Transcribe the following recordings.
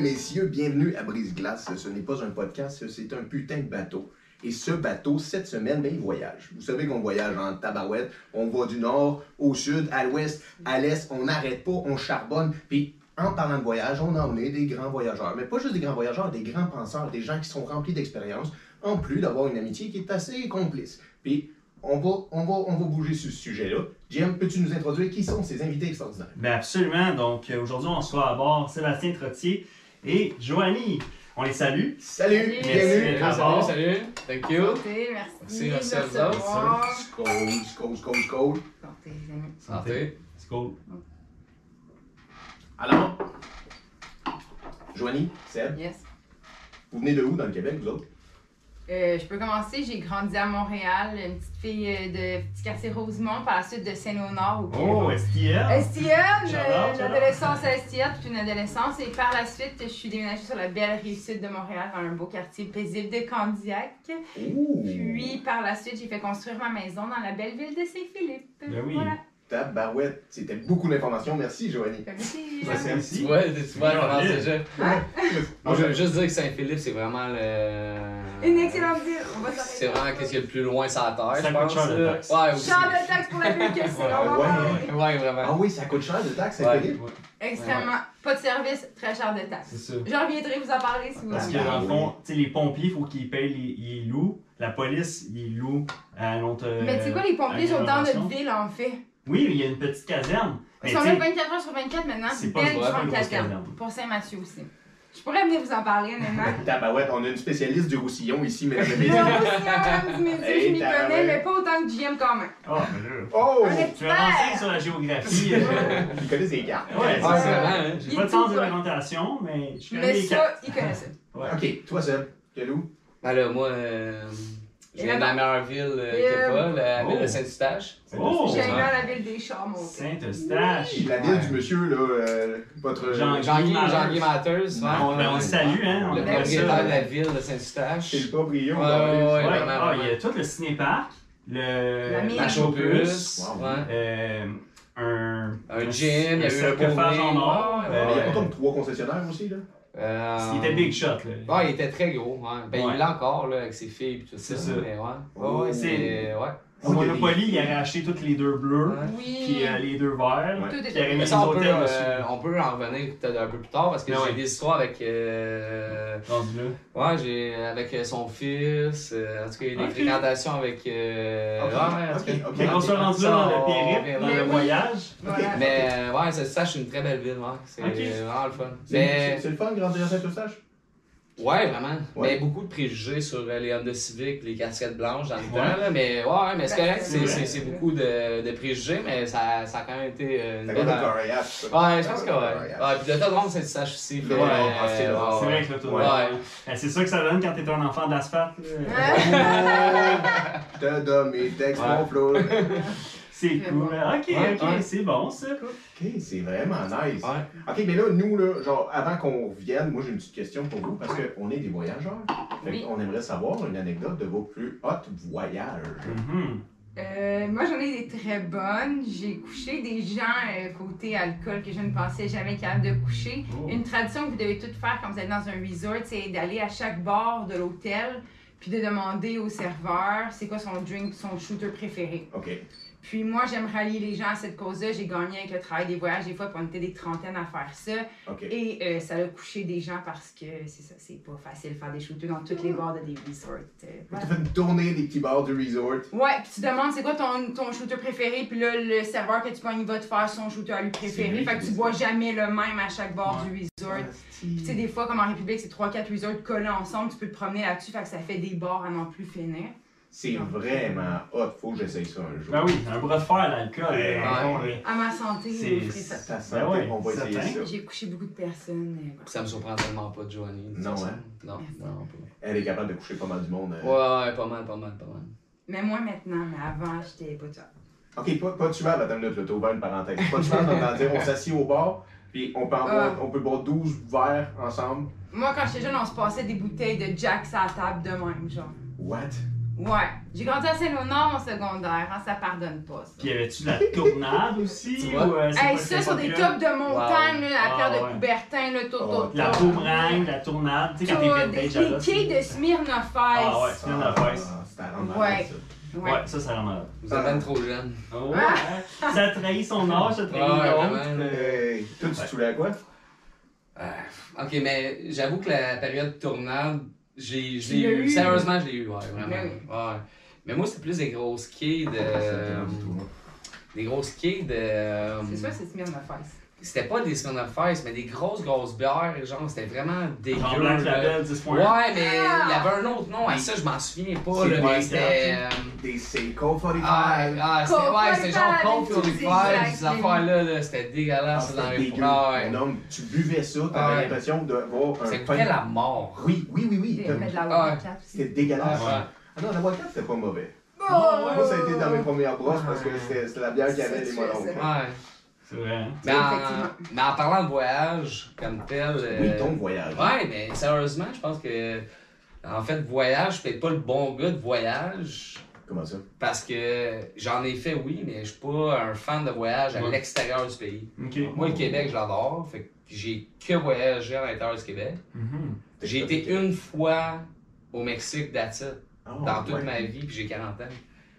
messieurs, bienvenue à Brise-Glace. Ce n'est pas un podcast, c'est un putain de bateau. Et ce bateau, cette semaine, ben, il voyage. Vous savez qu'on voyage en tabarouette. On va du nord au sud, à l'ouest, à l'est. On n'arrête pas, on charbonne. Puis, en parlant de voyage, on en est des grands voyageurs. Mais pas juste des grands voyageurs, des grands penseurs, des gens qui sont remplis d'expérience, en plus d'avoir une amitié qui est assez complice. Puis, on va, on va, on va bouger sur ce sujet-là. Jim, peux-tu nous introduire qui sont ces invités extraordinaires? Ben absolument. Donc euh, aujourd'hui, on reçoit à bord Sébastien Trottier et Joanie. On les salue. Salut, Salut. bienvenue à Merci. bord. Salut, salut, Ah, thank you. Santé, merci. Merci, merci à vous Merci, autres. Skol, skol, skol, skol. Santé, les amis. Santé. C'est cool. Alors, Joanie, Seb, Yes. vous venez de où dans le Québec, vous autres? Euh, je peux commencer. J'ai grandi à Montréal, une petite fille euh, de petit quartier Rosemont, par la suite de Seine-au-Nord au Québec. Oh, est-ce qu'il y a? Estienne, Shout euh, out, shout out. l'adolescence à Estienne, puis une adolescence. Et par la suite, je suis déménagée sur la belle rive sud de Montréal, dans un beau quartier paisible de Candiac. Ouh! Puis par la suite, j'ai fait construire ma maison dans la belle ville de Saint-Philippe. Ben oui. Voilà. Tabarouette, c'était beaucoup d'informations. Merci, Joanie. Comme ici, Ça, c'est Tu ici. vois, tu vois, Oui, on oui. lance déjà. Moi, Moi, je je- veux juste dire que Saint-Philippe, c'est vraiment le. Une excellente ville. On va s'arrêter. C'est vraiment qu'est-ce qu'il y a le plus loin sur la terre, Ça je coûte pense. cher, le là. taxe. Ouais, aussi. Chant de taxe pour la ville que c'est. Ouais, on va en ouais, parler. ouais. Ouais, Ah vraiment. oui, ça coûte cher de taxes, Ouais. Saint-Philippe. Ouais, Extrêmement. Pas de service, très cher de taxes. c'est ça. Je reviendrai vous en parler si vous Parce que voulez. dans le fond, tu sais, les pompiers, il faut qu'ils payent, les- ils louent. La police, ils louent à notre. Mais tu sais quoi, les pompiers sont dans notre ville, en fait. Oui, mais il y a une petite caserne. Ils Mais sont tu là sais, 24 heures sur 24 maintenant. c'est C'est pas belle une vraie grande grosse caserne. caserne. Pour Saint-Mathieu aussi. Je pourrais venir vous en parler, honnêtement. Tabarouette, on a une spécialiste du Roussillon ici, mesdames et Moi aussi, messieurs. madame du midi, Hey, je m'y t'as connais, raison. mais pas autant que GM quand même. Oh, ben là. Oh! Un Je me renseigne expert! sur la géographie. euh, Il connaît ses cartes. Ouais, c'est ça. Ouais, vraiment, hein. J'ai Il pas de est sens tout de bon. l'orientation, mais je connais Mais les cartes. ça, il connaît ça. Ouais. Ok, toi, Seb, Calou. Ben là, moi, euh, je Et viens de là-bas? la meilleure ville euh, Et, qu'il y a euh, pas, la ville oh. de Saint-Eustache. Oh! J'ai Saint-Eustache. à la ville des chars montée. Saint-Eustache. La ville Ouais. du monsieur, là, euh, votre. Jean- Guy Jean-Guy Jean-Guy Mathers, ouais. Ah, Ben, on- ben, on le salue, hein. on le aime ça. propriétaire de la ville de Saint-Eustache. C'est le pas brillant. Ouais, dans ouais, Ouais, vraiment, ah, vraiment. il y a tout le cinéparc, le La mine. La Chopus, Wow. ouais. euh, un Un gym, il y a eu un sarcophage en bowling. Ah, or. Ouais, les- Mais il y a euh, pas comme trois concessionnaires aussi, là. Euh, Il était big shot là. Ouais, Ah, il était très gros. Ouais. Ben, Ouais. il l'a encore là, avec ses filles et tout ça. hein, C'est ça. Mais ouais. Ouais, Oh, ouais, c'est- c'est. Ouais. Au Monopoly, il a racheté toutes les deux bleues, Ouais. puis Oui. euh, les deux verts, Ouais. Tout puis il a est remis Mais les ça, on peut, hôtels euh, dessus. on peut en revenir peut-être un peu plus tard parce que Mais j'ai ouais. des histoires avec. euh, Rendu là. Ouais, j'ai. Avec euh, son fils. euh, en tout cas, il y a des Ok. fréquentations avec. euh, Ok, ouais, en tout cas. ok, ok. Fait qu'on soit rendu là dans le périple, dans Mais le oui. voyage. Voilà. Mais euh, ouais, Saint-Eustache, c'est une très belle ville. Ouais. C'est Ok. vraiment le fun. C'est Mais. c'est le fun, grandir à Saint-Eustache. Ouais, vraiment. Ouais. Mais beaucoup de préjugés sur euh, les Honda Civic, les casquettes blanches dans le Ouais. temps. Là, mais ouais, ouais, mais c'est correct. Ben, C'est, ouais. c'est, c'est beaucoup de, de préjugés, mais ça, ça a quand même été euh, une Ça belle. coûte encore un yacht, ça. Ouais, je pense que ouais. Montréal. Ouais, puis le Todrome, c'est du sache aussi. Le fait, Todrome, euh, ah, c'est là. ouais, C'est ouais. vrai que là, tout le Ouais. monde- Eh, C'est ça que ça donne quand t'es un enfant d'asphalte. là. Hein? Je te donne mes textes, Ouais. mon flow. Ok, C'est Très cool. bon. Ok, Ouais, ok, ouais. c'est bon ça. c'est vraiment nice. Ouais. Ok, mais là, nous, là, genre, avant qu'on revienne, moi j'ai une petite question pour vous parce qu'on est des voyageurs. Oui. On aimerait savoir une anecdote de vos plus hautes voyages. Mhm. Euh, moi, j'en ai des très bonnes. J'ai couché des gens euh, côté alcool que je ne pensais jamais capable de coucher. Oh. Une tradition que vous devez toutes faire quand vous êtes dans un resort, c'est d'aller à chaque bar de l'hôtel puis de demander au serveur c'est quoi son drink, son shooter préféré. Ok. Puis moi, j'aime rallier les gens à cette cause-là. J'ai gagné avec le travail des voyages des fois, puis on était des trentaines à faire ça. Ok. Et euh, ça a couché des gens parce que c'est ça, c'est pas facile de faire des shooters dans toutes les bars de des resorts. Euh, voilà. T'as fait une tournée des petits bars du resort. Ouais, puis tu demandes c'est quoi ton, ton shooter préféré, puis là, le serveur que tu pognes, il va te faire son shooter à lui C'est préféré. lui Fait qui que tu décide. bois jamais le même à chaque bord Ouais. du resort. Puis tu sais, Asti. des fois, comme en République, c'est 3-4 resorts collés ensemble, tu peux te promener là-dessus, fait que ça fait des bars à n'en plus finir. C'est vraiment hot, faut que j'essaye ça un jour. Ben oui, un bras de fer, l'alcool. Ouais. euh, Ouais. À ma santé, C'est- je ferai ça. Ça sent, Ben ouais, on va essayer certain. ça. J'ai couché beaucoup de personnes. euh, voilà. Ça me surprend tellement pas de Joanie. de toute Non, façon. hein? Non, Merci. non, Elle est capable de coucher pas mal du monde. euh. pas. Ouais, ouais, pas mal, pas mal, pas mal. Mais moi maintenant, mais avant, j'étais pas ça. Ok, pas, pas tuable, attends une minute, là, t'as ouvert une parenthèse. Pas tuable, on dire, on s'assied au bar, puis on Ah. peut, en boire- on peut boire 12 verres ensemble. Moi, quand j'étais jeune, on se passait des bouteilles de Jack à la table de même, genre. What? Ouais. J'ai grandi à Saint-Léonard en secondaire, hein, ça pardonne pas ça. Puis y avait-tu de la tournade aussi? Tu vois? ou, euh, c'est Hey, pas- ça, c'est sur pas des plus tops de montagne, là, à Ah, faire de ouais. Oh, Coubertin, le tout, Ah, tout, La tout. boomerang, la tournade, tu sais, quand t'es Tout, vintage à Les quilles de Smirnoff Ah ouais, Ice. c'est bien la face. Ah, c'est à rendre malade, ça. Ouais. Ouais, ça, ça rend malade. Vous Ah. êtes même trop jeune. Oh, ouais. Ça trahit son âge, ça trahit Ah Ouais, l'autre. Euh, vraiment. Hey, toi, tu te soulais à quoi? Ah, ok, mais j'avoue que la période tournante, j'ai, je Tu l'as l'ai eu. eu. Ben Sérieusement, je l'ai eu, ouais, vraiment. Mais Ouais. Mais moi, c'était plus des grosses kids. Ah, euh, hein. des grosses kids. euh, C'est sûr, c'est Smirnoff Ice. c'était pas des Smirnoff Face, mais des grosses, grosses bières. Genre, c'était vraiment dégueu. Genre Black là. Label 10 points. Ouais, mais il y Ah! avait un autre nom à ça, je m'en souviens pas. C'est Là, quoi, mais c'était. euh, Des Seiko 45. Ah, ah, c'était ouais, c'était genre Cold Cold Forty Five, Purified, exact. ces affaires-là, là, c'était Ah, dégueulasse dans c'était les dégueu. Ah, ouais. Ah, Mon homme, tu buvais ça, t'avais Ouais. l'impression d'avoir un Ça pain- coûtait la mort. Oui, oui, oui, oui. Il y comme- avait de la Ah, Wildcat aussi. C'était dégueulasse. Ouais. Ah non, la boîte c'était pas mauvais. Oh! Moi, ça a été dans mes premières brosses parce Ah. que c'était c'était la bière qui Ça, avait les tu molons. sais, Ouais. C'est vrai. hein? Mais en, Effectivement. mais en parlant de voyage comme tel. euh, Oui, ton voyage. Ouais, mais sérieusement, je pense que. En fait, voyage, je suis peut-être pas le bon gars de voyage. Comment ça? Parce que j'en ai fait, oui, mais je suis pas un fan de voyage à Ouais. l'extérieur du pays. Ok. Moi, le Québec, j'adore. Fait que j'ai que voyagé à l'intérieur du Québec. Mhm. J'ai été une fois au Mexique, that's it, Ah, dans toute ouais. ma vie, puis j'ai 40 ans.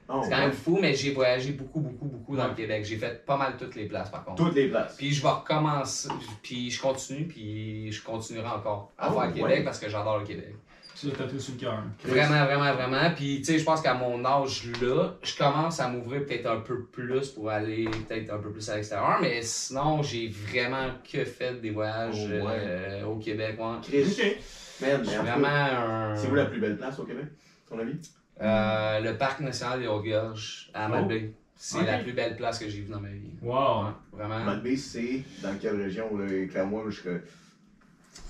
Ah, C'est quand ouais. même fou, mais j'ai voyagé beaucoup, beaucoup, beaucoup dans le Ouais. Québec. J'ai fait pas mal toutes les places, par contre. Toutes les places. Puis je vais recommencer, puis je continue, puis je continuerai encore à Ah, voir le ouais. Québec parce que j'adore le Québec. Tu l'as tatoué sur le cœur. Vraiment, vraiment, vraiment. Puis, tu sais, je pense qu'à mon âge là, je commence à m'ouvrir peut-être un peu plus pour aller peut-être un peu plus à l'extérieur. Mais sinon, j'ai vraiment que fait des voyages Oh, ouais. euh, au Québec. ouais. Chris, Ok. man, Je mais suis en tout cas, vraiment un. C'est où la plus belle place au Québec, à ton avis? Euh, le parc national des Hautes-Gorges Oh. à Malbaie. C'est Ok. la plus belle place que j'ai vue dans ma vie. Wow. Vraiment. Malbé, c'est dans quelle région? là? Éclaire-moi, je serais.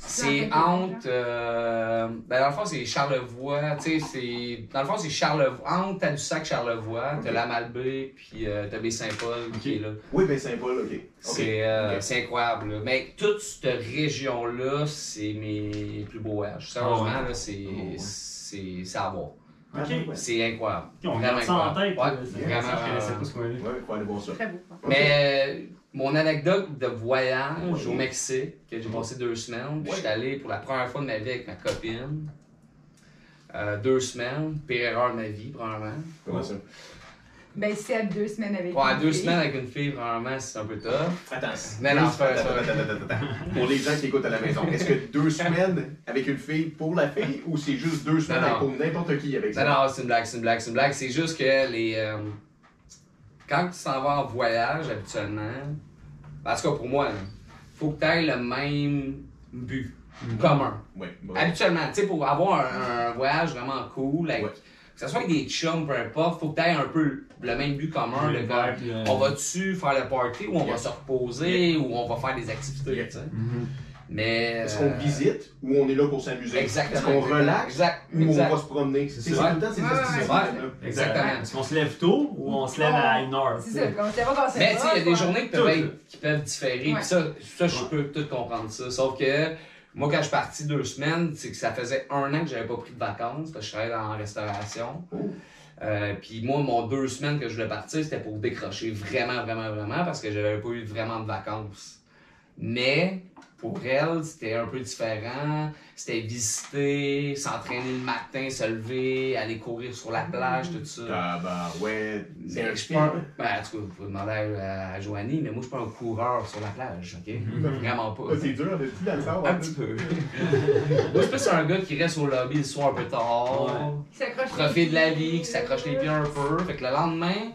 C'est entre. euh, ben dans le fond, c'est Charlevoix. Tu sais, c'est. Dans le fond, c'est Charlevoix. Entre Tadoussac, Charlevoix, t'as Ok. la Malbaie, puis euh, t'as Baie-Saint-Paul Ok. qui est là. Oui, ben Saint-Paul, ok. Ok. C'est euh, Ok. c'est incroyable. là. Mais toute cette région-là, c'est mes plus beaux voyages. Sérieusement, Ah ouais. là, c'est. Ah ouais. C'est c'est à voir. Ah, Ok. ouais. C'est incroyable. Ok, On garde ça en tête. Ouais, là, c'est- vraiment. Je connaissais pas ce coin-là. Ouais, faut aller voir ça. Très beau. hein. Mais euh, mon anecdote de voyage Ouais. au Mexique, que j'ai passé deux semaines, puis Ouais. je suis allé pour la première fois de ma vie avec ma copine. Euh, deux semaines, pire erreur de ma vie, probablement. Comment ça? Ben, c'est à deux semaines avec Ouais, une deux fille. semaines avec une fille, probablement, c'est un peu tough. Attends. Mais deux- non, c'est pas attends, ça. attends, attends, attends. Pour les gens qui écoutent à la maison, est-ce que deux semaines avec une fille pour la fille ou c'est juste deux semaines Non, avec- non. pour n'importe qui avec Non, ça? Ben non, c'est une blague, c'est une blague, c'est une blague. C'est juste que les. euh, quand tu s'en vas en voyage, habituellement, ben, en tout cas pour moi, là, faut que tu aies le même but commun. Mhm. Ouais, bon. Habituellement, tu sais, pour avoir un, un voyage vraiment cool, avec- Ouais. que ce soit avec des chums, peu importe, faut que t'aies un peu le même but commun. Le de vibe, comme, le- On va-tu faire le party ou on euh, Yeah. va se reposer ou on va faire des activités, Yeah. tu sais. Mhm. Mais. Est-ce euh, qu'on visite ou on est là pour s'amuser? Exactement. Est-ce qu'on exactement, relaxe Exact. ou exact. on va se promener? C'est ça. c'est tout le temps ces Ouais, discussions-là. euh, Exactement. Est-ce qu'on se lève tôt ou on se lève à une heure? Oh, C'est ça, on sait pas quand Ah, c'est Mais tu sais, il y a des journées qui peuvent, Tout, être- qui peuvent différer, Ouais. pis ça, ça je Ouais. peux tout comprendre ça. Sauf que moi, quand je suis parti deux semaines, c'est que ça faisait un an que j'avais pas pris de vacances, parce que je travaillais dans la restauration. Euh, puis moi, mon deux semaines que je voulais partir, c'était pour décrocher vraiment, vraiment, vraiment, parce que j'avais pas eu vraiment de vacances. Mais pour elle, c'était un peu différent. C'était visiter, s'entraîner le matin, se lever, aller courir sur la plage, tout ça. Tabarouette. C'est Mais un je suis pas- film. Ben, en tout cas, vous demander à, à Joanie, mais moi, je suis pas un coureur sur la plage, OK? Vraiment pas. Ah, C'est dur, on a plus la hein. Un petit peu. moi, je suis plus un gars qui reste au lobby le soir un peu tard, Ouais. Qui s'accroche profite de la vie, qui s'accroche les pieds un peu. Fait que le lendemain,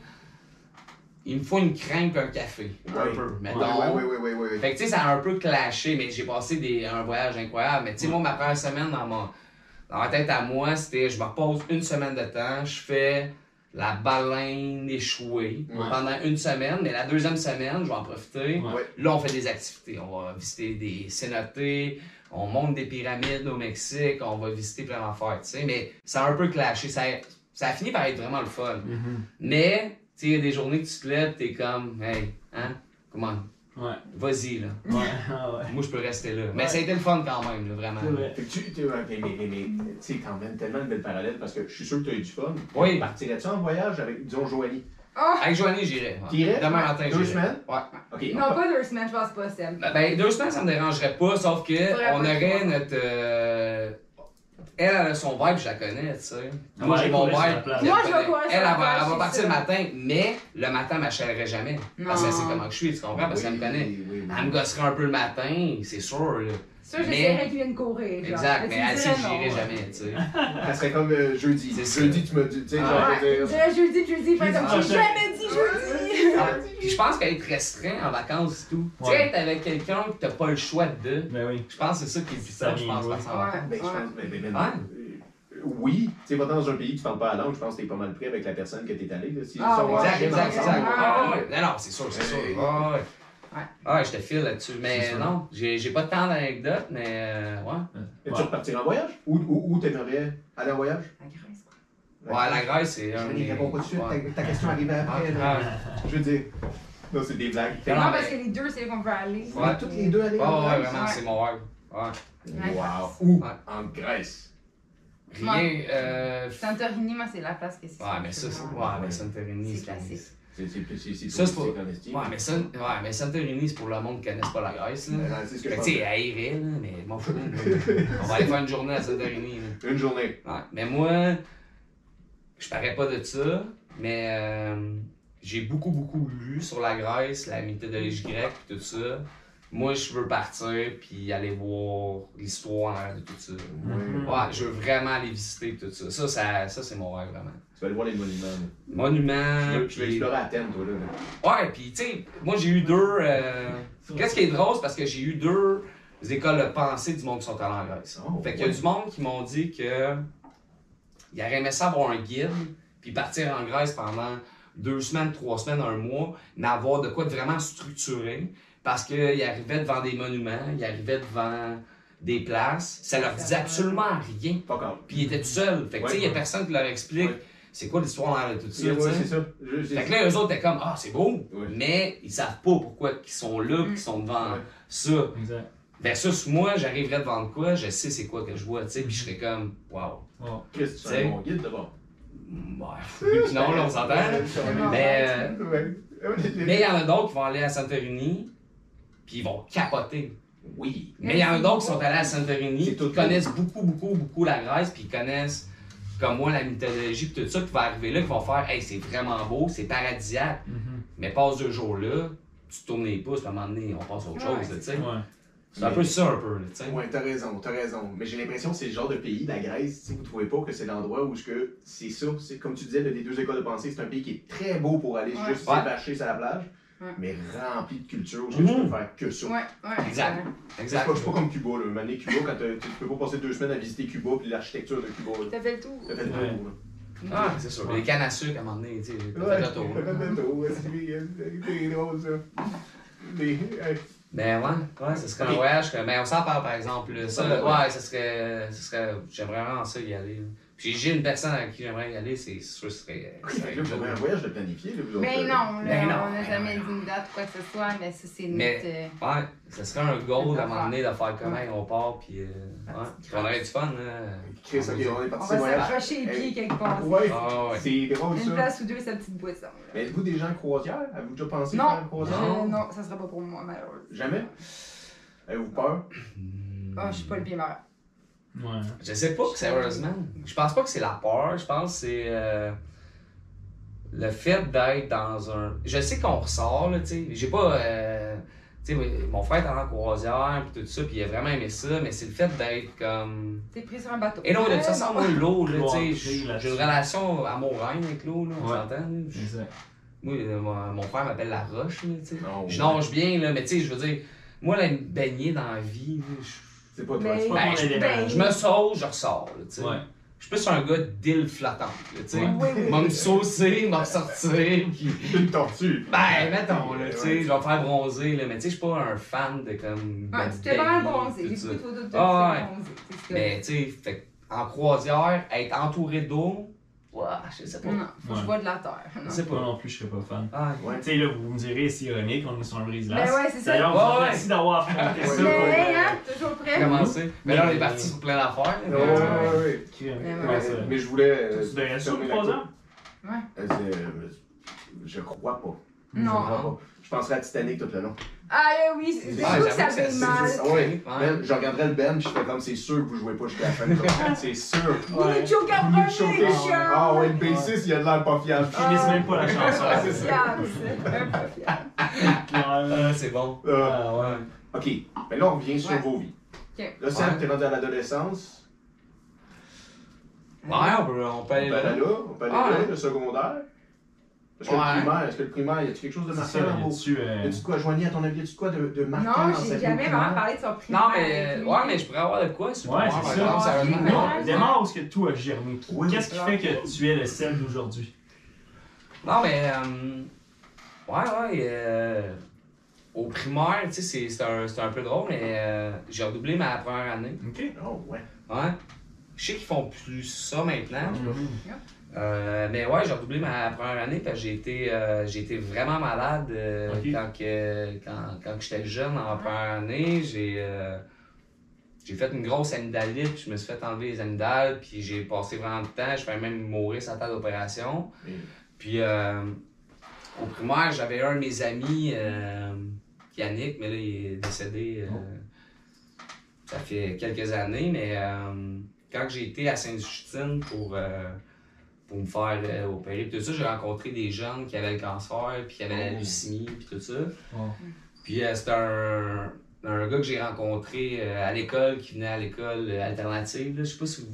il me faut une crème et un café. Un Ouais. peu, mettons. Oui, oui, oui, oui, oui. Fait que tu sais, ça a un peu clashé, mais j'ai passé des, un voyage incroyable. Mais tu sais, moi, ma première semaine dans, mon, dans ma tête à moi, c'était je me repose une semaine de temps, je fais la baleine échouée Ouais. pendant une semaine, mais la deuxième semaine, je vais en profiter. Ouais. Ouais. Là, on fait des activités. On va visiter des cénotés, on monte des pyramides au Mexique, on va visiter plein d'affaires, tu sais. Mais ça a un peu clashé. Ça, ça a fini par être vraiment le fun. Mhm. Mais, tu sais, il y a des journées que tu te lèves, t'es comme, hey, hein, comment, Ouais. Vas-y, là. Ouais. ah ouais. Moi, je peux rester là. Mais Ouais. ça a été le fun quand même, là, vraiment. C'est vrai. Fait que tu t'es- ouais, mais, mais, mais, mais, tu sais, t'en mènes tellement de belles parallèles parce que je suis sûr que t'as eu du fun. Oui. Partirais-tu en voyage avec, disons, Joanie? Oh! Avec Joanie, j'irai. ouais. T'irais? Demain matin, Deux j'irai. semaines? Ouais. OK. on Non, part- pas deux semaines, je pense pas, Seb. Ben, Ben, deux semaines, ça me dérangerait pas, sauf que Faudrait on pas aurait que- notre. euh, Elle, elle a son vibe, je la connais, tu sais. Moi, Ouais, j'ai mon elle vibe. courait sur la je la plage. Moi, je connais. vais courir sur Elle, elle la va, plage, elle va c'est partir le sûr. matin, mais le matin, elle m'achèlerait jamais. Parce qu'elle Non. sait comment je suis, tu comprends? Parce qu'elle me Oui, connaît. oui, oui. Elle me gosserait un peu le matin, c'est sûr, là. Ça, Mais- j'essaierais de lui une courir. genre. Exact, tu mais me elle sait dirais que non. j'irai jamais, tu sais. Ça serait comme euh, jeudi. C'est ça. Jeudi, tu me dis, tu sais, Ah, genre, Ouais, je je veux dire, dirais jeudi, jeudi, Jeudi faire Ah, comme j'ai prochain. jamais dit jeudi. Ah, Puis je pense qu'être restreint en vacances et tout. Tu Ouais. sais, être avec quelqu'un que t'as pas le choix de. Ben oui. Je pense que c'est ça qui est le plus Ça simple, je vient, pense, oui. passer en vacances. Ouais, Ben, je ouais. pense, ben, ben, ben, Ah. euh, oui, tu sais, va dans un pays qui parle pas la langue, je pense que t'es pas mal pris avec la personne que t'es allé. Là, si, Ah, si on ouais. Exact, gym exact, ensemble, exact. on- Ah, ouais. Non, non, c'est sûr, c'est sûr. Hey. Ah, ouais. Ouais. Ah, je te file là-dessus. C'est Mais sûr. non, j'ai j'ai pas tant d'anecdotes, mais euh, ouais. Mais Ouais. Tu repartirais en voyage? Où, où, où t'aimerais aller en voyage? La Grèce, quoi. Ouais, la Grèce, c'est un. Je des- n'y réponds pas tout de suite, Ouais. ta, ta question arrive après. là. Ah, Je veux dire, non, c'est des blagues. Non, Non, mais- parce que les deux, c'est là qu'on peut aller. On est Ouais. toutes les deux allées ah, en ouais, Grèce. vraiment, Ouais. c'est mon rêve. Ouais. Ouais. Wow. Où? Ouais. En Grèce. Rien. euh, f- Santorini, moi, c'est la place que c'est. Ouais, mais ça, c'est. Ouais, mais Santorini, C'est c'est classique. C'est c'est plus c'est Ça, c'est touristique pas- en estime. Ouais, mais ça, ouais, mais Santorini, c'est pour le monde qui connaisse pas la Grèce, là. Euh, c'est ce que Fait je que, tu sais, elle irait, là, mais m'en fous. On va aller faire une journée à Santorini, là. pense. Une journée. Ouais, mais moi, je parais pas de ça, mais euh, j'ai beaucoup, beaucoup lu sur la Grèce, la mythologie grecque, pis tout ça. Moi, je veux partir puis aller voir l'histoire de tout ça. Ouais. Ouais, je veux vraiment aller visiter pis tout ça. Ça, ça, ça c'est mon rêve, vraiment. Tu vas aller voir les monuments. là. Monument. Tu veux- Tu vas pis- explorer Athènes, toi, là. Ouais, puis tu sais, moi j'ai eu deux. euh, Qu'est-ce qui est drôle, c'est parce que j'ai eu deux écoles de pensée du monde qui sont allés en Grèce. Oh, fait qu'il y ouais. a du monde qui m'ont dit que ils auraient aimé ça avoir un guide, puis partir en Grèce pendant deux semaines, trois semaines, un mois, mais avoir de quoi de vraiment structuré, parce qu'ils arrivaient devant des monuments, ils arrivaient devant des places, ça leur disait absolument rien, Pas encore. puis ils étaient tout seuls. Fait que tu sais, il y a Ouais. personne qui leur explique Ouais. c'est quoi l'histoire derrière tout ça. Ouais, tu sais. c'est ça. Je- j'ai- Fait que là, eux autres étaient comme, ah, c'est beau, Ouais. mais ils savent pas pourquoi ils sont Mm. là, qu'ils sont devant Ouais. ça. Exact. Versus moi, j'arriverais devant de quoi, je sais c'est quoi que je vois, tu sais, puis je serais comme, wow. Bon. Chris, tu es T'sais. un bon guide d'abord. Mm, Ouais. Puis non, là, on s'entend. là. Mais euh, Ouais. mais il y en a d'autres qui vont aller à Santorini, puis ils vont capoter. Oui. Mais il y en a Merci d'autres qui sont beaucoup. allés à Santorini, C'est tout qui connaissent beaucoup, beaucoup, beaucoup la Grèce, puis ils connaissent, comme moi, la mythologie, puis tout ça, qui va arriver là, qui vont faire, hey, c'est vraiment beau, c'est paradisiaque. Mhm. Mais passe deux jours là, tu te tournes les pouces, puis à un moment donné, on passe à autre Ouais. chose, tu sais. Ouais. C'est un peu ça, un peu, là, tu sais. Ouais, t'as raison, t'as raison. Mais j'ai l'impression que c'est le genre de pays, la Grèce, si vous trouvez pas que c'est l'endroit où ce que c'est ça, c'est comme tu disais, le- les deux écoles de pensée, c'est un pays qui est très beau pour aller Ouais. juste Ouais. s'évacher sur la plage, Ouais. mais rempli de culture, où ce que tu Mhm. peux faire que ça. Ouais, ouais. Exact. C'est Exact. pas, c'est pas comme Cuba, là. Mané Cuba, quand t'as- tu peux pas passer deux semaines à visiter Cuba puis l'architecture de Cuba, là. T'as fait le tour. T'as fait le Ouais. tour, là. Ah, c'est sûr. Les cannes à sucre, à un moment donné, tu sais, t'as fait le tour. t'as fait le tour, ouais, c'est- hein. c'est drôle, ça. Les- hey. Ben ouais, ouais, ce serait Ok. un voyage que. Ben on s'en parle par exemple. là. Ça, Ah, là, ouais. ouais, ça serait. ça serait J'aimerais vraiment ça y aller. là. Puis j'ai une personne avec qui j'aimerais y aller, c'est sûr, ce serait. ce Fait serait que là, vous avez un Joe. voyage de planifié, là, vous autres, Mais euh, non, là, Ben non, on n'a ben jamais non, dit une date, quoi que ce soit, mais ça, c'est Mais- notre. euh, Ouais, ce serait un goal à un moment donné de faire comment Ouais. on part, puis. euh, ouais. Puis on aurait du fun, hein. là. Chris, ok, on est On parti sur va le voyage. s'accrocher les Hey. pieds quelque part. Ouais, Ah ouais. c'est drôle, Une ça. place ou deux, sa petite boisson. là. Mais êtes-vous des gens croisières? Avez-vous déjà pensé Non. faire une croisière? Euh, non, ça sera pas pour moi, malheureusement. Jamais? Avez-vous peur? Ah, je suis pas le pied marin. Ouais. Je sais pas, sérieusement. Je pense pas que c'est la peur. Je pense que c'est euh, le fait d'être dans un. Je sais qu'on ressort, là, tu sais. J'ai pas. euh, tu sais, mon frère était en croisière, puis tout ça, puis il a vraiment aimé ça, mais c'est le fait d'être comme. T'es pris sur un bateau. Et non, de toute façon, moi, l'eau, là, Ouais, tu sais, j'ai- là-dessus. j'ai une relation amoureuse avec l'eau, là, on Ouais. s'entend, là. Je- Exact. Moi, euh, mon- mon frère m'appelle la roche, là, tu sais. Oh, Je ouais. nage bien, là, mais tu sais, je veux dire, moi, là, me baigner dans la vie, là, je C'est pas toi. Ben, c'est pas- pas Ben, mon élément. je me sauve, je ressors. là, tu sais. Ouais. Je suis plus un gars d'île flottante. là, tu sais. Ouais. Oui, oui. M'a me saucer, m'a ressortir. puis- Une tortue. Ben, mettons, là, tu sais, Ouais. je vais me faire bronzer, là, mais tu sais, je suis pas un fan de comme. ben, Ouais, de tu t'es pas mal baigner, bronzé. tout J'ai ça. vu des photos de Ah, toi, tu t'es bronzé. C'est ce que- Mais tu sais, fait que en croisière, être entouré d'eau, Ouah, je sais pas. Non, faut que je Ouais. bois de la terre. Je Non. sais Moi pas. non plus, je serais pas fan. Ah, Ouais. Tu sais, là, vous me direz, c'est ironique, on est sur un brise-glace. Ben ouais, c'est ça. D'ailleurs, vous Ouais, merci d'avoir affronté Ouais. ça. pour, Mais hey, euh, hein, toujours prêt. Comment c'est? Mais là, on est parti sur plein d'affaires. Ouais, ouais, ouais. crime. Ben Mais Ouais, Ouais, ça. mais je voulais. euh, Tu devrais ça fermer pour la trois coupe. ans? Ouais. Euh, c'est- Je crois pas. Je Non. crois pas. Je penserais à Titanic tout le long. Ah là, oui, c'est Ah, sûr que ça j'avoue que fait ça- mal. c'est- Ouais. Ouais. Ben, je regarderais le Ben, puis je fais comme c'est sûr que vous jouez pas jusqu'à la fin de la C'est sûr. Milucho Milucho Cabroni, Cabroni. Ah ouais, Richard! le B6, il a de l'air pas fiable. Je finisse même pas la chanson. Ah, c'est fiable, ça. Ah, Euh, c'est bon. Euh, Ah, ouais. OK. Mais là, on revient sur Ouais. vos vies. Ok. Là, Sam, Ouais. t'es rendu à l'adolescence. Ouais, on peut, on peut On peut aller aller là. là, on peut aller Ah, là, ouais. le secondaire. Parce que Ouais. le primaire, est-ce que le primaire, y a-tu quelque chose de C'est marquant ça, dans vos... là-dessus. Y a-tu de quoi, Joanie, à ton avis, y a-tu de quoi de, de marquant Non, dans cette j'ai vie jamais vraiment primaire? parlé de son primaire. Non, mais, avec lui. ouais, mais je pourrais avoir de quoi, sur Ouais, moi, c'est par ça. exemple, Ah, sérieusement. ok, ouais. Non, démarre où est-ce que toi, Germain. Oui. Qu'est-ce qui fait que tu es le sel d'aujourd'hui? Non, mais. euh, ouais, ouais. euh, au primaire, tu sais, c'est- c'est un, c'est un peu drôle, mais euh, j'ai redoublé ma première année. Ok. Oh, ouais. Ouais. Je sais qu'ils font plus ça maintenant. Mhm. Euh, mais ouais, j'ai redoublé ma première année parce que j'ai été, euh, j'ai été vraiment malade euh, Ok. quand, que- quand, quand que j'étais jeune en première année. J'ai euh, j'ai fait une grosse amygdalite, puis je me suis fait enlever les amygdales, puis j'ai passé vraiment de temps. Je faisais même mourir sa table d'opération. Mais- Puis euh, au primaire, j'avais un de mes amis, euh, Yannick, mais là, il est décédé. euh, Oh. Ça fait quelques années, mais euh, quand j'ai été à Sainte-Justine pour, euh, pour me faire euh, opérer, puis tout ça, j'ai rencontré des jeunes qui avaient le cancer, puis qui avaient la Oh. leucémie, puis tout ça. Oh. Puis euh, c'était un, un gars que j'ai rencontré euh, à l'école, qui venait à l'école euh, alternative. là. Je sais pas si vous,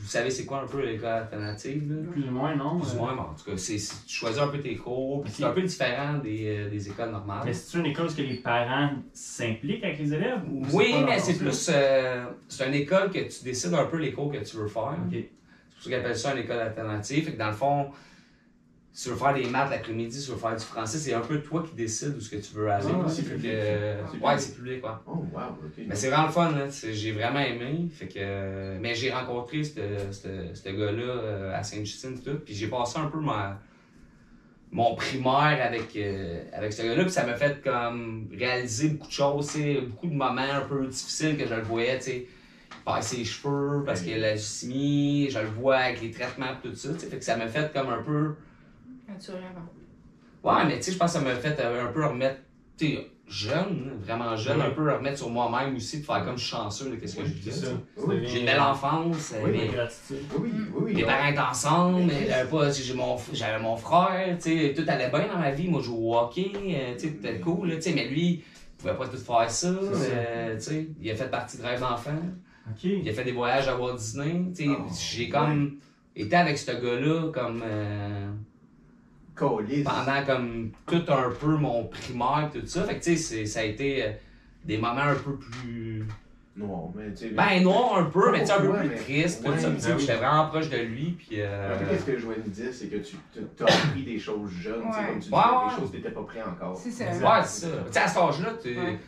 vous savez c'est quoi un peu l'école alternative. là. Plus ou moins, non? Plus euh, ou moins, mais en tout cas, c'est- c'est- tu choisis un peu tes cours, puis c'est un peu différent des, euh, des écoles normales. Mais c'est-tu une école où est-ce que les parents s'impliquent avec les élèves? ou oui, pas leur mais c'est rôle? plus. euh, c'est une école que tu décides un peu les cours que tu veux faire. Ok. C'est pour ça qu'ils appellent ça une école alternative. Fait que dans le fond, si tu veux faire des maths l'après-midi, si tu veux faire du français, c'est un peu toi qui décides où ce que tu veux aller. Ah, ouais, c'est Fait que, public. euh, C'est ouais, public. c'est public, ouais. Oh, wow, OK. Mais c'est vraiment le fun, hein. C'est- j'ai vraiment aimé. Fait que, mais j'ai rencontré ce- ce ce gars-là euh, à Sainte-Justine et tout. Puis j'ai passé un peu ma- mon primaire avec, euh, avec ce gars-là. Puis ça m'a fait comme réaliser beaucoup de choses, tu sais, beaucoup de moments un peu difficiles que je le voyais. tu sais. Il perd ses cheveux parce qu'il a la leucémie, je le vois avec les traitements et tout ça. tu sais. Fait que ça m'a fait comme un peu. Ah, Naturellement. Ouais, mais tu sais, je pense que ça m'a fait euh, un peu remettre, tu sais, jeune, hein, vraiment jeune, Ouais. un peu remettre sur moi-même aussi, de faire comme je suis chanceux de qu'est-ce que je C'est disais. ça. tu sais. Oui, J'ai une belle enfance, euh, Oui, mes, la gratitude. Oui, oui, Hmm. oui. mes oui. parents étaient ensemble, mais j'avais pas, tu sais, j'ai mon, fr- j'avais mon frère, tu sais, tout allait bien dans ma vie, moi je jouais au hockey, euh, tu sais, c'était cool, là, tu sais, mais lui, il pouvait pas tout faire ça, ça. euh, tu sais, il a fait partie de rêve d'enfant, Ok. il a fait des voyages à Walt Disney, tu sais, Ah, Oh, j'ai comme été avec ce gars-là comme... euh, Calice. pendant comme tout un peu mon primaire tout ça. Fait que tu sais, c'est- ça a été euh, des moments un peu plus. Non, mais tu sais... Ben noir un peu, mais tu sais, un peu Ouais, plus mais- triste, tout ouais, ça. Puis, tu sais, ben oui. j'étais vraiment proche de lui, puis. euh, En fait, qu'est-ce que je voulais nous dire, c'est que tu as appris des choses jeunes, tu sais, Ouais. comme tu dis, Ouais, des ouais. choses que t'étais pas prêt encore. C'est ça. Exact. Ouais, c'est ça. Tu sais, à cet âge-là, tu. Ouais.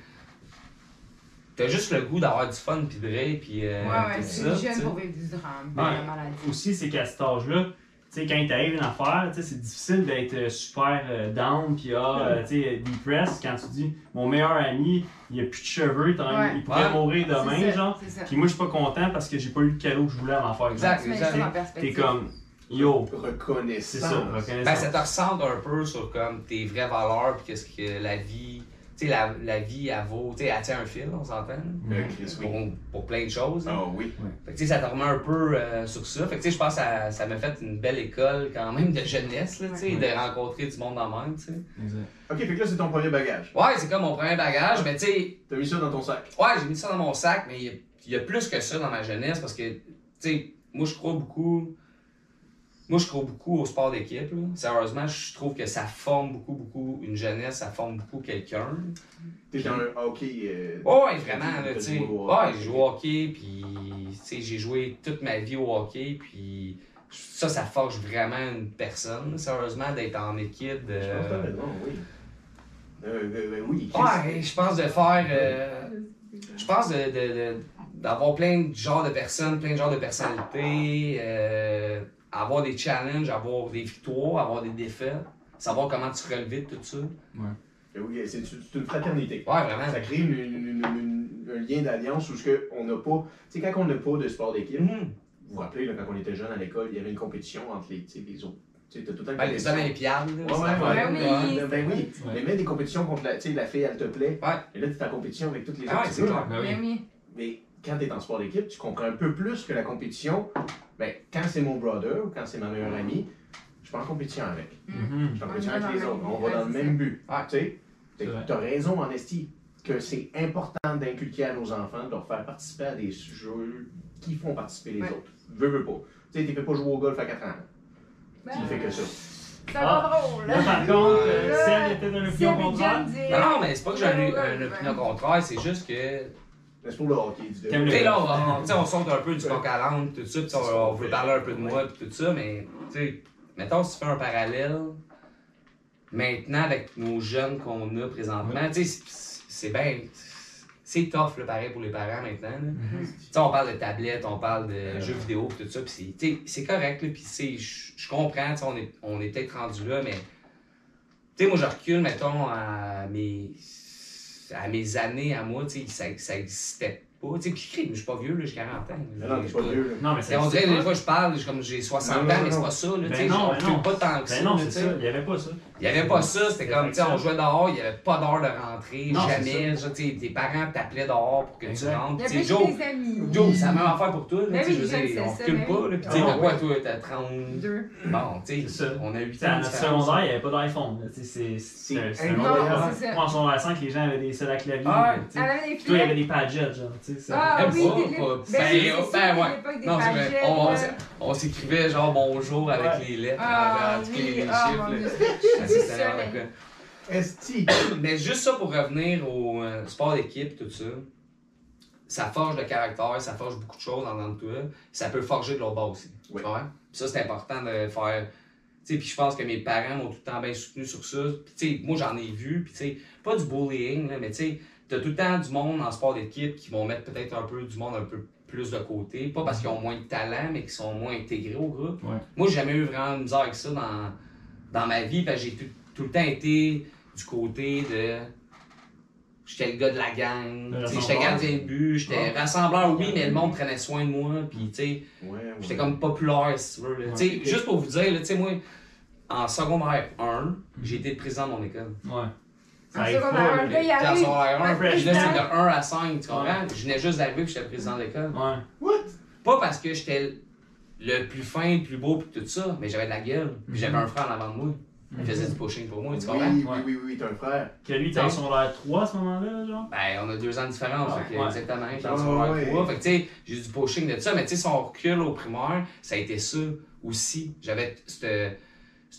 T'as juste le goût d'avoir du fun, puis de rire, puis. euh, Ouais, ouais, tout c'est ça, tu jeune sais. pour vivre du drame, de Ouais. la maladie. Aussi, c'est qu'à cet âge-là, tu sais, quand il t'arrive une affaire, tu sais, c'est difficile d'être euh, super euh, down puis ah, euh, tu sais, depressed quand tu dis mon meilleur ami, il a plus de cheveux, t'en- Ouais. il pourrait Ouais. mourir C'est demain, ça, genre. c'est ça. Puis moi, je suis pas content parce que j'ai pas eu le cadeau que je voulais à m'en faire. Exact. Tu mets les choses en T'es perspective. comme yo, c'est Reconnaissance. ça, Ben, reconnaissance. ça te ressemble un peu sur comme tes vraies valeurs, puis qu'est-ce que la vie. Tu sais, la, la vie, elle vaut. Tu sais, elle tient un fil, on s'entend. là, Euh, Chris, oui. Pour, pour plein de choses. là. Ah oui. Fait que, tu sais, ça te remet un peu euh, sur ça. Fait que, tu sais, je pense que ça- ça m'a fait une belle école quand même de jeunesse, là, tu sais, de rencontrer du monde en même, tu sais. Exact. Ok, fait que là, c'est ton premier bagage. Ouais, c'est comme mon premier bagage, mais tu sais, T'as mis ça dans ton sac. ouais, j'ai mis ça dans mon sac, mais il y a- il y, a plus que ça dans ma jeunesse parce que, tu sais, moi, je crois beaucoup. Moi, je crois beaucoup au sport d'équipe. là. Sérieusement, je trouve que ça forme beaucoup, beaucoup une jeunesse, ça forme beaucoup quelqu'un. T'es dans un hockey. euh, Oh, ouais, vraiment, là, tu sais. joué au Ouais, hockey. j'ai joué au hockey, puis, tu sais, j'ai joué toute ma vie au hockey, puis ça, ça forge vraiment une personne, sérieusement, d'être en équipe. De... Je pense que t'as raison, oui. Euh, euh, ben oui, Chris. Ouais, je pense de faire. euh, Je pense de- de- de- d'avoir plein de genres de personnes, plein de genres de personnalités, euh, avoir des challenges, avoir des victoires, avoir des défaites, savoir comment tu relevais de tout ça. Ouais, Et Ben oui, c'est c'est une fraternité. vraiment. Ça crée une- une- une- une- un lien d'alliance où ce que on n'a pas. Tu sais, quand on n'a pas de sport d'équipe, Mhm. vous vous rappelez, là, quand on était jeune à l'école, il y avait une compétition entre les, tu sais, les autres. Tu sais, t'as tout le temps une Ben, les compétition. Olympiades, là, Ouais, c'est ouais, la ouais, Ben ouais, oui. ben, ben oui. Mais Ouais. même des compétitions contre la, tu sais, la fille, elle te plaît. Ouais. Et là, tu es en compétition avec toutes les Ah autres. ouais, c'est clair. Ben Mais oui. oui. Mais quand tu es en sport d'équipe, tu comprends un peu plus que la compétition. Ben, quand c'est mon brother ou quand c'est ma meilleure amie, je suis pas en compétition avec. Je Mhm. suis en compétition On va avec dans les le autres. même On but, va dans le ouais, même but. Ouais. Tu sais, C'est vrai. tu as raison en esti que c'est important d'inculquer à nos enfants, de leur faire participer à des jeux qui font participer les Ouais. autres. Veux, veux pas. Tu sais, tu fais pas jouer au golf à 4 ans. Ben, Tu ne fais que ça. Ça va drôle. Là, par contre, euh, si elle était dans Si l'opinion avait John contraire, dit- Non, non, mais c'est pas que euh, j'ai une, Ouais, une ouais. opinion contraire, c'est juste que. Mais c'est pour le hockey. dis-le. T'aimes le- Tu sais, là, on, tu sais, on sort un peu du coq à l'âne, tout ça, puis C'est ce on, qu'on on veut fait. parler un peu de moi, puis tout ça, mais, tu sais, mettons, si tu fais un parallèle, maintenant, avec nos jeunes qu'on a présentement, tu sais, c'est- c'est bien. C'est tough, là, pareil, pour les parents maintenant. là. Tu sais, on parle de tablettes, on parle de Ouais. jeux vidéo, pis tout ça, puis c'est, tu sais, c'est correct, là, puis c'est, je je comprends, tu sais, on est, on est peut-être rendu là, mais, tu sais, moi, je recule, mettons, à mes, à mes années, à moi, tu sais, ça, ça existait pas, tu sais, puis je crie, mais je suis pas vieux, là, j'ai 40 ans. Non, non, t'es pas vieux. là. non, mais Et ça on dirait, existe des pas. fois, je parle, j'ai comme j'ai 60 Non, ans, non, mais c'est non. pas ça, là, Ben tu sais, non, on ben recule non. pas tant que ça, Ben non, là, c'est tu sais. ça. Il n'y avait pas ça. Il n'y avait pas ça, c'était C'est comme, fait tu sais, que on ça. jouait dehors, il n'y avait pas d'heure de rentrée, Non, c'est jamais. ça, tu sais, tes parents t'appelaient dehors pour que tu Exact. rentres. Il y a Tu sais, plus Joe, que des amis. Joe, c'est la même affaire pour toi. là, Ben tu sais, oui, je veux Joe, dire, c'est on ça, recule ben pas. oui. Là, puis tu sais, Ah, t'as quoi, ouais. toi, t'as 30. Deux. Bon, tu C'est sais, ça. on a 8 T'sais, à ans. notre différence. secondaire, il n'y avait pas d'iPhone. là. T'sais, C'est C'est c'est- c'est un incroyable. autre affaire. Non, c'est ça. Moi, en secondaire 5, les gens avaient des seuls à clavier. Ah, là, t'sais. Elle avait des Puis Toi, il y avait filles. des pagettes, genre. t'sais, ça- Ah Même oui, pas, des- ben pas- ben, oui, ben, c'est sûr, ouais. à l'époque, des euh, Non, c'est vrai. pagettes, On- on là. s'é- On s'écrivait genre bonjour avec Ouais. les lettres, Ah en- en- en- les oui, chiffres. ah mon là. dieu, Ah, c'est c'est c'est ça, ça. là, la- quoi. Esti. Mais juste ça pour revenir au euh, sport d'équipe, tout ça, ça forge le caractère, ça forge beaucoup de choses en dedans de toi. Ça peut forger de l'autre bord aussi. Oui. Tu comprends? Puis ça, c'est important de faire. Tu sais, puis je pense que mes parents m'ont tout le temps bien soutenu sur ça. Puis tu sais, moi, j'en ai vu. Puis tu sais, pas du bullying, là, mais tu sais, t'as tout le temps du monde en sport d'équipe qui vont mettre peut-être un peu du monde un peu plus de côté. Pas parce qu'ils ont moins de talent, mais qu'ils sont moins intégrés au groupe. Ouais. Moi, j'ai jamais eu vraiment de misère avec ça dans, dans ma vie. parce que j'ai tout, tout le temps été du côté de. J'étais le gars de la gang, Le tu sais, j'étais rassembleur. gardien de but, j'étais rassembleur, oui, mais le monde prenait soin de moi, puis tu sais, Ouais, ouais. j'étais comme populaire, si tu veux. là. Ouais. Tu sais, Juste pour vous dire, là, tu sais, moi, en secondaire 1, j'ai été le président de mon école. Ouais. Ça En arrive secondaire, pas, un mais- gars, il Puis en arrive. secondaire 1, Ouais, je Ah venais président. de 1 à 5, tu comprends? Je venais juste d'arriver, puis j'étais président de l'école. Ouais. Pas parce que j'étais le plus fin, le plus beau, puis tout ça, mais j'avais de la gueule, puis j'avais un frère en avant de moi. Il faisait du pushing pour moi, Oui, tu comprends? oui, Ouais. oui, oui, t'as un frère. Que lui, t'es en secondaire 3 à ce moment-là, genre. Ben, on a deux ans de différence, Ouais, fait que ouais. exactement, je Ouais, pense qu'on va avoir ouais. trois. Fait que, tu sais, j'ai du poaching de ça, mais tu sais, si on recule au primaire, ça a été ça aussi. J'avais ce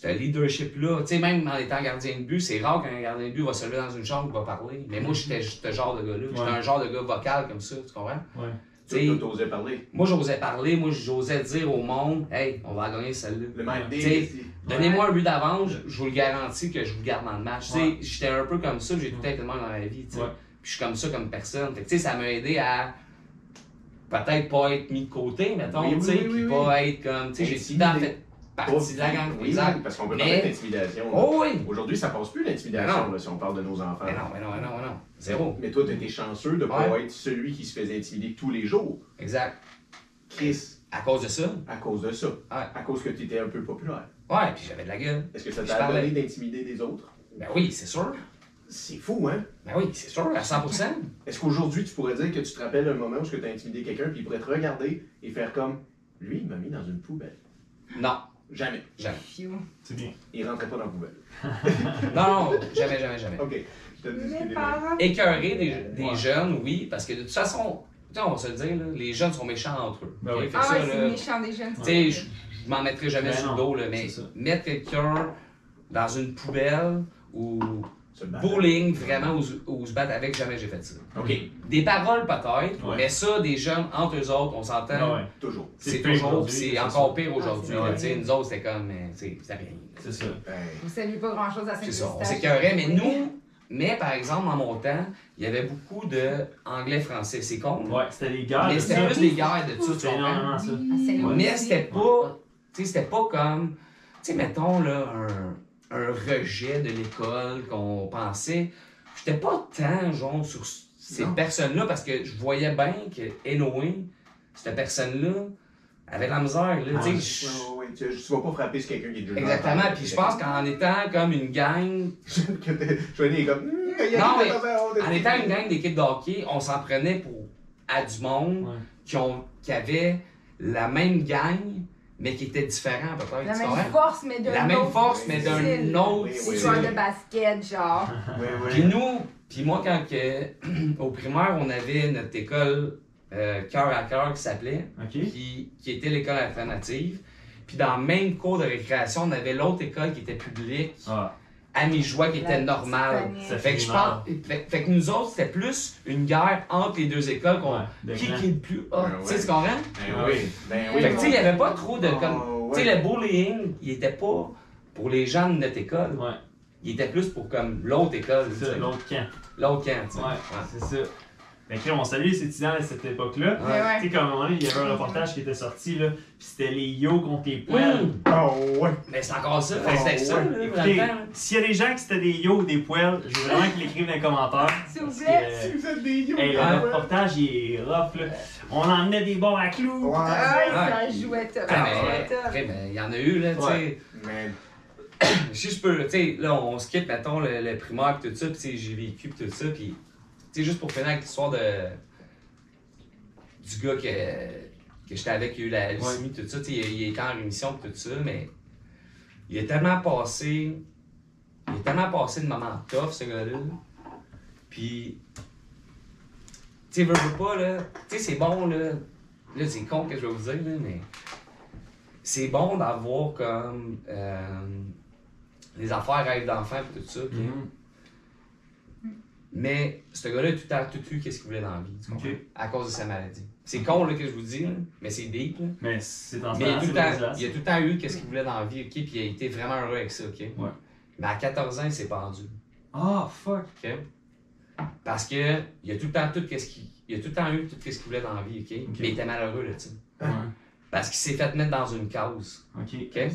leadership-là. Tu sais, même en étant gardien de but, c'est rare qu'un gardien de but va se lever dans une chambre et va parler. Mais moi, j'étais ce genre de gars-là. J'étais Ouais. un genre de gars vocal comme ça, tu comprends? Ouais. Tu sais, Tu t'osais parler. moi, j'osais parler, moi, j'osais dire au monde, hey, on va gagner celle-là. Le même Tu sais, day. c'est- Donnez-moi un but d'avance, je- je vous le garantis que je vous garde dans le match. Tu sais, Ouais. J'étais un peu comme ça, j'ai tout le temps été de même dans la vie. tu sais. Ouais. Puis je suis comme ça comme personne. Fait que, tu sais, ça m'a aidé à peut-être pas être mis de côté, mettons, Oui, oui, tu sais, oui, puis oui, pas être comme. tu sais, J'ai tout le temps Intimidé. fait partie de la gang. Oui, exact. oui, parce qu'on peut Mais- parler d'intimidation. là. Oh oui! Aujourd'hui, ça passe plus Mais l'intimidation non. là, si on parle de nos enfants. Mais non, mais non, mais non, mais non. Zéro. Mais toi, t'as été chanceux de ne pas Ouais. être celui qui se faisait intimider tous les jours. Exact. Chris, À cause de ça, à cause de ça. À cause que tu étais un peu populaire. ouais, puis j'avais de la gueule. Est-ce que ça Je t'a parlais. donné d'intimider des autres? Ben oui, c'est sûr. C'est fou, hein? Ben oui, c'est sûr, à 100%. Est-ce qu'aujourd'hui, tu pourrais dire que tu te rappelles un moment où tu as intimidé quelqu'un, puis il pourrait te regarder et faire comme Lui, il m'a mis dans une poubelle. Non, Jamais. jamais. Phew. C'est bien. Il rentrait pas dans la poubelle. Non, non, jamais, jamais, jamais. Ok, je te dis ce qu'il Mes est. parents. écœurer des, des Ouais. jeunes, oui, parce que de toute façon, tu sais, on va se le dire, là, les jeunes sont méchants entre eux. Ben Ok, oui. fait Ah ça, ouais, là, c'est méchant des jeunes. tu sais, c'est- je je m'en mettrai jamais Ben sur le non, dos, là, mais c'est ça. mettre quelqu'un dans une poubelle ou Se Ben battre. bowling, vraiment, ou, se- ou se battre avec, jamais j'ai fait ça. Ok, Des paroles peut-être, Ouais. Ben mais ça, des jeunes entre eux autres, on s'entend. Ouais, toujours. C'est C'est pire toujours, aujourd'hui, c'est c'est encore ça. pire aujourd'hui. Ah, là, c'est tu sais, vrai. nous autres, c'était comme, euh, tu sais, c'est rien. c'est ça. Ben, Vous saviez pas grand chose à C'est cette ça, on s'écœurait, mais nous, mais par exemple, en mon temps, il y avait beaucoup de anglais-français, c'est con. là. Ouais, Ah, c'était des gars. Mais là, c'était ça. plus des guerres de tout, tu C'est comprends? énormément ça. Ah, c'est Ouais. Mais c'était pas Tu sais, c'était pas comme, tu sais, mettons, là, un, un rejet de l'école qu'on pensait. J'étais pas tant, genre, sur s- ces Non. personnes-là parce que je voyais bien que, Noé, cette personne-là, avait la misère, là. Ah, tu sais, ouais, je- Ouais, ouais, tu, tu vas pas frapper sur quelqu'un qui est déjà Exactement. Puis je pense qu'en étant comme une gang, que t'es- Johnny est comme. Hum, il y a Non, des mais affaires, on est- en étant une gang d'équipe de hockey, on s'en prenait pour à du monde Ouais. qui, ont, qui avait la même gang, mais qui était différent peut-être. La tu même comprends? force, mais d'un autre la même force, mais d'un style. autre Oui, C'est oui, style. joueur de basket, genre. Ouais, ouais. Puis nous, puis moi, quand que, au primaire, on avait notre école euh, cœur à cœur qui s'appelait, OK. qui, qui était l'école alternative. Puis dans le même cours de récréation, on avait l'autre école qui était publique, Ah, à mi-joie qui La était normale. petite Ça panique. fait Fait que, je pense, fait, fait que nous autres, c'était plus une guerre entre les deux écoles qu'on. de qui, clan. qui est le plus hot? Ouais, Tu sais ouais. ce qu'on rend? Ben oui, ben oui. Fait que tu sais, il n'y avait pas trop de. comme- Oh, Tu ouais. sais, le bullying, il était pas pour les gens de notre école. Ouais, Il était plus pour comme l'autre école. c'est tu ça, sais, l'autre camp. L'autre camp, tu sais. Ouais, c'est ça. Fait que là, on salue les étudiants à cette époque-là. Mais ouais. Tu sais, comme un moment donné, il y avait un reportage qui était sorti, là, pis c'était les yo contre les poils. Mm. Oh, ouais. Mais c'est encore ça. Oh, c'était ça, ouais. là, Écoutez, dans le temps, là. s'il y a des gens qui c'était des yo ou des poils, je veux vraiment qu'ils l'écrivent dans les commentaires. S'il vous parce que, plaît. euh, Si vous êtes des you, Hey, le ouais. reportage, il est rough, là. On emmenait des bons à clous. Ouais. Ah, ça Ouais. jouait top. Ah, ça mais, jouait top. après, ben, il y en a eu, là, tu sais. Ouais. Man. si je peux, tu sais, là, on skip, mettons, le, le primaire pis tout ça, pis tu sais, j'ai vécu pis tout ça, pis, tu sais, juste pour finir avec l'histoire de. du gars que, que j'étais avec, qui a eu la leucémie, tout ça, tu sais, il, il était en rémission pis tout ça, mais. Il est tellement passé. Il est tellement passé de moments tough, ce gars-là. Pis. Tu sais, veux, veux pas, là. Tu sais, c'est bon, là. Là, c'est con que je vais vous dire, là, mais. C'est bon d'avoir comme. euh, les affaires, rêves d'enfant, pis tout ça. ok? Mhm. Mais ce gars-là, tout à tout eu qu'est-ce qu'il voulait dans la vie, tu comprends? Ok. À cause de sa maladie. C'est con, là, que je vous dis, là, mais c'est deep, là. Mais c'est dans ce Mais il a, temps-là, tout c'est le temps- dégueulasse. il a tout le temps eu qu'est-ce qu'il voulait dans la vie, ok? Puis il a été vraiment heureux avec ça, ok? Ouais. Mais à 14 ans, il s'est pendu, Ah, fuck. ok? Parce que il a tout le temps tout qu'est-ce qu'il... Il a tout le temps eu tout qu'est-ce qu'il voulait dans la vie, ok? Ok. Mais il était malheureux, là, tu sais. Ouais. Parce qu'il s'est fait mettre dans une cause, Ok. ok? Ouais.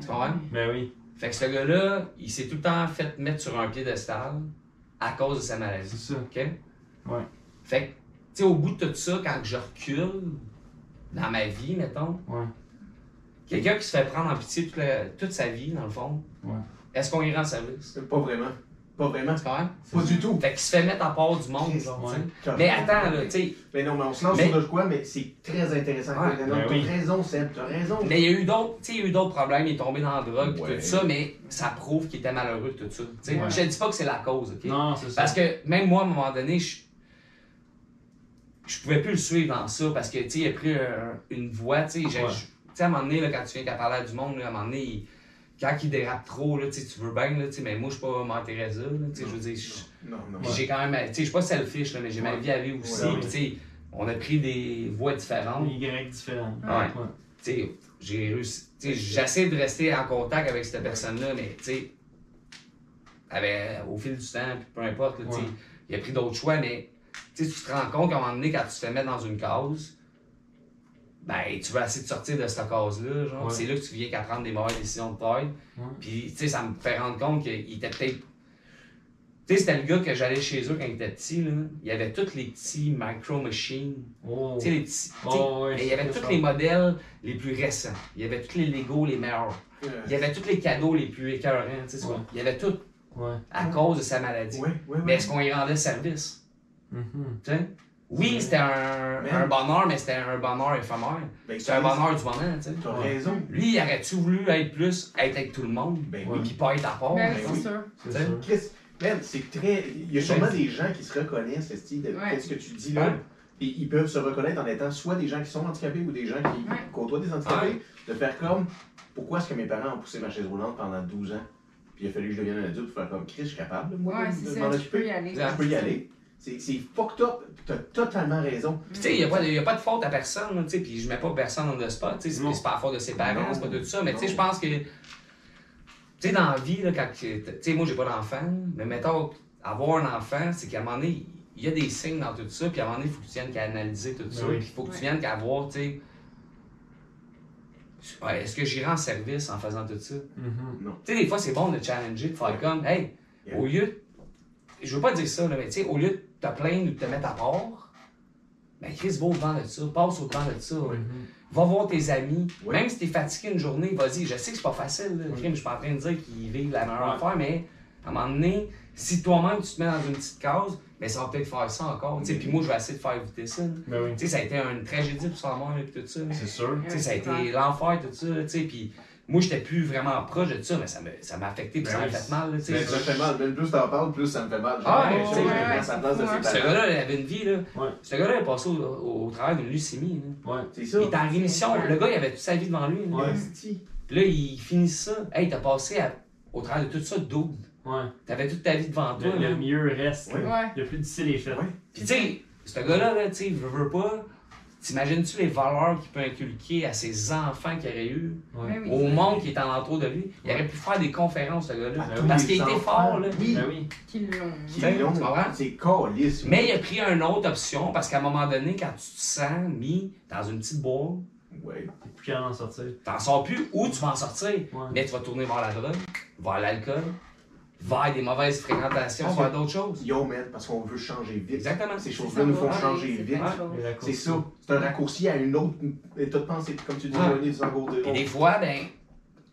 Tu comprends? Ben oui. Fait que ce gars-là, il s'est tout le temps fait mettre sur un piédestal à cause de sa maladie. C'est ça. OK? Ouais. Fait que, tu sais, au bout de tout ça, quand je recule dans ma vie, mettons, Ouais. quelqu'un qui se fait prendre en pitié toute, la- toute sa vie, dans le fond, Ouais. est-ce qu'on y rend service? C'est Pas vraiment. Pas vraiment. Tu comprends? Pas du tout. Fait qu'il se fait mettre à part du monde, genre, Ouais. tu sais. Mais attends, là, tu sais, Mais non, mais on se lance Mais- sur de quoi, mais c'est très intéressant. Ouais, T'as ben oui. raison, Seb, t'as raison. mais il y a eu d'autres, tu sais, il y a eu d'autres problèmes, il est tombé dans la drogue, pis Ouais. tout ça, mais ça prouve qu'il était malheureux, tout ça. Tu sais, Ouais. je te dis pas que c'est la cause, OK? Non, c'est ça. Parce que même moi, à un moment donné, je, je pouvais plus le suivre dans ça parce que, tu sais, il a pris un- une voie, tu sais, j'ai- Ouais. je- tu sais, à un moment donné, là, quand tu viens qu'à parler à du monde, là, à un moment donné, il- quand il dérape trop, là, tu sais, tu veux bien, là, tu sais, mais moi, je suis pas Mère Teresa, là, tu sais, je veux dire, je- Non, non. j'ai quand même, tu sais, je suis pas selfish, là, mais j'ai ma vie à vivre aussi, Ouais, ouais. puis, tu sais, on a pris des voies différentes, Y différent. Ouais. tu sais, j'ai réussi, tu sais, j'essaie de rester en contact avec cette personne-là, mais, tu sais, avec- au fil du temps, puis peu importe, là, tu sais, Ouais. il a pris d'autres choix, mais tu sais, tu te rends compte qu'à un moment donné, quand tu te fais mettre dans une case, ben, tu vas essayer de sortir de cette case-là. genre. Ouais. C'est là que tu viens qu'à prendre des mauvaises décisions de taille. Ouais. Puis, tu sais, ça me fait rendre compte qu'il était peut-être. Tu sais, c'était le gars que j'allais chez eux quand il était petit, là. Il y avait tous les petits micro-machines. Oh. Tu sais, les petits. tu sais, Oh, ouais, mais il y avait c'est tous ça. les modèles les plus récents. Il y avait tous les Lego les meilleurs. Euh, Il y avait tous les cadeaux les plus écœurants. tu sais, Ouais. Il y avait tout Ouais. à cause de sa maladie. Ouais, ouais, Mais ouais. est-ce qu'on y rendait service? Mhm. Tu sais, Oui, c'était un, Mais- un bonheur, mais c'était un bonheur éphémère. Ben, C'était un bonheur du moment, tu sais. T'as raison. Lui, il aurait-tu voulu être plus, être avec tout le monde, Ben Ouais. oui. puis pas être à part? hein? Ben, ben c'est oui. sûr. C'est T'sais. sûr. Chris, man, c'est très. Il y a sûrement des gens qui se reconnaissent, Esti, de Ouais. qu'est-ce que tu dis là. Ouais. Et ils peuvent se reconnaître en étant soit des gens qui sont handicapés ou des gens qui Ouais. côtoient des handicapés. De faire comme, pourquoi est-ce que mes parents ont poussé ma chaise roulante pendant 12 ans? Puis il a fallu que je devienne un adulte pour faire comme, Chris, je suis capable, moi, de, Ouais, de c'est m'en ça. Tu peux occuper. y aller. Je peux y aller. C'est c'est fucked up. T'as totalement raison. Puis, tu sais, il n'y a, pas de faute à personne, là, tu sais, puis je mets pas personne dans le spot, tu sais, Non. c'est- c'est pas la faute de ses parents, Non. c'est pas tout ça, mais tu sais, Non. je pense que, tu sais, dans la vie, là, quand, que- tu sais, moi, j'ai pas d'enfant, mais mettons, avoir un enfant, c'est qu'à un moment donné, il y a des signes dans tout ça, puis à un Ben moment donné, il faut que tu viennes qu'à analyser tout ça, oui. puis il faut que Ouais. tu viennes qu'à voir, tu sais, Ouais, Est-ce que j'irai en service en faisant tout ça? Mhm. Tu sais, des fois, c'est bon de challenger, de faire comme, hey, au lieu, je veux pas dire ça, là, mais tu sais, au lieu de te plaindre ou de te mettre à part, ben, Chris, va au-devant de ça, passe au-devant de ça. Mm-hmm. Mhm. Va voir tes amis. Oui. Même si t'es fatigué une journée, vas-y. Je sais que c'est pas facile, là, Crime, je suis pas en train de dire qu'ils vivent la meilleure Ouais. affaire, mais à un moment donné, si toi-même tu te mets dans une petite case, ben, ça va peut-être faire ça encore. tu sais. Puis moi, je vais essayer de faire éviter ça. là. Mm-hmm. Ben oui, Tu sais, ça a été une tragédie pour sa mort, là, puis tout ça. là. c'est sûr. Tu sais, ça a été l'enfer, tout ça, là, tu sais, puis moi, j'étais plus vraiment proche de ça, mais ça m'a ça m'a affecté, puis Ben ça m'a oui, fait mal, là, tu sais. Mais ça me fait mal. Mais plus t'en parles, plus ça me fait mal. J'ai Ah, l'impression ouais, que je ouais, me mets à ouais, sa place de c'est ses fou, Ce parents. gars-là, il avait une vie, là. Ouais. Ce gars-là est passé au, au- au travers d'une leucémie, là. Ouais. C'est ça. Il est en rémission, le gars, il avait toute sa vie devant lui, là. Ouais. Asti. Puis là, il finit ça. Hey, t'as passé à- au travers de tout ça, double. Ouais. T'avais toute ta vie devant toi, Le, le là. mieux reste. Ouais. Ouais. Le plus difficile est fait. Ouais. Puis, tu sais, ce gars-là, là, tu sais, veut, veut pas. T'imagines-tu les valeurs qu'il peut inculquer à ses enfants qu'il aurait eu? Ben oui. au monde qui est en entour de lui. Il aurait pu faire des conférences, ce gars-là. À tous Parce les qu'il était enfants. fort, là. Oui. Ben oui. Qui l'ont. Qui Ben, l'ont- tu comprends? C'est caliste. Mais il a pris une autre option parce qu'à un moment donné, quand tu te sens mis dans une petite boîte, Ouais. T'es plus capable d'en sortir. t'en sors plus ou tu vas en sortir. Ouais. Mais tu vas tourner vers la drogue, vers l'alcool, vers des mauvaises fréquentations, Parce que- vers d'autres choses. Yo, man, parce qu'on veut changer vite. Exactement. Ces Ça choses-là nous font va, changer c'est vite. plein de choses. Le raccourci. C'est ça. C'est un raccourci à une autre état de pensée. Comme tu dis, Ouais. on est dans le Et des fois, ben,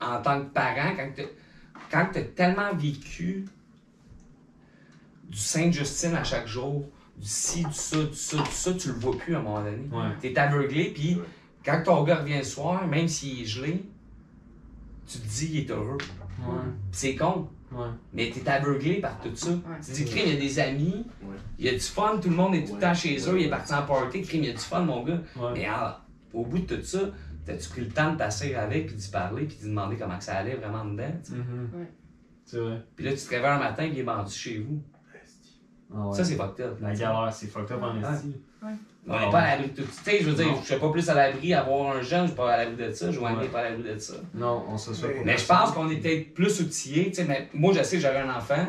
en tant que parent, quand tu quand as tellement vécu du Sainte-Justine à chaque jour, du ci, du ça, du ça, du ça, tu le vois plus à un moment donné. Ouais. T'es aveuglé, puis Ouais. quand ton gars revient le soir, même s'il est gelé, tu te dis il est heureux. Ouais. Puis C'est con, Ouais. mais t'es aveuglé par tout ça. Tu te dis, crime, il y a des amis, Ouais. il y a du fun, tout le monde est tout le Ouais. temps chez eux, Ouais. il est parti en party, crime, il y a du fun, mon gars. Ouais. Mais alors, au bout de tout ça, t'as-tu pris le temps de passer avec, puis d'y parler, puis d'y demander comment que ça allait vraiment dedans? tu sais? Mhm. Ouais. C'est vrai. Puis là, tu te réveilles un matin, puis il est vendu chez vous. Ah ouais. Ça, c'est fucked up. la galère, c'est fucked up hein, en Ouais. esti. On n'est pas à l'abri de tout. Tu sais, je veux dire, Non. je suis pas plus à l'abri à avoir un jeune, je suis pas à l'abri de ça, je vois Ouais. pas à l'abri de ça. Non, on se souhaite pas. Mais je pense qu'on est peut-être plus outillés, tu sais, mais moi, je sais que j'aurais un enfant.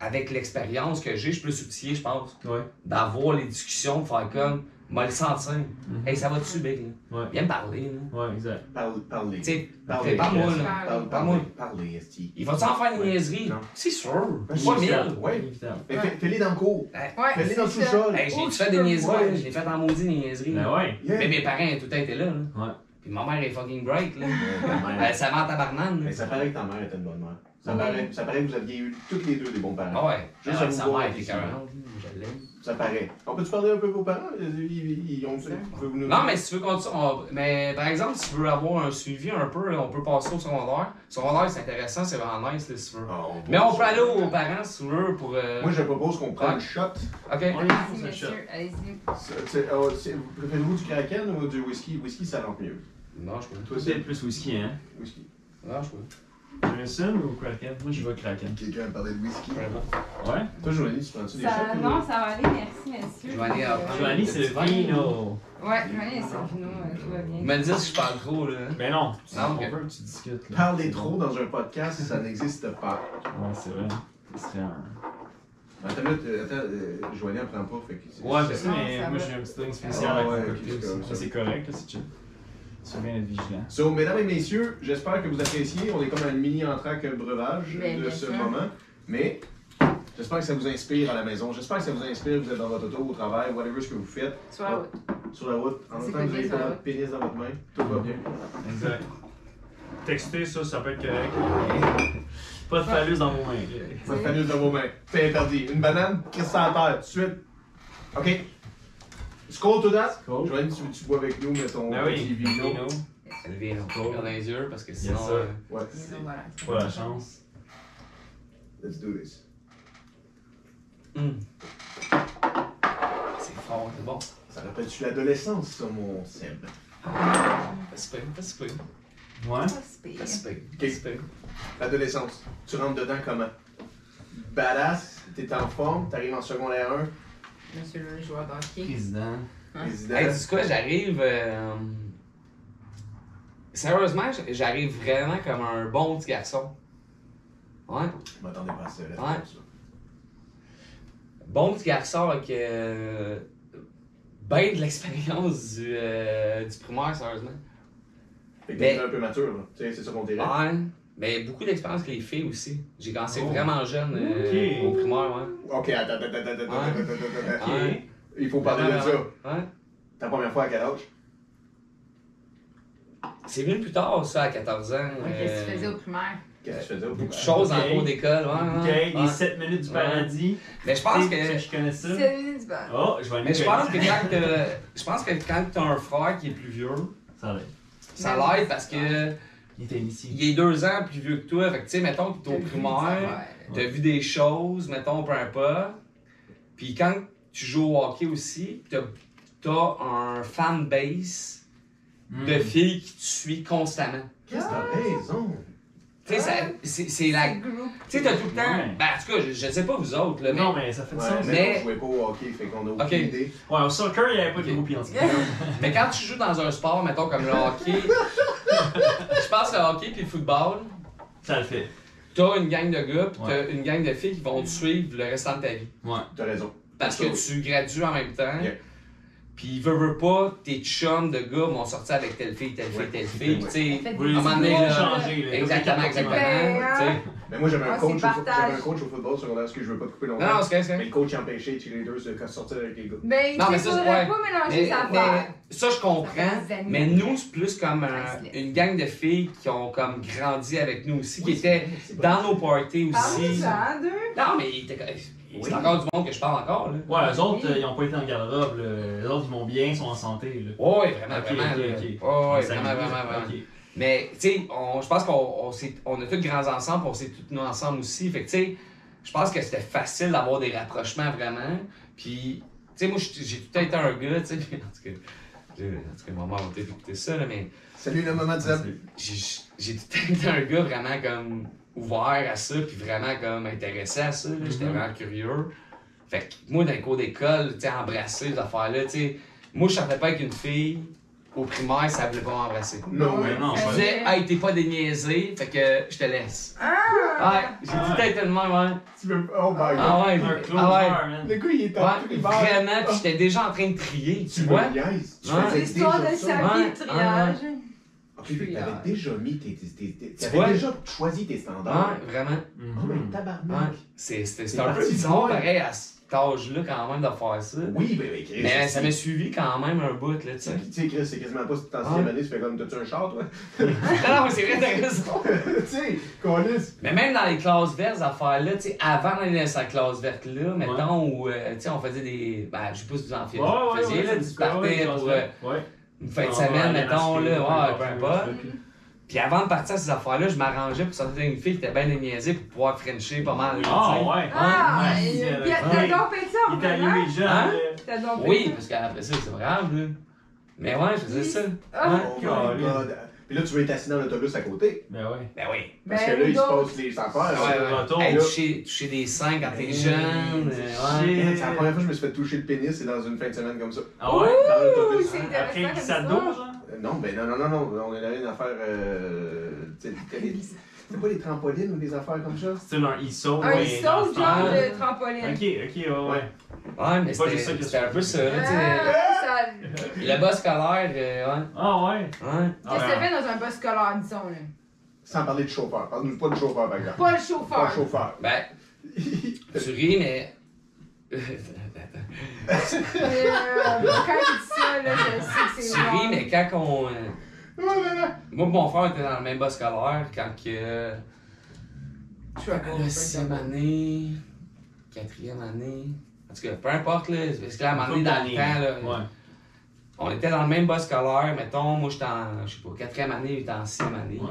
Avec l'expérience que j'ai, je suis plus outillé, je pense, Ouais. d'avoir les discussions, de faire comme, m'a le sentir. Mhm. Hey, ça va-tu, Big? là? Ouais. Viens me parler, là. Ouais, exact. Parle, parler. Tu sais, Parler. prépare-moi, là. Parle, Parle-moi. parler. Parler, Esti. Il va-tu en faire une Ouais. niaiserie? Non. C'est sûr. Ben, Pas c'est mille. Inévitable. Ouais. Inévitable. Mais Ouais. fais- Fais-les dans le cours. Ouais, Fais-les dans le c'est ça. sous-sol. Hey, Oh, j'ai tu fait des peux- niaiseries, ouais. là. j'ai fait en maudit des niaiseries. Ben ouais. Yeah. Mais mes parents, ils ont tout le temps été là. là. Ouais. Puis ma mère est fucking bright, là. Ouais. Ben, Elle savait en tabarnane, là. Mais ça paraît que ta mère était une bonne mère. Ça Ouais. paraît, ça paraît que vous aviez eu toutes les deux des bons parents. Ah ouais. Juste Ah ouais, à sa vous mère voir, était ici. carrément. Je l'aime. Ça paraît. On peut-tu parler un peu de vos parents? Ils, ils, ils ont C'est ça. vous- vous nous- Non, mais si tu veux continuer, on- mais par exemple, si tu veux avoir un suivi un peu, là, on peut passer au secondaire. Le secondaire, c'est intéressant, c'est vraiment nice, là, si tu veux. Ah, Mais on peut aller aux parents, si tu veux, pour. euh, Moi, je propose qu'on prenne Ouais. un shot. Ok. On est là Merci, pour cette shot. monsieur. Allez-y. C'est- c'est- ah, c'est- vous Préférez-vous du kraken ou du whisky? Whisky, ça rentre mieux. Non, je peux. Toi, C'est c'est plus whisky, hein. whisky. Non, je peux. Jameson ou Kraken Moi, je vais Kraken. Quelqu'un a parlé de whisky. Vraiment. Ouais. Toi, Joanie, tu prends-tu des Ça, shots? non, ça va aller, merci, monsieur. Joanie, elle Ah, prend. Joanie, c'est le vino. Ouais, Joanie, elle sort du nom, euh, tout va Ils bien. me disent si je parle trop, là. Mais Ben non. tu- Non, ok. On veut que tu discutes. là. Parler euh, trop dans un podcast, ça n'existe pas. Ouais, c'est vrai. Ce serait un. Attends, là, euh, attends, euh, Joanie, elle prend pas. Fait que c'est- Ouais, je c'est- sais, mais ça moi va. j'ai un petit drink spécial avec Ah ouais, mon ok, cocktail c'est aussi. correct, Ça, c'est correct, là, c'est chill. Ça vient d'être vigilant. So, mesdames et messieurs, j'espère que vous appréciez. On est comme à une mini entraque breuvage Ben, de bien ce sûr. moment. Mais j'espère que ça vous inspire à la maison. J'espère que ça vous inspire. Vous êtes dans votre auto, au travail, whatever ce que vous faites. Sur la route. Sur la route, en C'est même temps que vous cool, n'avez ça. pas votre pénis dans votre main, tout va bien. Exact. Texter, ça, ça peut être correct. Pas de phallus dans vos mains. Ça fait mieux dans vos mains. C'est interdit. Une banane, crisse ça à terre, tout de suite. OK. Score to that. Cool. Joanne, tu, tu bois avec nous, mais ton Ben petit oui, vino. vino. Elle vient dans les yeux parce que Yes, sinon. sir. euh, Ouais. Et donc, voilà. Pas la chance. Let's do this. hum. C'est fort, c'est bon. Ça rappelle-tu l'adolescence, ça, mon Seb? Pas si pire, pas si pire, Ouais. Pas si pire. pas si pire, Ok. pas si pire. L'adolescence, tu rentres dedans comment? Badass, t'es en forme, t'arrives en secondaire 1, Monsieur le joueur d'hockey. Président. Hein? président. Hey, dis quoi, j'arrive. euh, Sérieusement, j- j'arrive vraiment comme un bon petit garçon. Ouais. Je m'attendais pas à ça. Ouais. Bon petit garçon avec. euh, Ben Ah. de l'expérience du, euh, du primaire, sérieusement. Fait que Mais- t'es un peu mature, là. Tu sais, c'est ça qu'on dirait. Ouais. Mais beaucoup d'expérience que les filles aussi. J'ai commencé Oh. vraiment jeune euh, Ok. au primaire, ouais. Ok, attends, attends, attends, attends, attends, attends, attends, attends. Ok. Ouais. Il faut parler de ça. Ouais. Ta première fois à quel âge? C'est venu plus tard, ça, à 14 ans. Qu'est-ce que tu euh, faisais au primaire? Qu'est-ce que tu faisais au Beaucoup de Euh, primaire? choses en Ok. cours d'école, Ok, ouais, ouais, les ouais. 7 minutes du Ouais. paradis. Mais je pense Tu sais, que. Je connais ça. C'est du Ah, bon. Oh, je vais aller Mais je me pense que cogner. quand t'as- je pense que quand t'as un frère qui est plus vieux, Ça va. ça l'aide parce que Il était ici. il est deux ans plus vieux que toi. Fait que tu sais, mettons que t'es au primaire, t'as vu des choses, mettons peu importe. Puis quand tu joues au hockey aussi, t'as t'as un fan base de Hmm. filles qui te suit constamment. Qu'est-ce que t'as raison? Tu sais, ça- c'est c'est la. Tu groupe. sais, t'as tout le temps. Ouais. Ben, en tout cas, je, je sais pas vous autres, là, mais. Non, mais ça fait du Ouais, sens. mais Ouais, mais- on jouait pas au hockey, fait qu'on a aucune Ok. idée. au soccer, il n'y avait pas de Ok. groupie en tout cas. Mais quand tu joues dans un sport, mettons comme le hockey, je pense le hockey puis le football, Ça le fait. t'as une gang de gars puis t'as Ouais. une gang de filles qui vont te suivre le restant de ta vie. Ouais. T'as raison. Parce que Ça, oui. tu gradues en même temps. Yeah. Puis veux, veux pas, tes chums de gars vont sortir avec telle fille, telle Ouais. fille, telle fille. Ouais. tu sais, Faites Vous des les À un moment donné, idées ont là, changé, là. Exactement, exactement. Ben, tu sais. hein. Mais moi, j'avais un, Ah, coach au c'est fo- partage. j'avais un coach au football secondaire, parce que je veux pas te couper longtemps. Non, non, c'est correct, Mais c'est le coach empêchait les cheerleaders de sortir avec les gars. Ben, Non, tu mais sais, ça, c'est- faudrait ouais. pas mélanger Mais, les mais affaires. ça, je Ça comprends. fait des années. Mais nous, c'est plus comme euh, Bracelet. une gang de filles qui ont comme grandi avec nous aussi, qui Oui, étaient c'est vrai, dans nos parties aussi. Parlez-en, hein, deux. Non, mais il était correct. Oui. C'est encore du monde que je parle encore, là. Ouais, eux autres, euh, ils n'ont pas été en garde-robe. là. Les autres, ils vont bien, ils sont en santé. Là. Ouais, vraiment, Ok, vraiment. ok, là. ok. Ouais, On ouais, s'amuse. vraiment, vraiment, vraiment. Ok. Mais, tu sais, on- je pense qu'on on s'est- on a tous grands ensemble, on s'est tous tenus ensemble aussi. Fait que, tu sais, je pense que c'était facile d'avoir des rapprochements vraiment. Puis, tu sais, moi, j'ai j'ai tout le temps été un gars, tu sais. En tout cas, je- en tout cas, ma mère va peut-être écouter ça, là, mais Salut le maman de Zeb. j'ai j'ai tout le temps été un gars vraiment comme ouvert à ça, puis vraiment comme intéressé à ça. là. J'étais Mhm. vraiment curieux. Fait que moi, dans les cours d'école, tu sais, embrasser les affaires-là, tu sais, moi, je sortais pas avec une fille au primaire, ça voulait pas m'embrasser. Non, Non, mais non, Je Ah Ouais. disais, hey, t'es pas déniaisé, fait que je te laisse. Ouais, Ah! j'ai Ah dit ouais. peut-être le même, ouais. Tu veux. Oh my god. Ah ouais, Un closer, ah man. Le gars, il est ouais. en Ouais, primaire. vraiment, puis j'étais déjà en train de trier, tu Tu vois. me niaises. Tu Ouais. faisais L'histoire déjà Ah, de ça. sa vie, Ah, Ouais. triage. Ok, fait que t'avais déjà mis tes. tes, tes, tes Tu t'avais vois? déjà choisi tes standards. Ouais, vraiment. Oh, mais Mhm. tabarnak. Ouais. C'est c'est- C'est c'est un peu parti de bizarre, loin. pareil, à cet âge-là, quand même, de faire ça. Oui, ben, ben, Chris. Mais ça m'a suivi quand même un bout, là, tu sais. Tu sais, Chris, c'est quasiment pas si t'es en sixième année, tu fais comme, t'as-tu un char, toi? Non, non, mais c'est vrai, t'as raison. tu sais, Colis. Mais même dans les classes vertes, ces affaires-là, tu sais, avant d'aller dans sa classe verte-là, mettons, où, euh, tu sais, on faisait des. Ben, je sais pas si vous en faites. Ouais, ouais, faisiez, ouais, là, ça tu dit quoi, ouais, partais genre, pour euh, ouais. Ouais. une fin de Ah, semaine, ouais, mettons, aller là, ouais, peu acheter, importe. ouais, ouais. Puis avant de partir à ces affaires-là, je m'arrangeais pour sortir avec une fille qui était bien déniaisée pour pouvoir frencher pas mal. là, Ah tu sais. ouais. Ah! Ouais. il- Ouais. puis T'as donc fait ça, en Il est arrivé jeune. Hein? là. T'as donc fait Oui, ça. parce qu'après ça, c'est grave, là. Mais ouais, je faisais ça. Ah! Ouais. Oh my god. Puis là, tu veux être assis dans l'autobus à côté. Ben ouais. Ben oui. Parce que Ben, là, il se donc, passe des affaires. Ouais. Ouais. Ah, Retour, Hey, là. toucher, toucher des seins quand t'es jeune. euh, ouais. C'est la première fois que je me suis fait toucher le pénis, c'est dans une fin de semaine comme ça. Ah ouais? Dans l'autobus. c'est intéressant Après comme qu'il s'adore, histoire. genre? Euh, Non, ben non, non, non, non. On avait une affaire. Euh, tu sais, c'était- c'était pas des trampolines ou des affaires comme ça? C'est un ISO. Un sauce genre l'enfant. de Ok, trampoline. ok, ouais, ouais. Ouais, mais Pas juste ça c'était que c'était je- un peu ça, là, tu Ah, ça- sais. Le bas scolaire, euh, Ah ouais. ouais. Ouais. Ah, Qu'est-ce que ça ouais. fait dans un bus scolaire, disons, là? Sans parler de chauffeur. Parle-nous pas de chauffeur, par exemple. Pas le Pas de chauffeur. chauffeur. Ben, tu ris, mais. tu Euh, Quand tu dis ça, là, je sais que c'est ris, wrong. mais quand on. euh, Moi, et mon frère était dans le même bas scolaire quand que. Je suis encore un peu La sixième dedans. année, quatrième année. En tout cas, peu importe, là, parce que là, à un moment donné, dans le temps, là, Ouais. on était dans le même bas scolaire, mettons, moi j'étais en, je sais pas, quatrième année, il était en sixième année. Ouais.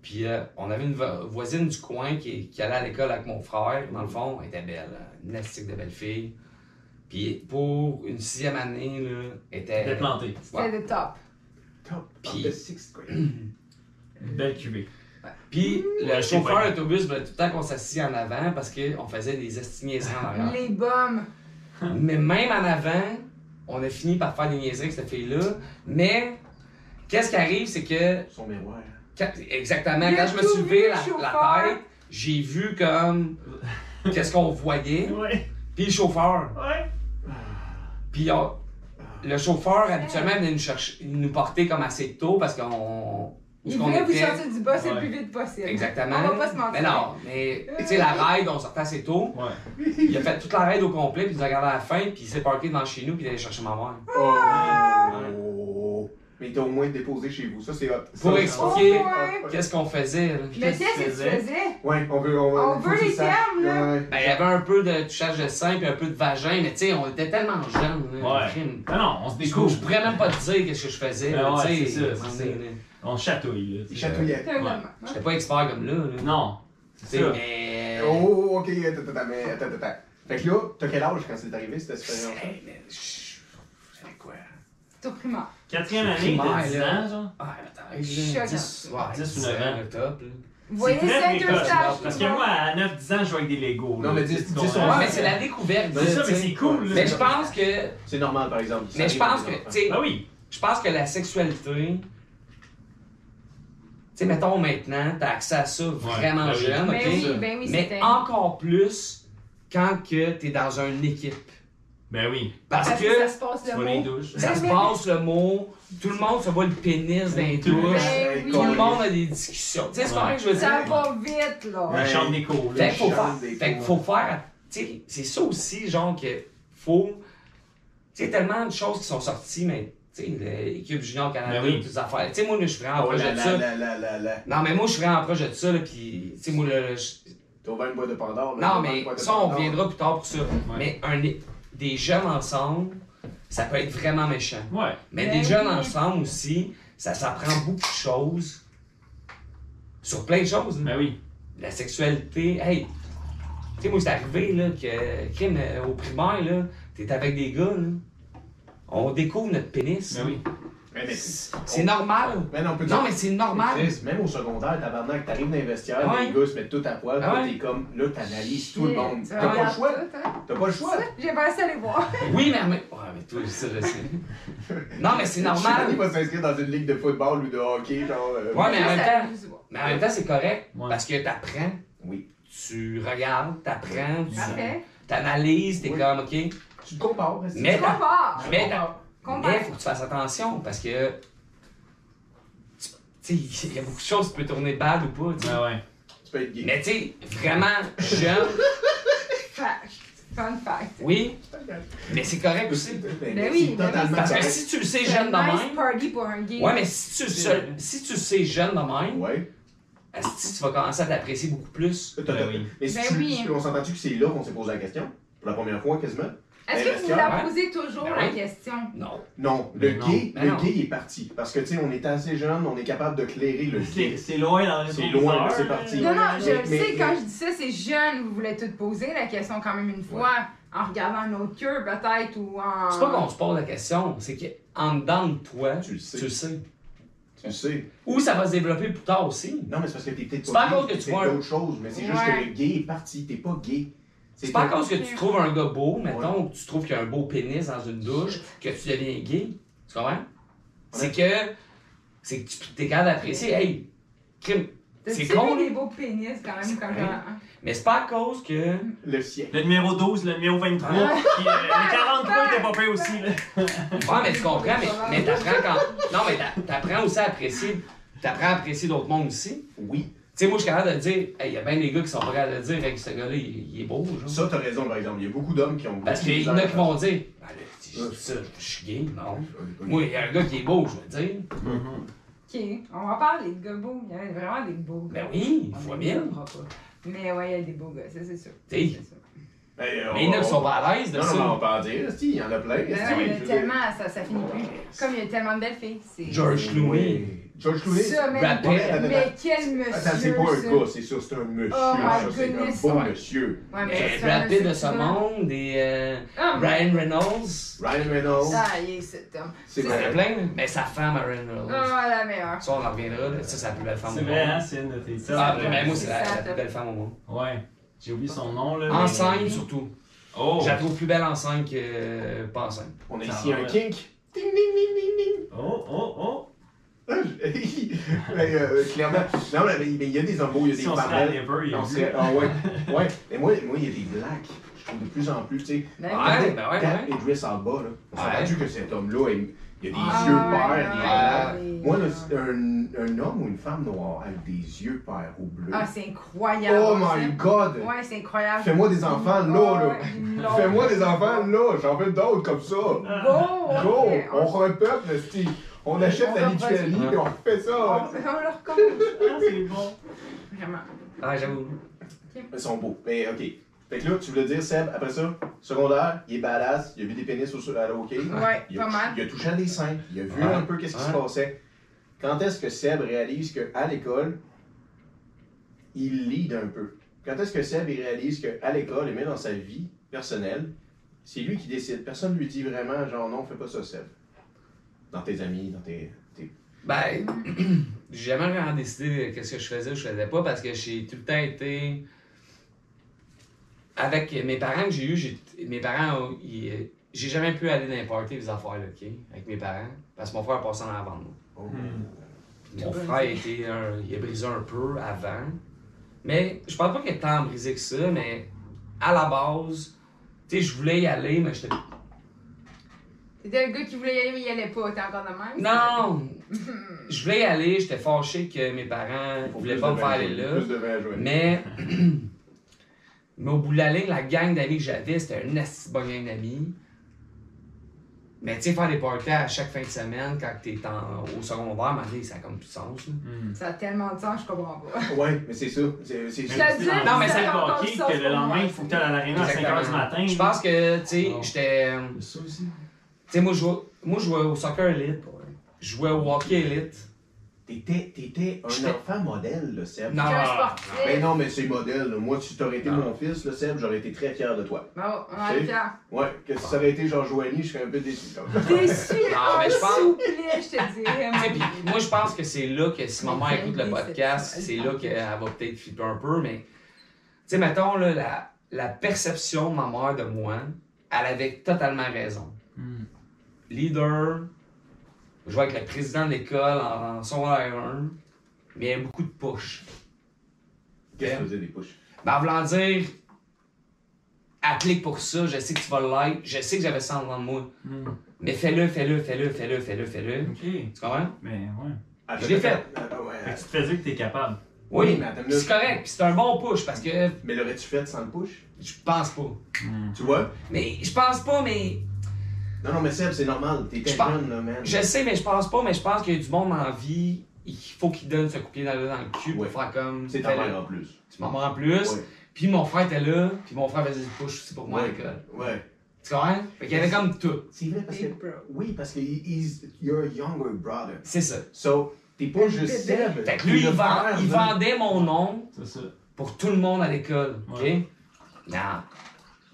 Puis euh, on avait une vo- voisine du coin qui, qui allait à l'école avec mon frère, dans le fond, elle était belle, euh, une élastique de belle fille. Puis pour une sixième année, là, elle était... T'es planté. Ouais. C'était le top. Top of Puis- the sixth grade. Belle cuvée. Puis le Ouais, c'est chauffeur pas- d'autobus voulait tout le temps qu'on s'assied en avant parce qu'on faisait des estimés en arrière. Les bombes. Mais même en avant, on a fini par faire des niaiseries avec cette fille-là. Mais qu'est-ce qui arrive, c'est que. Son miroir. quand- exactement, Il quand a je me tout suis vu, levé le la, la chauffeur. tête, j'ai vu comme. Qu'est-ce qu'on voyait. Ouais. Puis le chauffeur. Ouais. Puis on- le chauffeur, habituellement, venait nous, chercher, nous porter comme assez tôt parce qu'on. où Il est-ce qu'on voulait vous était. sortir du boss le Ouais. plus vite possible. Exactement. On va pas se mentir. Mais non, mais tu sais, la ride, on sortait assez tôt. Ouais. Il a fait toute la ride au complet, puis il nous a regardé à la fin, puis il s'est parké devant chez nous, puis il est allé chercher ma mère. Ah! Oh! Mais t'as au moins déposé chez vous. Ça, c'est hot. Ça, Pour c'est Oh, expliquer hot. Hot. qu'est-ce qu'on faisait. là. Mais qu'est-ce que tu Qu'est-ce que tu faisais? Ouais, on veut. On, On faut veut que tu les saches. termes, là. Ouais. Ben, il y avait un peu de touchage de sein, puis un peu de vagin, mais tu sais, on était tellement jeunes. là, Ouais. crime. Non, Ben non, on se Je, je découvre. pourrais même pas te dire qu'est-ce que je faisais. Ben là, ouais, tu sais, c'est ça, à un c'est moment ça. donné, là. On chatouille, là. tu Il sais. chatouillait. C'est un Ouais. homme. hein. J'étais pas expert comme là. là. Non. Tu C'est sais, ça. mais. Oh, ok, attends, attends, mais attends, attends. Fait que là, t'as quel âge quand c'est arrivé cette expérience? Hey, mais je- j'avais quoi? C'est au primaire. Quatrième C'est année, primaire, t'as 10 là. ans, genre. Ah, mais t'as Choquant. 10 ouais, 10 ou 10 9 ans, ans. le top. là. Vous voyez C'est ça, très précoce, Interstache? Parce que moi, à 9-10 ans, je joue avec des Legos. Non, là, mais tu sais, dis- tu dis comprends? son Ouais, âge. mais c'est la découverte. C'est ça, tu mais sais. c'est cool, là. Mais je pense que. C'est normal, par exemple. Mais je pense que. tu sais, Ah oui. Je pense que la sexualité. Tu sais, mettons maintenant, t'as accès à ça vraiment ben oui. jeune, Ben ok? oui, ben oui, Mais c'était. encore plus quand que t'es dans une équipe. Ben oui. Parce, Parce que, que ça se passe Tu le vois les mot. douches. ça se passe le mot, tout le monde se voit le pénis dans les Tout le douches, monde. Hey, Ben oui. tout le monde a des discussions. Tu sais, c'est pas vrai que je veux Ça dire. va vite, là. La Ouais. chambre d'écho, Fait là. qu'il faut faire. Des Fait qu'il cours. faut faire. Tu sais, c'est ça aussi, genre, que faut. Tu sais, tellement de choses qui sont sorties, mais. Tu sais, l'équipe Junior Canada, Ben oui. toutes ces affaires. Tu sais, moi, je suis vraiment Oh proche là de là Ah, ça. là là là là. Non, mais moi, je suis vraiment proche de ça, là, pis, tu sais, moi, le, je- T'as ouvert une boîte de Pandore. là, t'as Non, ouvert mais une boîte de ça, on Pandore. reviendra plus tard pour ça. Mais un, des jeunes ensemble, ça peut être vraiment méchant. Ouais. Mais Ben des jeunes oui. ensemble aussi, ça s'apprend beaucoup de choses. Sur plein de choses. hein. Ben oui. La sexualité, hey! Tu sais, moi, c'est arrivé, là, que, crime, euh, au primaire, là, t'es avec des gars, là. On découvre notre pénis. Ben oui. Ouais, mais- C'est normal. Mais non, on peut Non, mais c'est normal. Chris, même au secondaire, tabarnak, t'arrives dans les vestiaires, Ouais. les gars se mettent tout à poil, Ah toi, ouais. t'es comme, là, t'analyses tout le monde. Shit, T'as pas le regarde choix, tout, hein. t'as pas le choix. J'ai pas assez aller voir. Oui, mais... Ouais, mais toi, ça, je sais. Non, mais c'est Il normal. va s'inscrire dans une ligue de football ou de hockey, genre. euh, Ouais, mais en même Ça temps- amuse, ouais. Mais en même temps, c'est correct. Ouais. Parce que t'apprends, Oui. tu regardes, t'apprends, tu Parfait. t'analyses, t'es Oui. comme, OK. Tu te compares, est-ce que Mais tu- t'as- Compare. Mais, Compare. il faut que tu fasses attention parce que. tu- Tu sais, il y a beaucoup de choses qui peuvent tourner bad ou pas. tu sais. Ben ouais. tu peux être gay. Mais tu sais, vraiment jeune, Fact. Fun fact. oui, mais c'est correct aussi. Ben oui, c'est ben oui. totalement Parce que correct. si tu le sais C'est jeune de un nice même. party pour un gay. Ouais, mais si tu, C'est se- vrai. si tu le sais jeune de même, Ouais. asti, tu vas commencer à t'apprécier beaucoup plus. T'as- Ben oui. Mais si Ben tu- oui. on s'entend-tu que c'est là qu'on s'est posé la question? Pour la première fois, quasiment? Est-ce que vous vous Vestiaire, la hein? posez toujours Ben la oui. question? Non. Non, le Mais non. gay, Ben le non. gay est parti. Parce que, tu sais, on était assez jeune, on est capable de clairer le C'est gay. c'est loin dans les C'est autres loin, heures, c'est là. parti. Non, non, je Mais- le mais- sais, quand je dis ça, c'est jeune, vous voulez tout poser la question quand même une fois, en regardant un autre cœur peut-être, ou en... C'est pas qu'on se pose la question, c'est qu'en dedans de toi, Tu le sais. Tu le sais. Tu le sais. Ou ça va se développer plus tard aussi. Non, mais c'est parce que t'es peut-être C'est pas pas à cause que gay, tu c'est vois un- d'autres choses, mais c'est juste Ouais. que le gay est parti, t'es pas gay. C'est pas à un- cause que tu trouves un gars beau, mettons, ou que tu trouves qu'il y a un beau pénis dans une douche, que tu deviens gay. Tu comprends? C'est que. C'est que tu t'es capable d'apprécier. Hey! crime. T'as-tu C'est con, vu là. des beaux pénis quand même, C'est quand vrai. même. Mais c'est pas à cause que. Le ciel. Le numéro 12, le numéro 23, Ah. puis euh, le 43 était pas fait aussi, là. Ouais, mais tu comprends, mais, mais t'apprends quand. Non, mais t'a- t'apprends aussi à apprécier. T'apprends à apprécier d'autres mondes aussi. Oui. Tu sais, moi, je suis capable de dire, hey, il y a bien des gars qui sont pas capables de dire, hey, ce gars-là, il, il est beau, genre. Ça, t'as raison, par exemple. Il y a beaucoup d'hommes qui ont. Parce beaucoup de qu'il y en a misère. qui vont dire, ben là, si je dis ça, je suis gay, non. Moi, il y a un gars qui est beau, je veux dire. Ok, on va parler de gars beaux, il y en a vraiment des beaux gars. Ben oui, On fois les mille. nommera pas. Mais ouais, il y a des beaux gars, ça c'est sûr. T'sais, C'est sûr. Hey, euh, Mais il y en a on- qui sont pas à l'aise de Non, non, mais on ça. peut en dire, si, il y en a plein. Ben si, ouais, je il y veux a dire. tellement, ça, ça finit plus. Comme il y a tellement de belles filles, c'est... George Clooney. Oui. George Clooney. Ça, mais, Brad Pitt. mais quel monsieur, Attends, c'est pas ça. un gars, c'est sûr, c'est un monsieur. Oh my ça, c'est un goodness. beau Ouais. monsieur. Ouais, mais Mais c'est Euh, Brad un Pitt monsieur Eh, de ce souvent. monde, et euh, Ah, mais- Ryan Reynolds. Ryan Reynolds. Ça y est, cet homme. C'est Il y en a vrai. plein, là. mais sa femme, à Ryan Reynolds. Ah, la meilleure. Ça, on en reviendra, là. ça, c'est la plus belle femme C'est au vrai, hein, monde. c'est une de tes Ah, mais moi, c'est c'est la, ça, la ça. plus belle femme au monde. Ouais. J'ai oublié son nom, là. mais- Enceinte, Euh, surtout. Oh! Je la trouve plus belle enceinte que euh, pas enceinte. On a Ça ici va, un là. kink. Ding, ding, ding, ding, ding. Oh, oh, oh! Ben, euh, clairement. Non, mais mais il y a des embrouilles, il y a Si des on se parallèles. un peu, il y a On plus. serait- Ah ouais. Ouais. Mais moi, moi, il y a des blacks. Je trouve de plus en plus, tu sais. Ben regardez, ben ouais, Pat ouais. Idris Elba, là. On s'est Ouais. rendu que cet homme-là, il, il a des Ah, yeux ouais, Ah pairs. il a- ouais, ouais. Moi, là, c'est un, un homme ou une femme noire avec des yeux pairs ou bleus. Ah, c'est incroyable. oh my god! god! Ouais, c'est incroyable. Fais-moi des enfants là, là. là. Fais-moi des enfants là, j'en veux d'autres comme ça. Ah. Go! Go! ok, On repeuple, Steve. On achète On la reprend- Lituanie et on fait on, ça. on, on leur compte. Ah, c'est bon. Vraiment. Ah, j'avoue. Ils sont beaux. Mais ok. Fait que là, tu voulais dire, Seb, après ça, secondaire, il est badass, il a vu des pénis au, à la hockey. Ouais, Il a, pas mal. il a touché à des seins, il a vu Ouais. un peu qu'est-ce qui se Ouais. passait. Quand est-ce que Seb réalise qu'à l'école, il lead un peu? Quand est-ce que Seb il réalise qu'à l'école et même dans sa vie personnelle, c'est lui qui décide. Personne ne lui dit vraiment, genre, non, fais pas ça, Seb. Dans tes amis, dans tes. tes- Ben, j'ai jamais vraiment décidé qu'est-ce que je faisais ou je faisais pas parce que j'ai tout le temps été. Avec mes parents que j'ai eu, j'ai- mes parents, ils- euh, j'ai jamais pu aller dans les parties, les affaires, là, OK, avec mes parents, parce que mon frère passait en avant de moi. Oh. Hmm. Mon Brisé. frère était un- il a brisé un peu avant. Mais je pense pas qu'il est tant brisé que ça, mais à la base, tu sais, je voulais y aller, mais j'étais. T'étais le gars qui voulait y aller, mais il allait pas. T'es encore de même? Non! Je voulais y aller, j'étais fâché que mes parents Pour voulaient plus pas de me faire vin à aller jouer, là. Plus de vin à jouer. Mais, mais au bout de la ligne, la gang d'amis que j'avais, c'était un assez bonne gang d'amis. Mais tu sais, faire des parties à chaque fin de semaine quand t'es en- au secondaire, mais ça a comme plus de sens. là. Hmm. Ça a tellement de sens, je comprends pas. Ouais, mais c'est ça. C'est c'est- Mais Je te c'est dis, dans- non, mais c'est ça- le encore hockey ça, que le c'est lendemain, bon. il faut que tu ailles à l'aréna à 5 Exactement. h du matin. Je pense que, tu sais, Oh. j'étais. Ça aussi. Tu sais, moi, je jouais- moi, je jouais au soccer élite. Je jouais au hockey élite. T'étais, t'étais un J'étais- enfant modèle, là, Seb. Non. T'es Ah, un sportif. Ben non, mais c'est modèle. là. Moi, si t'aurais été Non. mon fils, là, Seb, j'aurais été très fier de toi. Bravo, on a le Ok. fier. Ouais, que si ça aurait été Jean Joanny, je serais un peu déçu. quand même. Déçu, Non, mais je pense- Oh, s'il vous plaît, je te Tu sais, puis dirais. moi, je pense que c'est là que si ma mère écoute le Oui, c'est podcast, ça. c'est là qu'elle va peut-être flipper un peu, mais tu sais, mettons, là, la, la perception de ma mère de moi, elle avait totalement raison. Hmm. Leader, je jouais avec le président de l'école en, en secondaire 1, mais il y avait beaucoup de push. Qu'est-ce que faisait des push? Ben, en voulant dire, applique pour ça, je sais que tu vas le like, je sais que j'avais ça en dedans de moi, Hmm. mais fais-le, fais-le, fais-le, fais-le, fais-le, fais-le. Ok. Tu comprends? Mais ouais. Ah, Je l'ai fait. Ah, ouais. Fait que tu te faisais que t'es capable. Oui, Oui, mais attends une minute. c'est correct, puis c'est un bon push parce que euh, Mais l'aurais-tu fait sans le push? je pense pas. Hmm. Tu vois? Mais je pense pas, mais. Non, non, mais Seb, c'est normal. T'étais Je pense- jeune, là, man. Je sais, mais je pense pas, mais je pense qu'il y a du monde en vie. Il faut qu'il donne ce coup de pied dans le, dans le cul Ouais. pour faire comme. C'est ta Fais-le. mère en plus. Tu m'en en plus. Ouais. Puis mon frère était là, puis mon frère faisait du push aussi pour moi à Ouais. l'école. Ouais. Tu comprends? Fait qu'il y avait comme tout. C'est vrai parce que. Big bro. Oui, parce que he's your younger brother. C'est ça. So, t'es pas juste Bébé. Seb. Fait que t'es lui, il, le vend- frère il de- vendait mon nom C'est ça. pour tout le monde à l'école. OK? Ouais. Non.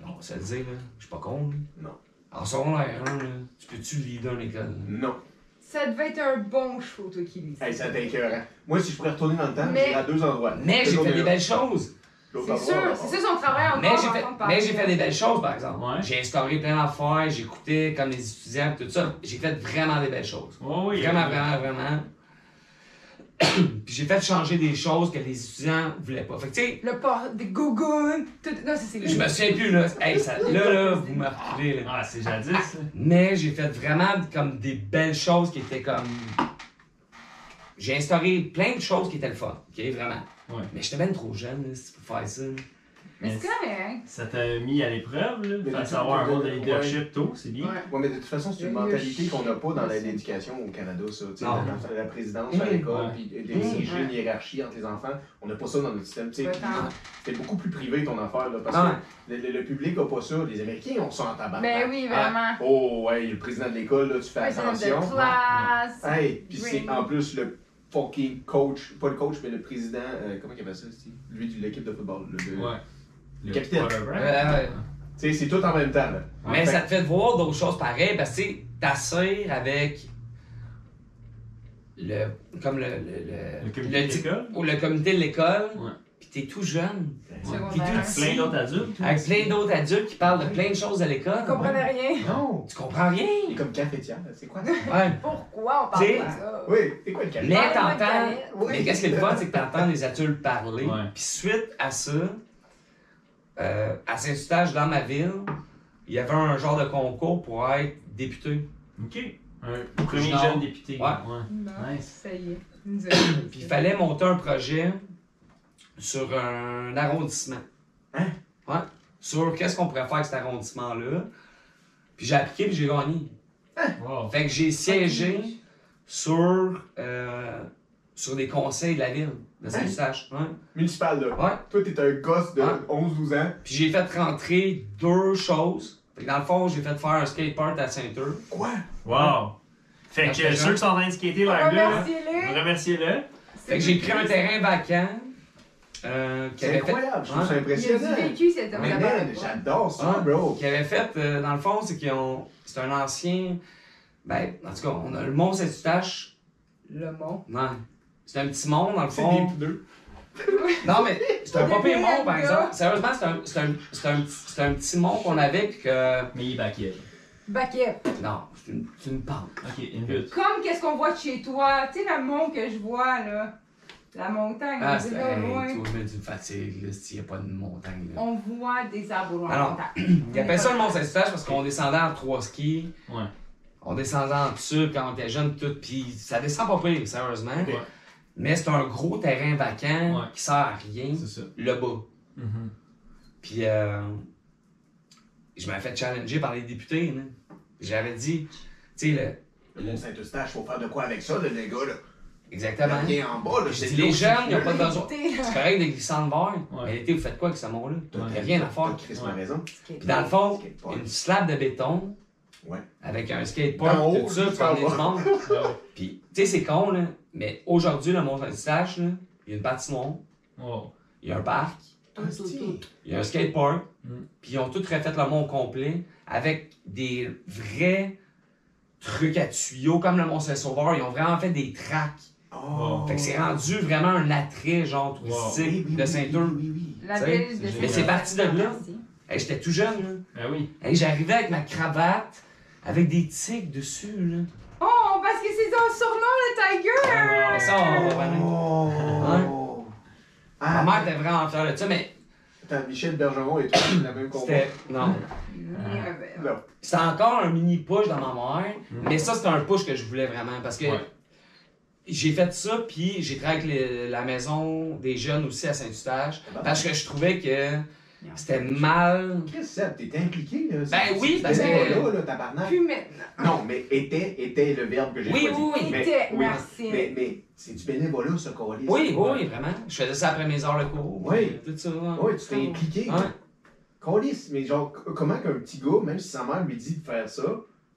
On va se le dire, là. Je suis pas con, là. Non. En secondaire 1, là, tu peux-tu leader l'école? Non. Ça devait être un bon show, toi qui lis. Hey, ça hein. t'écœurant. Moi, si je pourrais retourner dans le temps, Mais- j'irais à deux endroits. Mais j'ai fait des belles choses! C'est sûr, c'est ça son travail encore. Mais j'ai en fait, train de parler. mais j'ai fait des belles choses, par exemple. Ouais. J'ai instauré plein d'affaires, j'écoutais comme les étudiants, tout ça. J'ai fait vraiment des belles choses. Oh, oui. Vraiment, vraiment, vraiment. Puis j'ai fait changer des choses que les étudiants voulaient pas. Fait que, tu sais, Le port des gougounes, tout. Non, ça c'est je me souviens plus, là. Hey, ça- là, là, vous me reculez, là. Ah, c'est jadis. ça. Mais j'ai fait vraiment comme des belles choses qui étaient comme. J'ai instauré plein de choses qui étaient le fun, ok, vraiment. Ouais. Mais j'étais bien trop jeune, là, si tu peux faire ça. Mais c'est correct. Ça t'a mis à l'épreuve, Mais là. Fait tu- savoir un tu- rôle de ouais. leadership tôt, c'est bien. Ouais. Oui, mais de toute façon, c'est une Le- le mentalité qu'on n'a pas dans la- aussi. l'éducation au Canada, ça. Tu sais, Non. la, la présidence à Mmh. l'école, Ouais. puis Mmh. d'exiger une hiérarchie entre les enfants. On n'a pas ça dans notre système. tu sais. Pas tant. C'est beaucoup plus privé ton affaire, là, parce Ah. que le, le- le public n'a pas ça. Les Américains ont ça en tabac. Ben oui, vraiment. Oh, ouais, le président de l'école, là, tu fais Président ben attention. de classe. Hey, puis c'est Ring. en plus le fucking coach, pas le coach, mais le président, euh, comment il appelle ça, Steve? lui de l'équipe de football. le- le- Le capitaine. quarterback. Ah, Euh, Tu sais, c'est tout en même temps. là. Mais ben. Fait ça te fait voir d'autres choses pareilles parce que tu sais, t'assires avec le comme le le, Le comité de di- l'école? ou le comité de l'école Ouais. puis t'es tout jeune Secondaire. puis Ah, tout petit, Plein d'autres adultes. avec plein d'autres adultes qui parlent de plein de choses à l'école Je comprenais rien. Non! tu comprends rien C'est comme cafetière, c'est quoi ça? ouais. Pourquoi on parle T'sais, de ça? Oui, c'est quoi le café? mais Parle-moi de t'entends galette. Oui. mais qu'est-ce qui est le fun c'est que t'entends les adultes parler Ouais. puis suite à ça euh, à Saint-Eustache, dans ma ville, il y avait un genre de concours pour être député. Ok. Un premier Junior. jeune député. Ouais. Non, Nice. ça y est. il nous a expliqué. Puis il fallait monter un projet sur un arrondissement. Hein? Ouais. Sur qu'est-ce qu'on pourrait faire avec cet arrondissement-là. Puis j'ai appliqué puis j'ai gagné. Wow. Fait que j'ai siégé sur, euh, sur des conseils de la ville Hein? de Saint-Eustache. Ouais. Municipal, là. Ouais. Toi, t'es un gosse de Ouais. 11-12 ans. Puis j'ai fait rentrer deux choses. Fait que dans le fond, j'ai fait faire un skatepark à Saint-Eustache. Quoi? Wow. Fait que Parfait, ceux qui sont en train de skater leur gars, Remerciez-le. remerciez-le. hein. Fait que j'ai pris un terrain vacant. euh, qui C'est avait fait incroyable, je trouve ça Il a impressionnant. du vécu cet homme Mais là-bas. man, j'adore ça, Ah. bro. qu'il avait fait, euh, dans le fond, c'est qu'ils ont. C'est un ancien. Ben, en tout cas, on a le mont Saint-Eustache. Le mont. Non. C'est un petit mont, dans le C'est fond. des pneus. Non, mais c'est un C'est des papier mont, par gars. exemple. Sérieusement, c'est un, c'est un, c'est un, petit- c'est un petit mont qu'on avait, puis que. Mais il est back here. Back up. Non, c'est une, c'est une pente. Ok, une butte. Comme qu'est-ce qu'on voit de chez toi. Tu sais, le mont que je vois, là. La montagne, Ah, on c'est. dirait au Hey, loin. tu vois, je mets du fatigue, là, s'il n'y a pas de montagne, là. On voit des arbres au loin. Alors, Il appelle ça le Mont Saint-Eustache parce qu'on descendait en trois skis. Ouais. On descendait en dessus quand on était jeune, tout. Puis ça descend pas pire, sérieusement. Ouais. Mais c'est un gros terrain vacant Ouais. qui sert à rien, C'est ça. le bas. Puis euh, je m'avais fait challenger par les députés. là. J'avais dit, tu sais, Le Mont Saint-Eustache, faut faire de quoi avec ça, là, les gars, là? le- exactement. Il y a rien en bas, là. Je c'est dis, de l'eau les jeunes, qui ils n'ont pas coule. besoin. C'est correct des glissants de verre. Ouais. Mais l'été, vous faites quoi avec ce mont-là? T'as Ouais. rien à faire. T'as Chris Ouais. raison. Puis dans le fond, Skateboard. une slab de béton Ouais. avec un skateboard, En haut, tout ça, juste tu prends en des bas. monde. Ah Ouais. Puis, tu sais, c'est con, là, mais aujourd'hui, le Mont-Saint-Eustache, là, il y a une patinoire, Wow. il y a un parc, il y a un skatepark, Mm. puis ils ont tout refait le mont au complet avec des vrais trucs à tuyaux comme le Mont-Saint-Sauveur. Ils ont vraiment fait des tracks. Oh. Fait que c'est rendu vraiment un attrait, genre, touristique de Saint-Eustache. Oui, oui, oui. La tu sais, ville de c'est Mais c'est parti de là. Hey, J'étais tout jeune, là. Ben oui. Hey, J'arrivais avec ma cravate, avec des tics dessus, là. Oh, parce que c'est son surnom, le Tiger! Mais ça, Ah, on va revenir. Oh. Ma Ah, mère était vraiment fière de ça, mais attends, Michel Bergeron et toi, c'est la même combo. c'était. Non. Il est rebelle. Non. C'était encore un mini push dans ma mère, Mm. mais ça, c'était un push que je voulais vraiment parce que Ouais. j'ai fait ça, puis j'ai travaillé avec le- la maison des jeunes aussi à Saint-Eustache parce que je trouvais que c'était mal. Chris, Seb, t'étais impliqué, là. Ben oui, parce T'étais que- pas là, là, tabarnak. Plus maintenant. Non, mais était, était le verbe que j'ai Oui, pas oui, dit. oui. Mais- Était, oui, merci. Mais, mais c'est du bénévolat, ce qu'on lit. Oui, oui, oui, vraiment. Je faisais ça après mes heures de cours. Oui. Tout ça. hein. Oui, tu t'es impliqué. Ouais. Câlisse, mais genre, c- comment qu'un petit gars, même si sa mère lui dit de faire ça,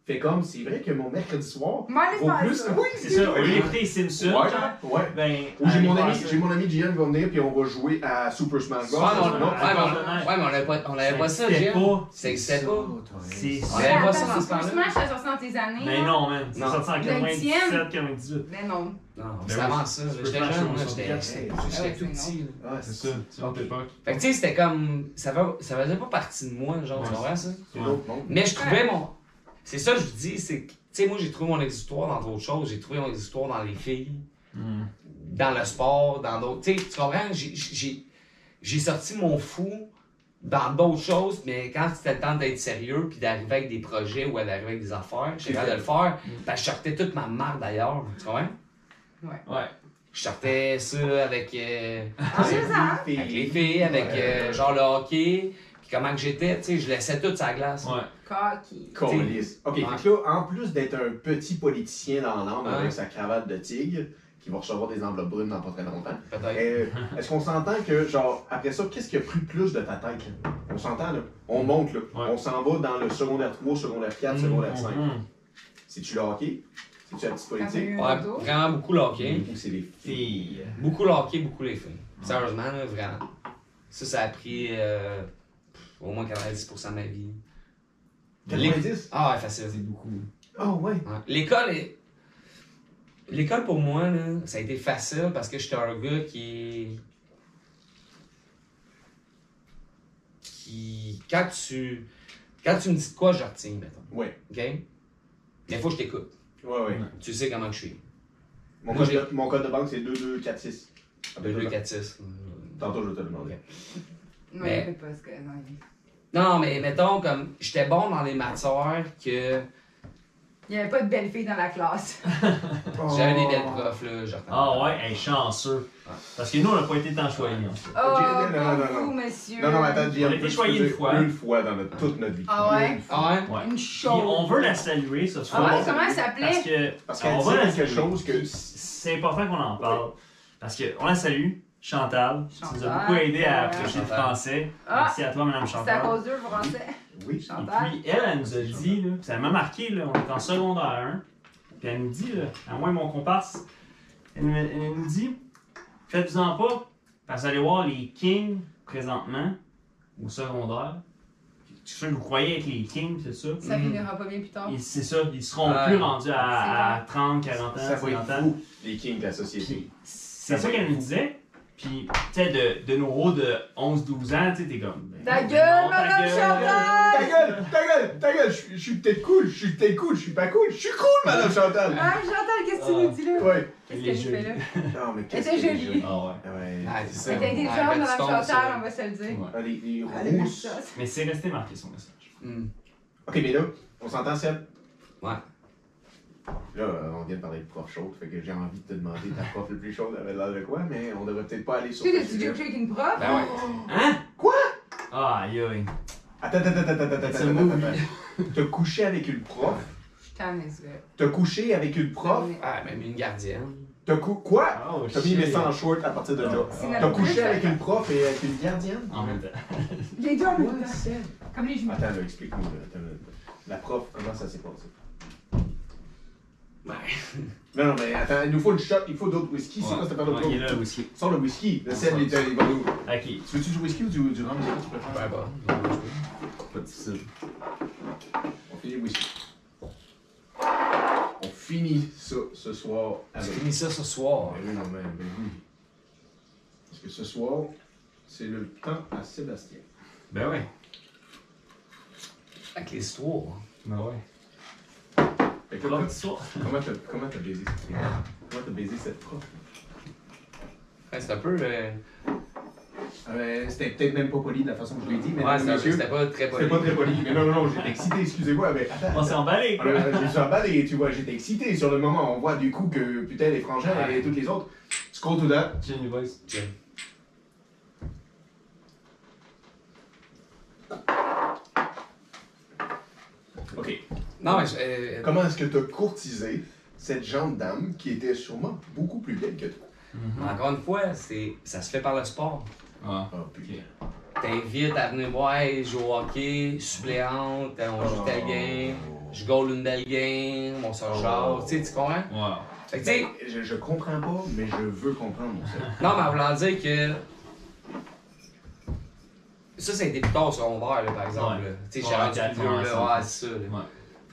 fait comme, c'est vrai que mon mercredi soir, Moi, les au faire plus, ça. oui, C'est ça, au lieu d'écouter les Ouais, Simpsons, genre, ouais. ben. Ou j'ai allez mon faire ami, ça. j'ai mon ami Gian qui va venir, puis on va jouer à Super Smash Bros. Ouais, mais on, Non, c'est bon. ouais, mais on- ouais, mais on avait pas, on avait pas ça, C'était Jim. pas- Ça existait pas. C'est On ça. avait pas ça Attends, dans ce temps-là. Smash, ça sorti dans tes années. Ben là. non, man. C'est Non. sorti en 97, 98. Mais non. Non, Ben c'était oui, avant ça. là. peux J'étais faire jeune, ça, là, on j'étais s'en j'étais- fout. j'étais Ah tout oui, petit. là. Ah, C'est ça, c'est Ok. notre époque. Fait que tu sais, c'était comme. Ça, va, ça faisait pas partie de moi, genre, tu Ouais. comprends ça? C'est l'autre monde. Mais je trouvais mon. C'est ça que je vous dis, c'est que. Tu sais, moi, j'ai trouvé mon exutoire dans d'autres choses. J'ai trouvé mon exutoire dans les filles, Hmm. dans le sport, dans d'autres. Tu sais, tu comprends? J'ai- J'ai j'ai sorti mon fou dans d'autres choses, mais quand c'était le temps d'être sérieux, puis d'arriver avec des projets ou d'arriver avec des affaires, j'étais capable de le faire. Ben, je sortais toute ma marque d'ailleurs, tu comprends? Ouais. Je sortais ça avec. euh, En deux ans. Puis- avec les filles, avec Ah Ouais. euh, genre le hockey, puis comment que j'étais, tu sais, je laissais tout sa glace. Ouais. Cocky. Câlisse. Ok, Ouais. fait que là, en plus d'être un petit politicien dans l'âme Ouais. avec sa cravate de tigre, qui va recevoir des enveloppes brunes dans pas très longtemps, Peut-être. euh, est-ce qu'on s'entend que, genre, après ça, qu'est-ce qui a pris plus de ta tête? là? On s'entend, là. On monte, là. Ouais. On s'en va dans le secondaire 3, secondaire 4, Mhm. secondaire 5. Mhm. C'est-tu le hockey? C'est-tu la petite Quand t'as politique? eu Ouais, un auto. vraiment beaucoup le hockey. Ou c'est les filles? Fille. Beaucoup le hockey, beaucoup les filles. Sérieusement, là, vraiment. Ça, ça a pris euh, pff, au moins 90% de ma vie. L'éc- 90? Ah ouais, facile. beaucoup. Ah ouais! Ouais. L'école est- L'école pour moi, là, ça a été facile parce que j'étais un gars qui. qui. Quand tu. Quand tu me dis de quoi, je retiens, mettons. Ouais, OK? Mais faut que je t'écoute. ouais, ouais. Ouais. Tu sais comment que je suis. Mon, Moi, code de, mon code de banque, c'est 2246. 2, 2, 4, 6. Tantôt, je vais te le demander. Non, Mais- il fait pas ce que. Non, il... Non, mais mettons, comme, j'étais bon dans les matières que il y avait pas de belle fille dans la classe. Oh. j'avais des belles profs, là, je retenais. Ah ouais, hey, chanceux. Parce que nous, on n'a pas été tant choyés. en fait. Oh, non, non, pour non, vous, monsieur. Non, non, attends, Guillaume. On a été choyés une excusez, fois. Une fois dans notre- toute notre vie. Ah ouais? Ah ouais? Ouais. Une Puis chose. on veut la saluer ce Ah soir. ouais, comment elle s'appelait? Parce que, Parce Ah, on qu'elle va la dit quelque saluer. chose que. C'est important qu'on en parle. Parce qu'on la salue, Chantal. Tu nous as Chantal, beaucoup aidé à ouais. approcher le Chantal. français. Ah! Merci à toi, Madame C'est à Chantal. cause d'eux, vous pensez? Oui, Et Chantal. puis, elle, elle nous a dit, là, ça m'a marqué, là, on est en secondaire 1, puis elle nous dit, là, à moins mon comparse, elle, me- elle nous dit, faites-vous-en pas, parce que vous allez voir les kings présentement, au secondaire, ceux que vous croyez être les kings, c'est ça, Ça Mm. finira pas bien plus tard. et c'est ça, ils seront Ouais. plus rendus C'est à, à vrai. 30, 40 ans, ça va 50 être ans. vous, les kings de la société. Puis, C'est ça qu'elle nous disait. Puis, tu sais, de, de nos rôles de 11-12 ans, tu sais, t'es comme. ben, Ta non, gueule, Madame gueule. Chantal! Ta gueule, ta gueule, ta gueule, je suis- je suis peut-être cool, je suis peut-être cool, je suis pas cool, je suis cool, madame Chantal! Ah, Chantal, qu'est-ce que tu Ah. nous dis là? Ouais. Qu'est-ce Les que je fais là? Non, mais qu'est-ce était que les jolie. jeux- Ah ouais. Ouais. Ah, c'est ça. Elle était intelligente, Ouais, Madame petit ton, Chantal, ça. on va se le dire. Ouais. Ah, les, les Elle a vu rousses. ça. Mais c'est resté marqué son message. Hmm. Ok, mais là, on s'entend, Seb? Ouais. Là, euh, on vient de parler de prof chaude, fait que j'ai envie de te demander ta prof le plus chaude avait l'air de quoi, mais on devrait peut-être pas aller sur Tu sais, ce t'as-tu déjà sujet. couché avec une prof? Ben ouais. Hein? Quoi? Ah, aïe aïe. Attends, attends, attends, attends, attends, It's a attends, movie. attends. T'as couché avec une prof? Je t'en ai sûr. T'as couché avec une prof? Ah, même une gardienne. T'as cou... Quoi? Oh, T'as mis mes seins en short à partir de là. C'est T'as notre couché truc, avec ça. une prof et avec une gardienne? En même temps. Les deux en même temps. Seb? Comme les jumeaux. Attends, là, explique-nous. là, attends, là. La prof, comment ça s'est passé? Ouais. Non, non, mais attends, il nous faut le shot, il faut d'autres whisky. C'est Ouais. quoi cette affaire de Ouais, trop? il est là, le whisky. Sors le whisky. Le On sel, sort. il est il va nous. Ok, Tu veux-tu du whisky ou du, du rhum? C'est quoi que tu préfères? Ben bah. pas difficile. On finit le whisky. On finit ça ce soir On avec. finit ça ce soir. Ben oui, non, mais, ben oui. Parce que ce soir, c'est le temps à Sébastien. Ben ouais. Avec les histoires. Ben ouais. Fait que là, L'autre soir. comment t'as comment t'as baisé cette Comment t'as baisé cette prof? Ouais, c'est un peu. euh, Euh, c'était peut-être même pas poli de la façon que je l'ai dit, mais non, Ouais, c'est un peu- monsieur, c'était pas très c'était poli. pas très poli. Mais non, non, non, j'étais excité, excusez-moi, mais attends. On s'est emballé, quoi. Alors, je me suis emballé, tu vois, j'étais excité sur le moment. On voit du coup que putain les frangins et toutes les autres. Scroll tout that. Jenny Boys. Tiens. Ok. Non, mais. je- euh, Comment est-ce que t'as courtisé cette jeune dame qui était sûrement beaucoup plus belle que toi? Encore une fois, c'est ça se fait par le sport. Ah. Oh putain. T'invites à venir voir, hey, jouer au hockey, suppléante, euh, on joue telle game, je goal une belle game, on se Oh. rejase, tu sais, tu comprends? Wow. Fait que, tu sais, Ben, Je, je comprends pas, mais je veux comprendre. mon seul. non, mais en voulant dire que. Ça, ça a été plus tard au secondaire, là, par exemple. Ouais. là. Tu sais, Ouais, j'avais quatre, du vieux, ouais, là, cinq. ouais, c'est ça. là. Ouais.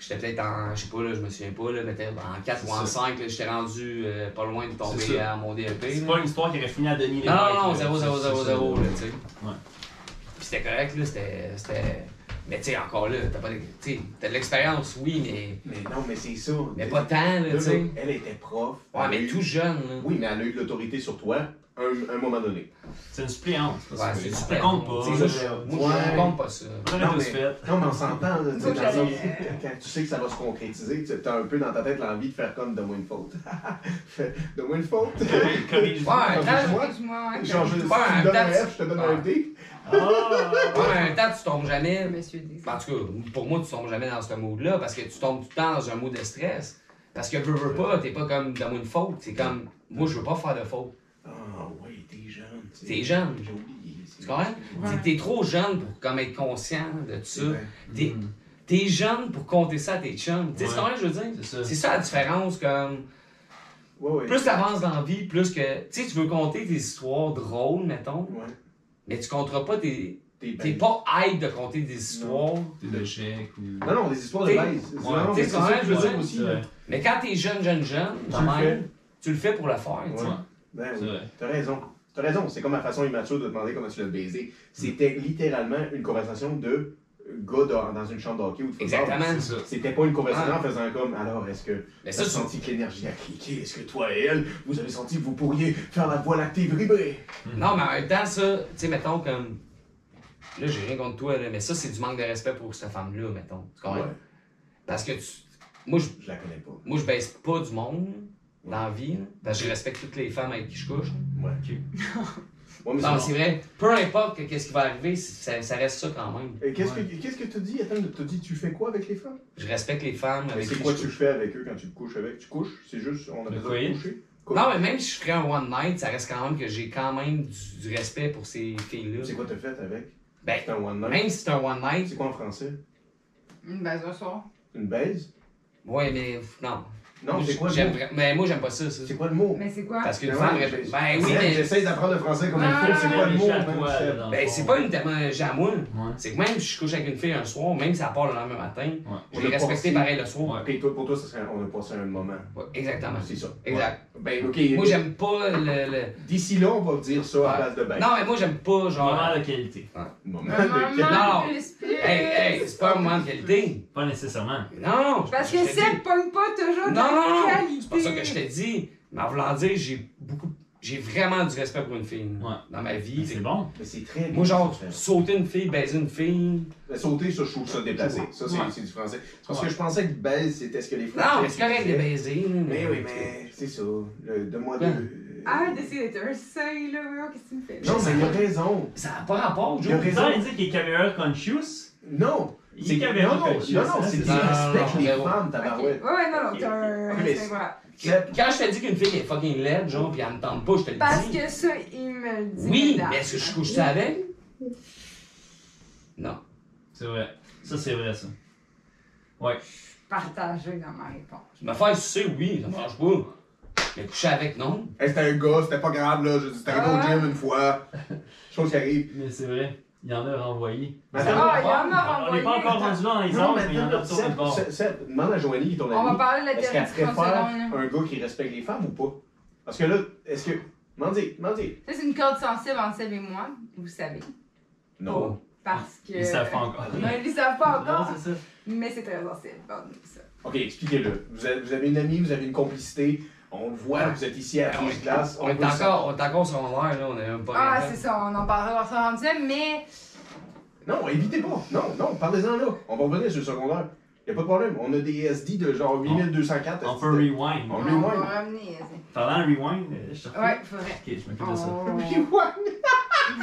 J'étais peut-être en, je sais pas, là, je me souviens pas, là, mais peut-être en 4 C'est ou en ça. 5, là, j'étais rendu euh, pas loin de C'est tomber ça. à mon DEP. C'est là. pas une histoire qui aurait fini à Denis Non, Lévesque, non, non, là. 0, 0, 0, 0, là, tu sais. Ouais. Puis c'était correct, là, c'était. c'était- Mais tu sais, encore là, t'as pas de. Tu sais, t'as de l'expérience, oui, mais. Mais non, mais c'est ça. Mais pas tant, là, Là, tu sais. là, Elle était prof. elle Ouais, a mais eu- tout jeune, là. Oui, mais elle a eu de l'autorité sur toi à un, un moment donné. C'est une suppléante. ça, Ouais, c'est- c'est Ça super. compte pas. Tu sais, ça, je- Moi, Ouais. je compte pas ça. On Non, a tous mais- fait. Non, mais on s'entend, là, tu sais, Faut dans le sens, jamais. quand tu sais que ça va se concrétiser, tu as un peu dans ta tête l'envie de faire comme donne-moi une faute. donne-moi une faute. Comme il joue. Ouais, Change- tant- Excuse-moi. hein, Genre, je, si tu Ouais, me donnes un peut-être- F, je te donne un D. Ah. Ouais, mais en même temps, tu tombes jamais. comme Monsieur D. En tout cas, pour moi, tu tombes jamais dans ce mood-là parce que tu tombes tout le temps dans un mood de stress. Parce que veux, veux pas, t'es pas comme dans une faute. C'est comme, moi, je veux pas faire de faute. Ah, ouais, t'es jeune. tu sais. T'es jeune. J'ai oublié. c'est- Tu comprends? Ouais. T'es- T'es trop jeune pour comme être conscient de ça. C'est vrai. T'es Mhm. t'es jeune pour compter ça à tes chums. Tu sais, Ouais. Tu comprends ce que je veux dire? C'est ça. C'est ça la différence, comme... Ouais, ouais. Plus t'avances dans la vie, plus que... Tu sais, tu veux compter des histoires drôles, mettons, Ouais. mais tu compteras pas tes... T'es T'es Ben. baise. pas hype de compter des histoires, T'es de chèque ou. Non, non, des histoires de T'es- baise. Ouais. Non, non, T'es mais c'est quand ça même que je veux jeune, dire aussi. C'est vrai. là. mais quand t'es jeune, jeune, jeune, Tu quand le même, fais. tu le fais pour le faire, tu sais. Ouais. C'est Ben oui. vrai. T'as raison. T'as raison. C'est comme ma façon immature de demander comment tu l'as baisé. Mm. C'était littéralement une conversation de gars dans dans une chambre d'hockey ou de football. Exactement. Ah. C'est ça. C'était pas une conversation en faisant comme alors est-ce que Mais ça ça, tu tu- senti que l'énergie a cliqué Est-ce que toi et elle vous avez senti que vous pourriez faire la voie lactée vibrer Non, mais en même temps, ça, tu sais, mettons, comme. Là, j'ai rien contre toi, là, mais ça, c'est du manque de respect pour cette femme-là, mettons. Tu comprends? Ouais, Parce que tu. Moi, je, je la connais pas. moi, je baisse pas du monde dans la vie, là, parce que je respecte toutes les femmes avec qui je couche. Ouais. Ok. Ouais, mais c'est Non, Ah, c'est vrai. Peu importe que- qu'est-ce qui va arriver, c'est- ça, ça reste ça quand même. bon. Et Qu'est-ce Ouais. que qu'est-ce que tu dis Attends, tu dis tu fais quoi avec les femmes Je respecte les femmes Mais avec c'est qui quoi je tu couche. fais avec eux quand tu te couches avec Tu couches C'est juste on a Le besoin de coït. coucher. Non, mais même si je ferais un one night, ça reste quand même que j'ai quand même du, du respect pour ces filles-là. C'est quoi t'as fait avec Ben, C'est un one night. même si c'est un one night, C'est quoi en français Une base au soir. Une baise ouais, mais non. Non, Moi, c'est quoi le j'aime mot vra- Mais moi, j'aime pas ça, ça. C'est quoi le mot Mais c'est quoi? Parce qu'une Ben femme. ouais, répète- j'ai- Ben oui, mais. J'essaie d'apprendre le français comme il Ah, faut. C'est quoi le mot Michel, man? toi, C'est- là, dans le Ben, fond. c'est pas une technologie à moi. Ouais. C'est que même si je couche avec une fille un soir, même si ça part le lendemain matin, Ouais. je On vais l'a respecter passé. pareil le soir. Ok, toi, pour toi, ça serait, on a passé un moment. Ouais, exactement. C'est ça. Exact. Ouais. Ben, ok. Moi, j'aime pas le. le- D'ici là, on va dire ça à Ouais. base de bain. Non, mais moi, j'aime pas genre. Moment de qualité. Moment Un moment de Non. plus, plus. Hey, hey, c'est pas un moment de qualité. Pas nécessairement. Non, non. Parce je- que je te dis- Seb pogne pas toujours Non, de non, la non. qualité. C'est pas ça que je t'ai dit. Mais en voulant dire, j'ai beaucoup. J'ai vraiment du respect pour une fille Ouais. dans ma vie. C'est bon. Mais c'est très Moi, genre, ça. sauter une fille, baiser une fille. Mais Sauter, ça, je trouve ça déplacé. Ça, c'est Ouais. c'est du français. C'est Parce Ouais. que je pensais que baise, c'était ce que les Français. Non, mais c'est correct de baiser. Mais oui, mais c'est ça. Le- De moi, de. Ouais. Arrête d'essayer d'être un saint, là, voyons, qu'est-ce que tu me fais? Non, mais il a raison. Ça n'a pas rapport, Il a Joe. Les gens, raison. ils disent qu'il est caméra conscious. Non. Il C'est- est caméra Non, non, non, non, conscious. hein, c'est ça. ça. disrespect Non, les non, non. femmes, Ok. tabarouette. Ouais, ouais, non, non, t'as Ok, un mais- saint, voilà. Quand je te dis qu'une fille est fucking laide, genre, pis elle me tente pas, je te le dis. Parce que ça, il me le dit. Oui, là. mais est-ce que je couche ça avec? Non. C'est vrai. Ça, c'est vrai, ça. Ouais. Partagé dans ma réponse. Me faire sucer, oui, ça marche pas. Mais coucher avec, non. Hey, c'était un gars, c'était pas grave, là. Je dis, t'es arrivé Ah. au gym une fois. Chose qui arrive. Mais c'est vrai. Il y en a renvoyé. Mais attends, Ah, il y en a On renvoyé. n'est pas encore rendu là dans les Non, ordres, mais mais il y en a attends, retourné Seb, de bord. Seb- Seb, demande à Joanie, ton On va ami, parler de la est-ce qu'elle théorie 30 préfère secondes. là. un gars qui respecte les femmes ou pas? Parce que là, est-ce que... Mandez, mandez. Ça, c'est une corde sensible entre Seb et moi, vous savez. Non. Parce que. Ils savent pas encore. Non, ils le savent pas encore. Non, c'est ça. Mais c'est très sensible, pardonnez-nous ça. OK, expliquez-le. Vous avez, vous avez une amie, vous avez une complicité. On le voit, vous êtes ici à la Ben, de classe. On veut est le savoir. encore, on est encore au secondaire, là, on est même pas. Ah, rendu. c'est ça, on en parlera en 37, mais. Non, évitez pas. Non, non, parlez-en là. On va revenir sur le secondaire. Y a pas de problème. On a des SD de genre 8204. On SD. peut rewind. On On, rewind. va revenir. c'est- Parlant de rewind, euh, je te refais. Ouais, faudrait. Ok, je m'occupe de ça. On... Rewind.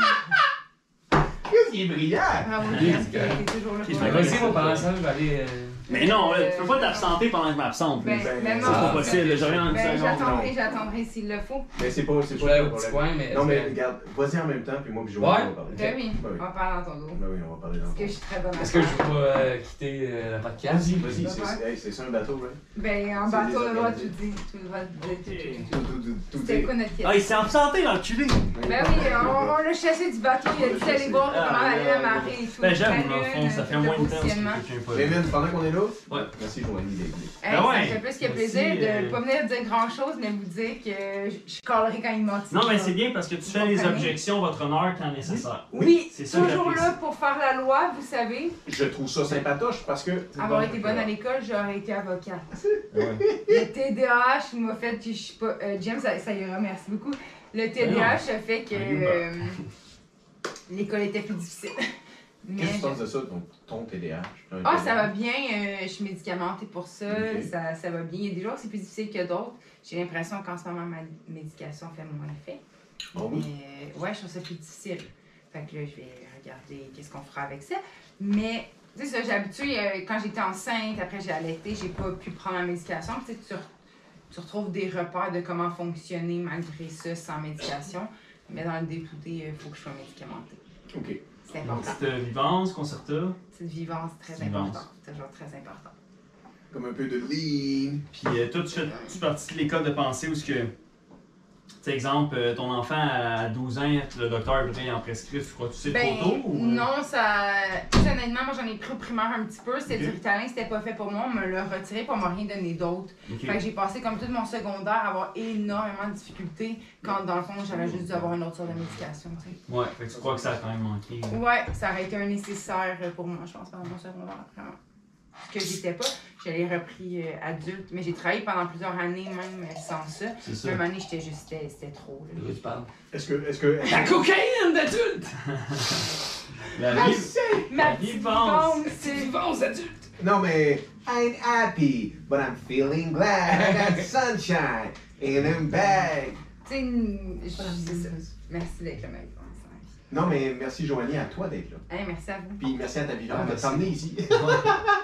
Qu'est-ce qu'il est brillant? Bravo, Allez, Jess, c'est t'es toujours là. Ok, je Mais pour m'agresse. vas-y, moi, pendant ça, je vais aller. euh, Mais non, là, tu peux pas t'absenter pendant que je m'absente. là. Ben, Ben, ça, Euh, ben non, c'est pas ben, possible, je reviens en une Ben, seconde. j'attendrai, j'attendrai s'il le faut. Mais c'est pas, c'est Je pas vais le aller au petit problème. coin, mais. Non, mais est-ce regarde, vas-y en même temps, puis moi, puis Joanie, Ouais. on va parler. Ben oui, Ben oui. on va parler dans ton dos. Ben oui, on va parler dans Parce le que je suis très bonne que- à Est-ce que je faire. vais pas euh, quitter euh, la podcast? Vas-y, vas-y, Ouais. c'est- hey, c'est ça un bateau, hein. ouais. Ben, en C'est bateau, on a le droit de désorganisé. tout dire. Tu le droit de dire. Ok. Tout, tout, tout, tout C'était est- quoi notre Ah, question? il s'est absenté, l'enculé! Ben oui, on, on l'a chassé du bateau, il a dit d'aller voir Ah, comment aller la ouais, marée et tout. Ben, j'aime, La dans le fond, lune, ça fait le moins de temps que positionnement. quelqu'un est pas Mais là. même, pendant qu'on est là, Ouais. merci Joanie d'être venue. Hey, Ben ouais. Ça me fait plus que Moi plaisir aussi, de ne euh, pas venir dire grand chose, mais vous dire que je- je collerai quand il mentit. Non, mais c'est bien parce que tu fais les objections, votre honneur, quand nécessaire. Oui, C'est ça, toujours j'apprécie. là pour faire la loi, vous savez. Je trouve ça sympatoche parce que. Avoir été bonne à l'école, j'aurais été avocate. Ah Ouais. Le TDAH il m'a fait que je suis pas. euh, James, ça, ça ira, merci beaucoup. Ben Le TDAH a fait que Un Uber. euh, l'école était plus difficile. Mais Qu'est-ce que tu je- penses de ça, ton, ton TDAH? un Ah, TDAH? ça va bien, euh, je suis médicamentée pour ça, Ok. ça, ça va bien. Il y a des jours que c'est plus difficile que d'autres. J'ai l'impression qu'en ce moment, ma médication fait moins effet. Bon, Ah oui. Mais euh, ouais, je trouve ça plus difficile. Fait que là, je vais regarder qu'est-ce qu'on fera avec ça. Mais, tu sais, ça, j'ai habitué, euh, quand j'étais enceinte, après j'ai allaité, j'ai pas pu prendre ma médication. Puis, tu sais, tu, re- tu retrouves des repères de comment fonctionner malgré ça sans médication. Mais dans le député, il faut que je sois médicamentée. OK. C'est Une important. petite euh, vivance, concerta, C'est une vivance très Petite vivance. importante. Toujours très importante. Comme un peu de lean. puis euh, toi, tu fais tu fais partie de l'école de pensée où ce que. Tu sais, exemple, euh, ton enfant à 12 ans, le docteur voudrait en prescrire, tu crois que tu sais Ben, trop tôt? ou- non, ça. tu sais, Honnêtement, moi j'en ai pris au primaire un petit peu. C'était Ok. du ritalin, c'était pas fait pour moi. On me l'a retiré pour on m'a rien donné d'autre. euh, Ok. Fait que j'ai passé comme tout mon secondaire à avoir énormément de difficultés quand dans le fond j'aurais juste dû avoir une autre sorte de médication. tu sais. Ouais, fait que tu crois que ça a quand même manqué. là. Ouais, ça aurait été un nécessaire euh, pour moi, je pense, pendant mon secondaire, vraiment. Ce que j'étais pas, je l'ai repris euh, adulte, mais j'ai travaillé pendant plusieurs années même euh, sans ça. C'est ça. Même année, j'étais juste, c'était- c'était trop. là. De quoi tu parles? Est-ce que. Est-ce que. La cocaïne d'adulte! La Ma vie, Ma La petite vivance. vivance, c'est... Vivons, adultes! Non, mais I ain't happy, but I'm feeling glad. I got sunshine in a bag. Tu sais, une- je- Ah, c'est ça. Merci d'être là, ma vivance. Non, mais merci, Joanie, à toi d'être là. Hey, merci à vous. Puis merci à ta Ah, vigilance de Merci. t'emmener ici.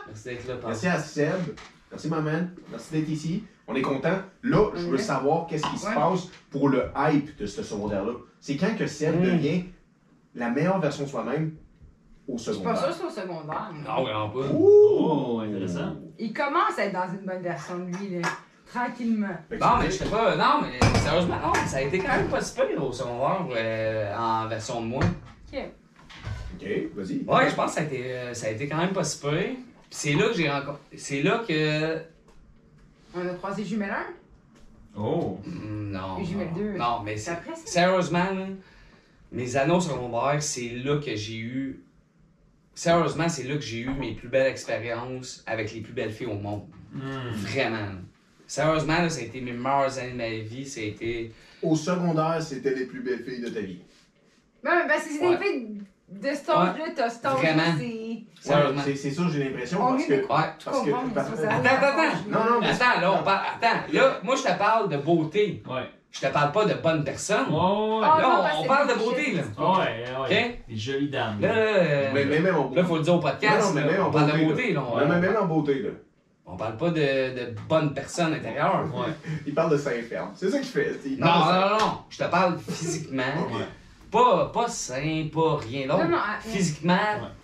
Merci d'être là, Pascal. Merci à Seb. Merci, maman. Merci d'être ici. On est content. Là, je veux Ouais. savoir qu'est-ce qui se Ouais. passe pour le hype de ce secondaire-là. C'est quand que Seb Mm. devient la meilleure version de soi-même au Je suis pas sûre que secondaire. c'est au secondaire. moi. Non, vraiment pas. Oh, intéressant. Il commence à être dans une bonne version de lui, là. Tranquillement. Fait que tu Non, mais dis- j'étais pas. Non, mais sérieusement, non, ça a été quand même pas si pire au secondaire euh, en version de moi. OK. Ok, vas-y. Ouais, je pense que ça a été, euh, ça a été quand même pas si pire. Puis c'est là que j'ai rencontré. C'est là que. On a croisé Jumelle 1. Oh. Hmm, Non. Et j'ai mis non, le deux. Non, mais C'est c'est- après ça. sérieusement, là, mes années au secondaire, c'est là que j'ai eu. Sérieusement, c'est là que j'ai eu mes plus belles expériences avec les plus belles filles au monde. Hmm. Vraiment. Sérieusement, là, ça a été mes meilleures années de ma vie. Ça a été. Au secondaire, c'était les plus belles filles de ta vie. Ben, ben, c'est Ouais. des filles de cet âge-là, t'as cet âge-là, Vraiment. c'est... Sérieusement. Ouais, c'est- c'est ça, j'ai l'impression. On Parce est que... des Tu Ouais. Parce que- comprends, mais parce- ça, ça- Attends, attends, attends. Non, non, mais- Attends, là, on parle. Attends, là, moi, je te parle de beauté. Ouais. Je te parle pas de bonne personne. Oh, ouais. Ah, Là, non, on- parce on que parle c'est de beauté, là. Oh, ouais, ouais. Des jolies dames. Là, là, euh, Mais mais même en là, faut le dire au podcast. Non, non, mais là, même on en parle de beauté, beauté, là. Ouais, mais On, même en beauté, là. on parle pas de, de bonne personne intérieure. Ouais. Il parle de Saint-Ferme. C'est ça qu'il fait. Il Non, parle de non, Saint- non, non. Je te parle physiquement. Ouais. Pas, pas sain, pas rien d'autre. Non, ah, non, à- Physiquement,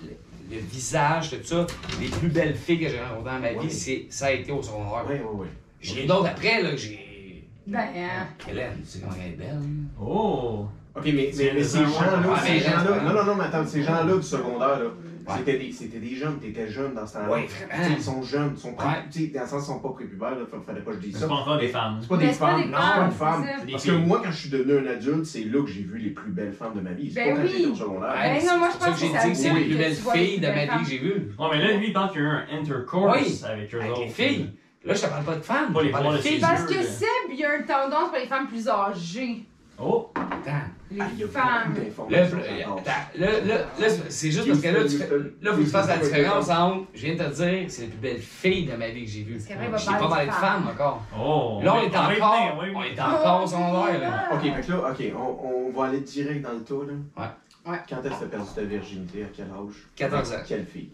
le, le visage, tout ça, les plus belles filles que j'ai rencontrées dans ma vie, Ouais. c'est, ça a été au secondaire. Ouais, ouais, ouais. J'ai d'autres après, là, que j'ai. Ben, hein. Hélène, tu sais comment elle est belle. hein? Oh. Ok, mais, C'est mais, mais le ces genre, gens-là, ouais, ces mais- gens-là, non, non, non, mais attends, ces gens-là du secondaire, là, hein, Ouais. c'était des, c'était des jeunes, t'étais jeune dans ce temps-là. Ouais, Tu vraiment. sais, ils sont jeunes, ils sont pré- Ouais. tu sais, dans le sens, ils sont pas prépubères, là, fa- fallait pas que je dise C'est ça. pas encore des femmes. C'est pas Mais des c'est pas femmes, des non, c'est pas femmes, une femme. c'est ça. Parce que moi, quand je suis devenu un adulte, c'est là que j'ai vu les plus belles femmes de ma vie. C'est Ben pas quand oui. j'étais au secondaire. Ah, Ben Ah, c'est non, moi, pour je ça pense que j'ai que c'est dit que c'est à les vous plus que belles tu vois les filles de plus belles ma vie que j'ai vues. Ouais, mais là, lui, il parle qu'il y a eu un intercourse Oui, avec eux Avec autres. les filles. Là, je te parle pas de femmes. Pas je les parle voir de le filles. saisir. Parce que là. Seb, il y a une tendance pour les femmes plus âgées. Oh. Attends. Les Ah, il y a femmes. beaucoup Là, d'informations. euh, là-dedans. attends, là, là, là, c'est juste parce que là, tu fais- là, faut que tu fasses la différence entre, je viens de te dire, c'est la plus belle fille de ma vie que j'ai vue. C'est J'ai vrai, il va pas parler parlé de de femmes. femmes encore. Oh. Là, on est va y encore, venir, oui, oui. on est encore au secondaire, là. Oh, Ok, fait que là, ok, on, on va aller direct dans le tas, là. Ouais. Ouais. Quand est-ce que t'as perdu ta virginité? À quel âge? 14 ans. Avec Quelle fille?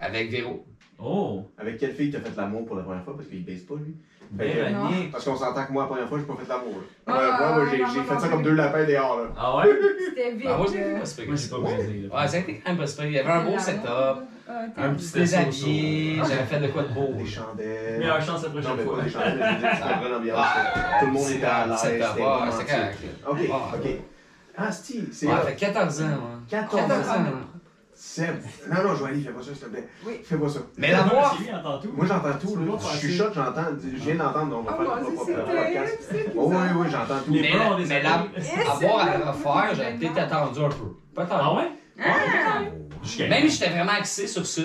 Avec Véro. Oh. Avec quelle fille t'as fait l'amour pour la première fois? Parce qu'il baise pas, lui. Fait Ben que- Belle Non. année. Parce qu'on s'entend que moi, la première fois, j'ai pas fait l'amour. là. La Ah, première fois, moi, j'ai non, j'ai non, fait non, ça non. comme deux lapins dehors. Là. Ah ouais? C'était vite. Ben, moi, j'ai euh, vu pas ce Moi, j'ai pas truc. baisé. là. Ouais, ça a été quand même pas super. Il y avait un beau c'est setup, l'amour. Ah, t'es- un petit C'était déshabillé, so-so. j'avais fait de quoi de beau. Des chandelles. Oh, Meilleure chance la Non, prochaine mais pas fois. des chandelles, je veux dire, c'était une vraie ambiance. Ah, là. Tout le monde était à l'aise. Setup, c'était ouais, romantique. c'était correct. Ok, Ah, ok. Ah, Sti, c'est Ouais, là. fait 14 ans, moi. 14 14 ans. ans. Seb. Non, non, Joanie, fais pas ça, s'il te plaît. Oui. Fais pas ça. Mais l'avoir, C'est lui, entends tout. Moi, j'entends tout, là. Je suis choc, j'entends. Je viens d'entendre, on va Ah, faire vas-y, notre propre c'est terrible, podcast. c'est Oh, oui, bizarre. oui, j'entends tout. Les Mais bras, la- on les mais a la- pris. Et avoir à c'est le là. refaire, j'aurais peut-être attendu un peu. Peut-être. Ah ouais? Ah! Jusqu'à- Même si j'étais vraiment axé sur ça,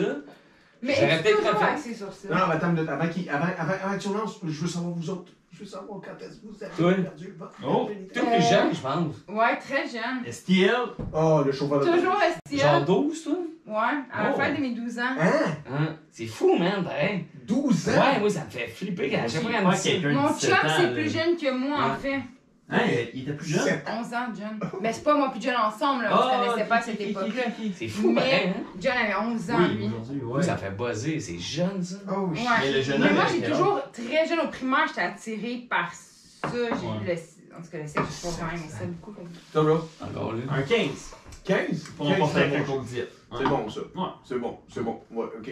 Mais J'aurais est-ce que peut-être tu toujours préféré- axé sur ça? Non, non, mais attends, une minute. avant, qu'il- avant, avant, avant que tu relances, je veux savoir vous autres. Je veux savoir quand est-ce que vous avez Toi. perdu votre Oh. virginité. Euh, tout plus jeune, je pense. Ouais, très jeune. STL? Oh, le chauffeur de Toujours le Genre style. 12, toi? Ouais, à la Oh. fin de mes 12 ans. Hein? Hein? C'est fou, man, pareil. 12 ans? Hein? Ouais, moi, ça me fait flipper quand à chaque fois qu'elle me Ouais, dit ça. quelqu'un de Mon 17 chum, ans, c'est là. plus jeune que moi, en Ouais. fait. Hein, il- il était plus jeune? 11 ans, John. Mais c'est pas moi puis John ensemble, là. on Ah, se connaissait pas à ok, cette ok, époque. ok, ok. C'est fou, pareil, Mais hein? John avait 11 ans, Oui, lui. aujourd'hui, Moi, ouais. ça me fait buzzer, c'est jeune, ça. Oh, Ouais. shit. Mais le jeune Mais homme, moi, il j'ai était toujours, très jeune au primaire, j'étais attirée par ça. J'ai Ouais. eu le. En tout cas, le sexe, je sais pas quand même, mais ça beaucoup. comme- Toi, bro? Encore là. Un 15. 15? Pour en 15, porter c'est avec un bon. coke diète. C'est bon, ça. Ouais. C'est bon, c'est bon. Ouais, ok.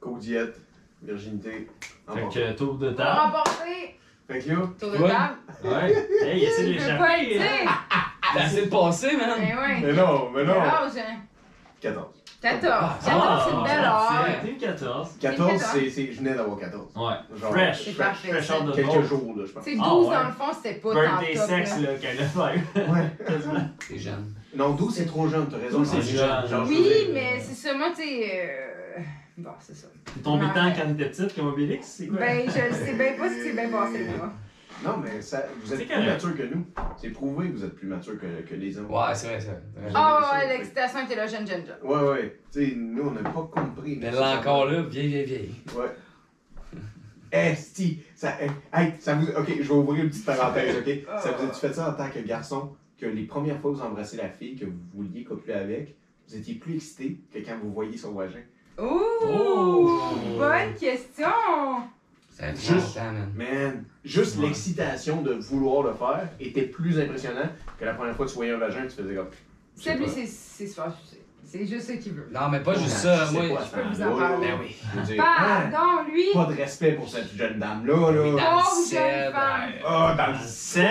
Co-diète, virginité. en Fait bon. que euh, tour de On va table. remporter! Fait que là, Tour de Ouais. table. Ouais. Hey, essaie de Je peux pas l'échapper. hein. être, T'as assez de passer, man. Mais Ah, ouais. mais non, mais Quel non. âge, hein? 14. 14. Ah, 14, c'est une belle heure. C'est 14. 14, 14. c'est, c'est, je venais d'avoir 14. Ouais. Genre, Fresh. C'est Fresh. parfait, Fresh ça. out de Quelques jours, là, je pense. Tu sais, 12 Ah, ouais. dans le fond, c'était pas tant Birthday top. sexe, là. là, qu'elle a fait. Ouais. C'est jeune. Non, 12, c'est trop jeune, t'as raison. 12, c'est jeune. Genre, je veux Oui, dire, mais c'est ça, moi, tu sais. euh, Bon, c'est ça. T'es tombé tant quand t'étais petite comme Obélix? C'est quoi? Ben, je le sais bien pas si c'est bien passé, moi. Non, mais ça, vous C'est êtes plus correct. mature que nous. C'est prouvé que vous êtes plus mature que, que les hommes. Ouais, c'est vrai, c'est vrai. c'est vrai. Oh, ça, ouais, oui. l'excitation était là, jeune, jeune, jeune. Ouais, ouais. Tu sais, nous, on n'a pas compris. Mais là encore, là, vieille, vieille, vieille. Ouais. Esti, ça, eh, hey, ça vous, ok, je vais ouvrir une petite parenthèse, ok. Ah. Ça vous a-tu fait ça en tant que garçon que les premières fois que vous embrassez la fille que vous vouliez copuler avec, vous étiez plus excité que quand vous voyiez son vagin. Ouh, Oh! bonne question! Ça a pris Juste. longtemps, man. Man, juste Ouais. l'excitation de vouloir le faire était plus impressionnant que la première fois que tu voyais un vagin, tu faisais comme. Je sais C'est lui, pas. c'est c'est se faire sucer. C'est juste ce qu'il veut. Non, mais pas juste Je ça. Ah, sais Moi, pas, je peux ça, vous là, là. en parler. Ben oui. Je veux dire, hein, Pardon, lui! pas de respect pour cette jeune dame là, là. Dans le Oh, jeune sel, femme. euh, Oh, dans le Marcel,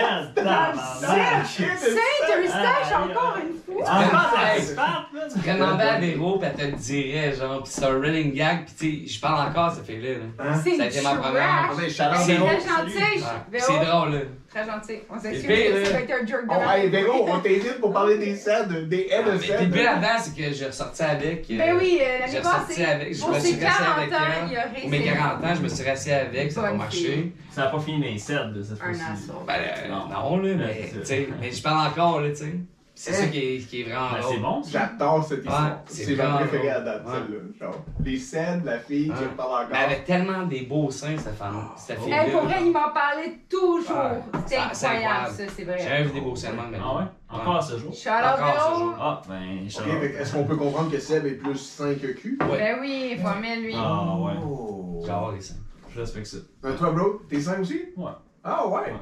sac, Ah, tabarnak! Saint-Eustache, Ah, encore ah, une fois! Ah, Ah, c'est pas la Tu serais demandé à Véro, pis elle te le dirait, genre, pis c'est un running gag, pis tu sais, je parle encore à cette fille-là. là. ah. Hein? C'est Ça a été ma première. Ah, trash. ben, shout-out, C'est- Véro. Très gentil, Ouais. Pis Véro. Ah, C'est drôle, là. Très gentil. On s'excuse, pire, là. ça euh, va être un jerk de Oh, hey, merde. Véro, on t'hésite pour parler des scènes, des Ah, mais LSN. le pire là-dedans, c'est que j'ai ressorti avec. euh, Ben oui, euh, J'ai l'année ressorti passée, avec. Je pour me suis ses 40 rassé ans, avec elle. il a réussi. Pour mes 40 ans, je me suis rassé avec, ça n'a pas Bonne marché. fille. Ça a pas fini dans les sept, de cette Un fois-ci. assaut. Ben euh, Non. non. là, mais Ouais, c'est tu ça. sais, mais je parle encore, là, tu sais. C'est Hein? ça qui est, qui est vraiment Ben, drôle. c'est bon, ça. J'adore cette histoire. Ouais, c'est c'est ma vraiment préférée à drôle. date, Ouais. celle-là. Genre, les scènes de la fille qui Ouais. parle Mais encore. elle avait tellement des beaux seins, cette femme, cette Hey, fille-là. Eh, pour vrai, il m'en parlait toujours. Ouais. C'était Ça- c'est incroyable, ça, incroyable. c'est J'ai vrai. jamais vu des beaux seins de même, mais- Ah ouais? Encore à ce jour? Shout out Encore ce Véro. jour. Ah, ben, Ok, shout fait que est-ce qu'on peut comprendre que Seb est plus sain que cul? Ouais. Ben oui, formel, lui. Ah ouais, Oh. J'adore les seins. je respecte ça. Euh, toi, bro, t'es sain aussi? Ouais. Ah ouais?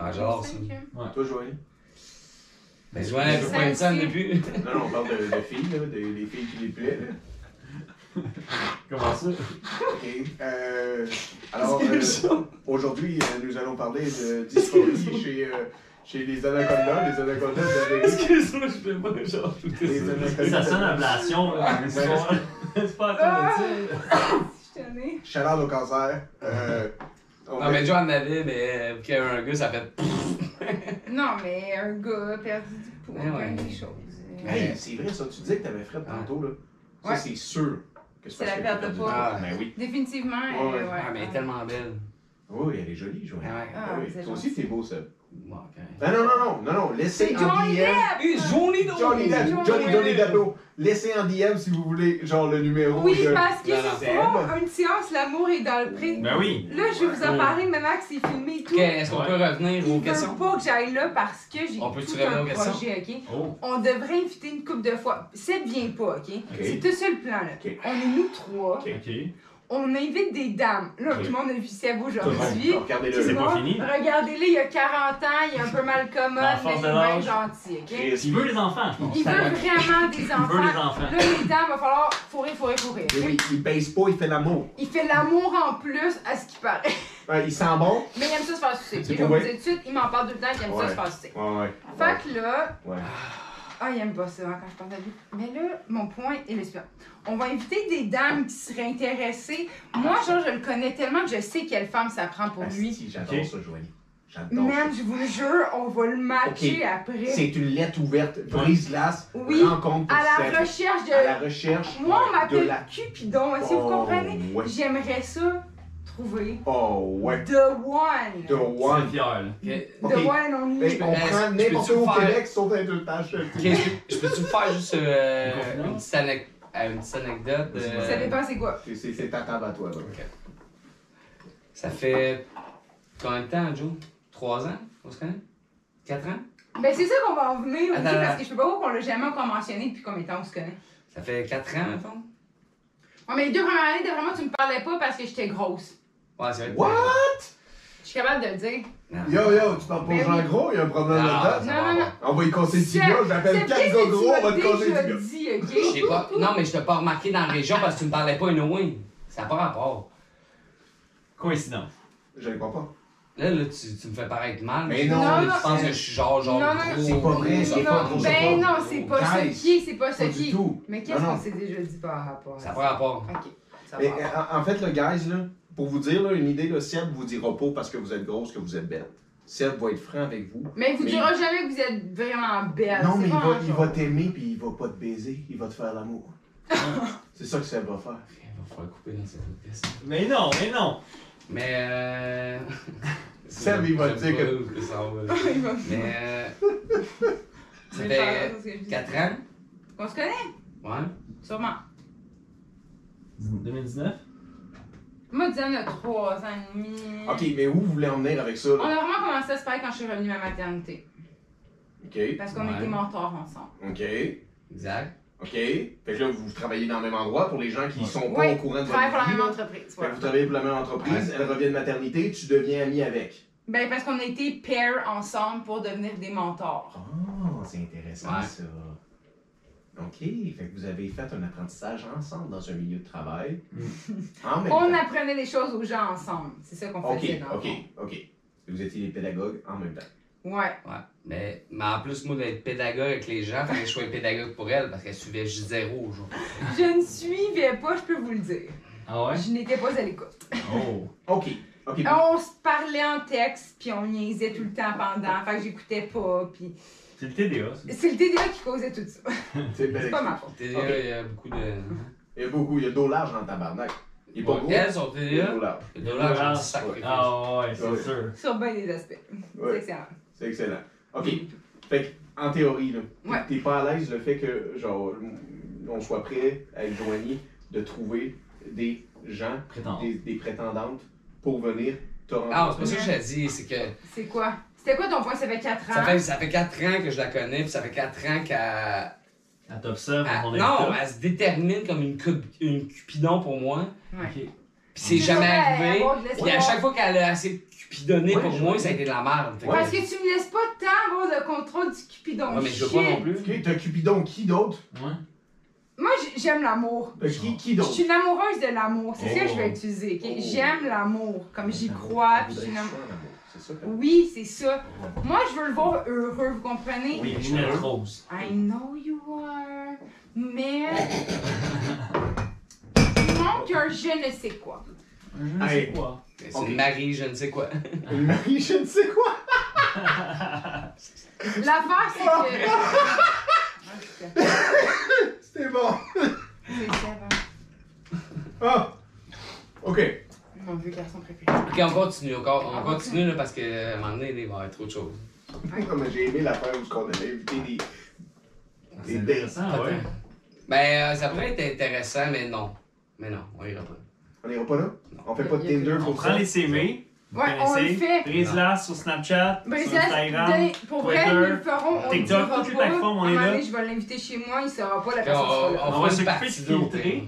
Ah, J'adore ça. Toi, Joanie? Mais je vois un peu Les pas de seins seins aussi. depuis. Non, non, on parle de, de filles, là, des, des filles qui les plaît. Là. Comment ça? Ok. Euh, alors, euh, aujourd'hui, euh, nous allons parler de Excuse-moi. dysphorie chez, euh, chez les anacondas. Les anacondas, vous avez- Excuse-moi, je peux pas, genre, tout Les ça. Ça sonne anacondas. ablation, là. C'est pas- c'est pas à toi de dire. Je t'en ai. Chaleur au cancer. Euh, on Non, va- mais John avait, mais euh, qu'un gars, ça fait. Non, mais un gars a perdu du poids, Ouais, Ben ouais. plein de choses. Hey, c'est vrai ça, tu disais que t'avais frais tantôt là. Ça Ouais. c'est sûr que C'est parce la que perte t'as de du poids. temps. Ben oui. Définitivement, euh, Ouais, ouais. ouais. Ah, mais elle est tellement belle. Oui, elle est jolie, Joanne. Ah ouais. Ben Ah, oui. c'est Toi aussi gentil. t'es beau ça. Bon, ok. Ah non, non, non, non, non, laissez C'est en Johnny DM. Une journée de Johnny Depp, Johnny Johnny, Johnny Depp. Depp. Laissez en DM si vous voulez, genre le numéro. Oui, de- parce que Non, non. c'est souvent une séance, l'amour est dans le pré. Ben oui. Là, je vais vous en parler maintenant que c'est filmé et tout. Ok, Est-ce qu'on Ouais. peut revenir Il aux veut questions? pas que j'aille là parce que j'ai On peut-tu tout revenir un aux questions? projet, ok? Oh, On devrait inviter une couple de fois. Seb vient pas, ok? C'est tout ça le plan, là. Ok. On est nous trois. Ok. ok. On invite des dames. Là, Ok. tout le monde a vu Seb Tout le monde, aujourd'hui. Regardez-le. Tout C'est le là. pas monde, fini. Regardez-le, il a 40 ans, il est un peu mal commode, Dans la mais force il de est bien l'âge. gentil, ok? Il veut les enfants, je pense. Il veut vraiment des enfants. veut les enfants. Là, mesdames, il va falloir fourrer, fourrer, fourrer. ok? Mais oui, il baisse pas, il fait l'amour. Il fait l'amour en plus à ce qu'il paraît. Ouais, il sent bon. Mais il aime ça se faire sucer. C'est ok? Je vais pour vous dire tout de suite, il m'en parle tout le temps qu'il aime Ouais. ça se faire sucer. Ouais, ouais. Fait que là, Ouais. ah, il aime pas ça hein, quand je parle de lui. Mais là, mon point est le suivant. On va inviter des dames qui seraient intéressées. Moi, Ah. genre, je le connais tellement que je sais quelle femme ça prend pour lui. Asti, Ah, J'adore Ok. ça, Joanie. J'adore ça. Même, je vous le jure, on va le matcher Ok. après. C'est une lettre ouverte, brise-glace, Oui, rencontre pour À Seb. la recherche de. à la recherche Moi, on de m'appelle la... Cupidon, est-ce que vous Oh, comprenez? ouais. J'aimerais ça trouver Oh, ouais. The One. The C'est One. fier, là. Ok. The Ok. Ben, One, on y Hey, est. on Est-ce- prend tu n'importe peux-tu où au faire- Québec sauf un deux tâches. Ok, je peux- je peux-tu faire juste euh, Une confidence? une petite anec- euh, une petite anecdote? euh, Ça dépend c'est quoi. C'est- C'est c'est ta table à toi. là. Ok. Ça fait combien de temps, Joe? Trois ans? On se connaît? Quatre ans? Ben c'est ça qu'on va en venir aussi, Attends, parce attends. que je peux pas voir qu'on l'a jamais encore mentionné depuis combien de temps on se connaît. Ça fait quatre ans, mettons? Ouais, Ah, mais les deux premières années, t'as vraiment, tu me parlais pas parce que j'étais grosse. Ouais, c'est vrai. What? Je suis capable de le dire. Non. Yo, yo, tu parles pour Ben Jean oui. Gros, il y a un problème Non, là-dedans. ça Non, va non, pas. On va y casser du gars, j'appelle quatre gars gros, on va te casser du déjà gars. dit, Je sais ok? pas. Non, mais je t'ai pas remarqué dans la région parce que tu me parlais pas une win. Ça n'a pas rapport. Coïncidence. Je ne crois pas. Là, là, tu, tu me fais paraître mal. Mais Je- non, Non, non, tu penses que je suis genre, genre, Non, non, gros, c'est pas vrai, gros, c'est gros, pas gros, gros, ben gros. non, c'est pas ça Guys, qui, c'est pas ça Pas du qui. tout. Mais qu'est-ce Non, qu'on non. s'est déjà dit par rapport à Ça ça? n'a pas rapport. Ok, ça Mais, va. euh, en- en fait, le guys, là, pour vous dire là, une idée, là, Seb vous dira pas parce que vous êtes grosse que vous êtes belle. Seb va être franc avec vous. Mais il vous mais- dira jamais que vous êtes vraiment belle. Non, Euh, c'est mais il pas va, un il genre. va t'aimer puis il va pas te baiser, il va te faire l'amour. C'est ça que Seb va faire. Il va falloir couper dans cette podcast. Mais non, mais non. Mais euh. Seb, il va te dire que. que ça va. Il va me Mais. euh, Ça faire fait ce que je dis. 4 ans? On se connaît, Ouais. sûrement. 2019? Moi, Diane a 3 ans et demi. Ok, mais où vous voulez en venir avec ça? On Là? a vraiment commencé à se parler quand je suis revenue à ma maternité. Ok, Parce qu'on Ouais. était mortards ensemble. ok, Exact. ok. Fait que là, vous travaillez dans le même endroit pour les gens qui Ouais. sont pas Ouais, au courant de On votre travaille pour la vie, même là. entreprise. Fait que voilà. vous travaillez pour la même entreprise, elle revient de maternité, tu deviens ami avec. Ben, parce qu'on a été pair ensemble pour devenir des mentors. Oh, c'est intéressant Ouais. ça. OK, fait que vous avez fait un apprentissage ensemble dans un milieu de travail. Mm. en même On temps. apprenait des choses aux gens ensemble. C'est ça qu'on Ben, OK, faisait dans le OK, fond. OK. Vous étiez des pédagogues en même temps. Ouais. Ouais. Mais, mais en plus, moi, d'être pédagogue avec les gens, fallait que je sois pédagogue pour elle parce qu'elle suivait zéro aujourd'hui. Je ne suivais pas, je peux vous le dire. Ah ouais? Je n'étais pas à l'écoute. Oh! OK, OK. On se parlait en texte, puis on niaisait tout le temps pendant. Fait que j'écoutais pas, puis... C'est le TDA, ça. C'est le TDA qui causait tout ça. C'est une belle C'est pas ma excuse. faute. TDA, Ok. euh, il y a beaucoup de. Il y a beaucoup, il y a dos large dans le tabarnak. Il est pas Ouais, gros. Elles sont Il y a TDA. dos large. euh, Le dollar, j'en dis sacrifice. Ah ouais, c'est Ouais. sûr. Sur bien des aspects. C'est Ouais, excellent. c'est excellent. OK, fait que, en théorie, là, Ouais. t'es pas à l'aise le fait que, genre, on soit prêt avec Joanie de trouver des gens, Prétendant. des, des prétendantes pour venir te Ah, c'est rencontrer. pas ça que je t'ai dit, c'est que C'est quoi? C'était quoi ton point? Ça fait 4 ans. ça fait, ça fait 4 ans que je la connais, puis ça fait 4 ans qu'elle. Elle t'observe elle- Ah, dans ton non, habitat. elle se détermine comme une, cup- une Cupidon pour moi, Ouais. Ok. puis c'est jamais ça, arrivé. avoir de l'espoir. Puis à chaque fois qu'elle a assez cupidonné Ouais, pour je moi, vois. ça a été de la merde. Fait que- Ouais. Parce que tu me laisses pas le temps avoir le contrôle du cupidon. Ouais, mais je veux Shit. pas non plus. Ok, t'as Cupidon, qui d'autre? Ouais. Moi, j- j'aime l'amour. T'as qui, qui Je d'autre? suis une amoureuse de l'amour. C'est ça que Oh. je vais utiliser. ok? Oh. J'aime l'amour. Comme j'y crois. puis je suis une am- C'est ça que- Oui, c'est ça. Moi, je veux le voir heureux, vous comprenez? Oui, lunette rose. I know you are, mais. Il manque un je ne sais quoi. Je ne Hey. sais Ah, quoi. C'est Ok. une Marie, je ne sais quoi. Une Marie, je ne sais quoi! L'affaire, c'est que. Ah, c'est ça. C'était bon! C'est ça, hein. Ah! Ok. Mon vieux garçon préféré. Ok, on continue, on, co- on continue là, parce qu'à un moment donné, il va y avoir trop de choses. Comme j'ai aimé l'affaire où on avait invité des. C'est des intéressant, Ah, ouais. Ben, euh, ça pourrait être intéressant, mais non. Mais non, on ira pas. On n'ira pas là? On fait pas de Tinder On pour prend ça? les CV. vous Ouais, on le connaissez, fait. Brise-la sur Snapchat, Mais sur ça, Instagram. Ben, donnez- pour vrai, Twitter, nous le ferons. On TikTok, le dira toutes les pas. plateformes, on À un est moment là. donné, Je vais l'inviter chez moi, il saura pas la Fait qu'on- personne qui sera là. On fera va une s'occuper partie de deux, filtrer.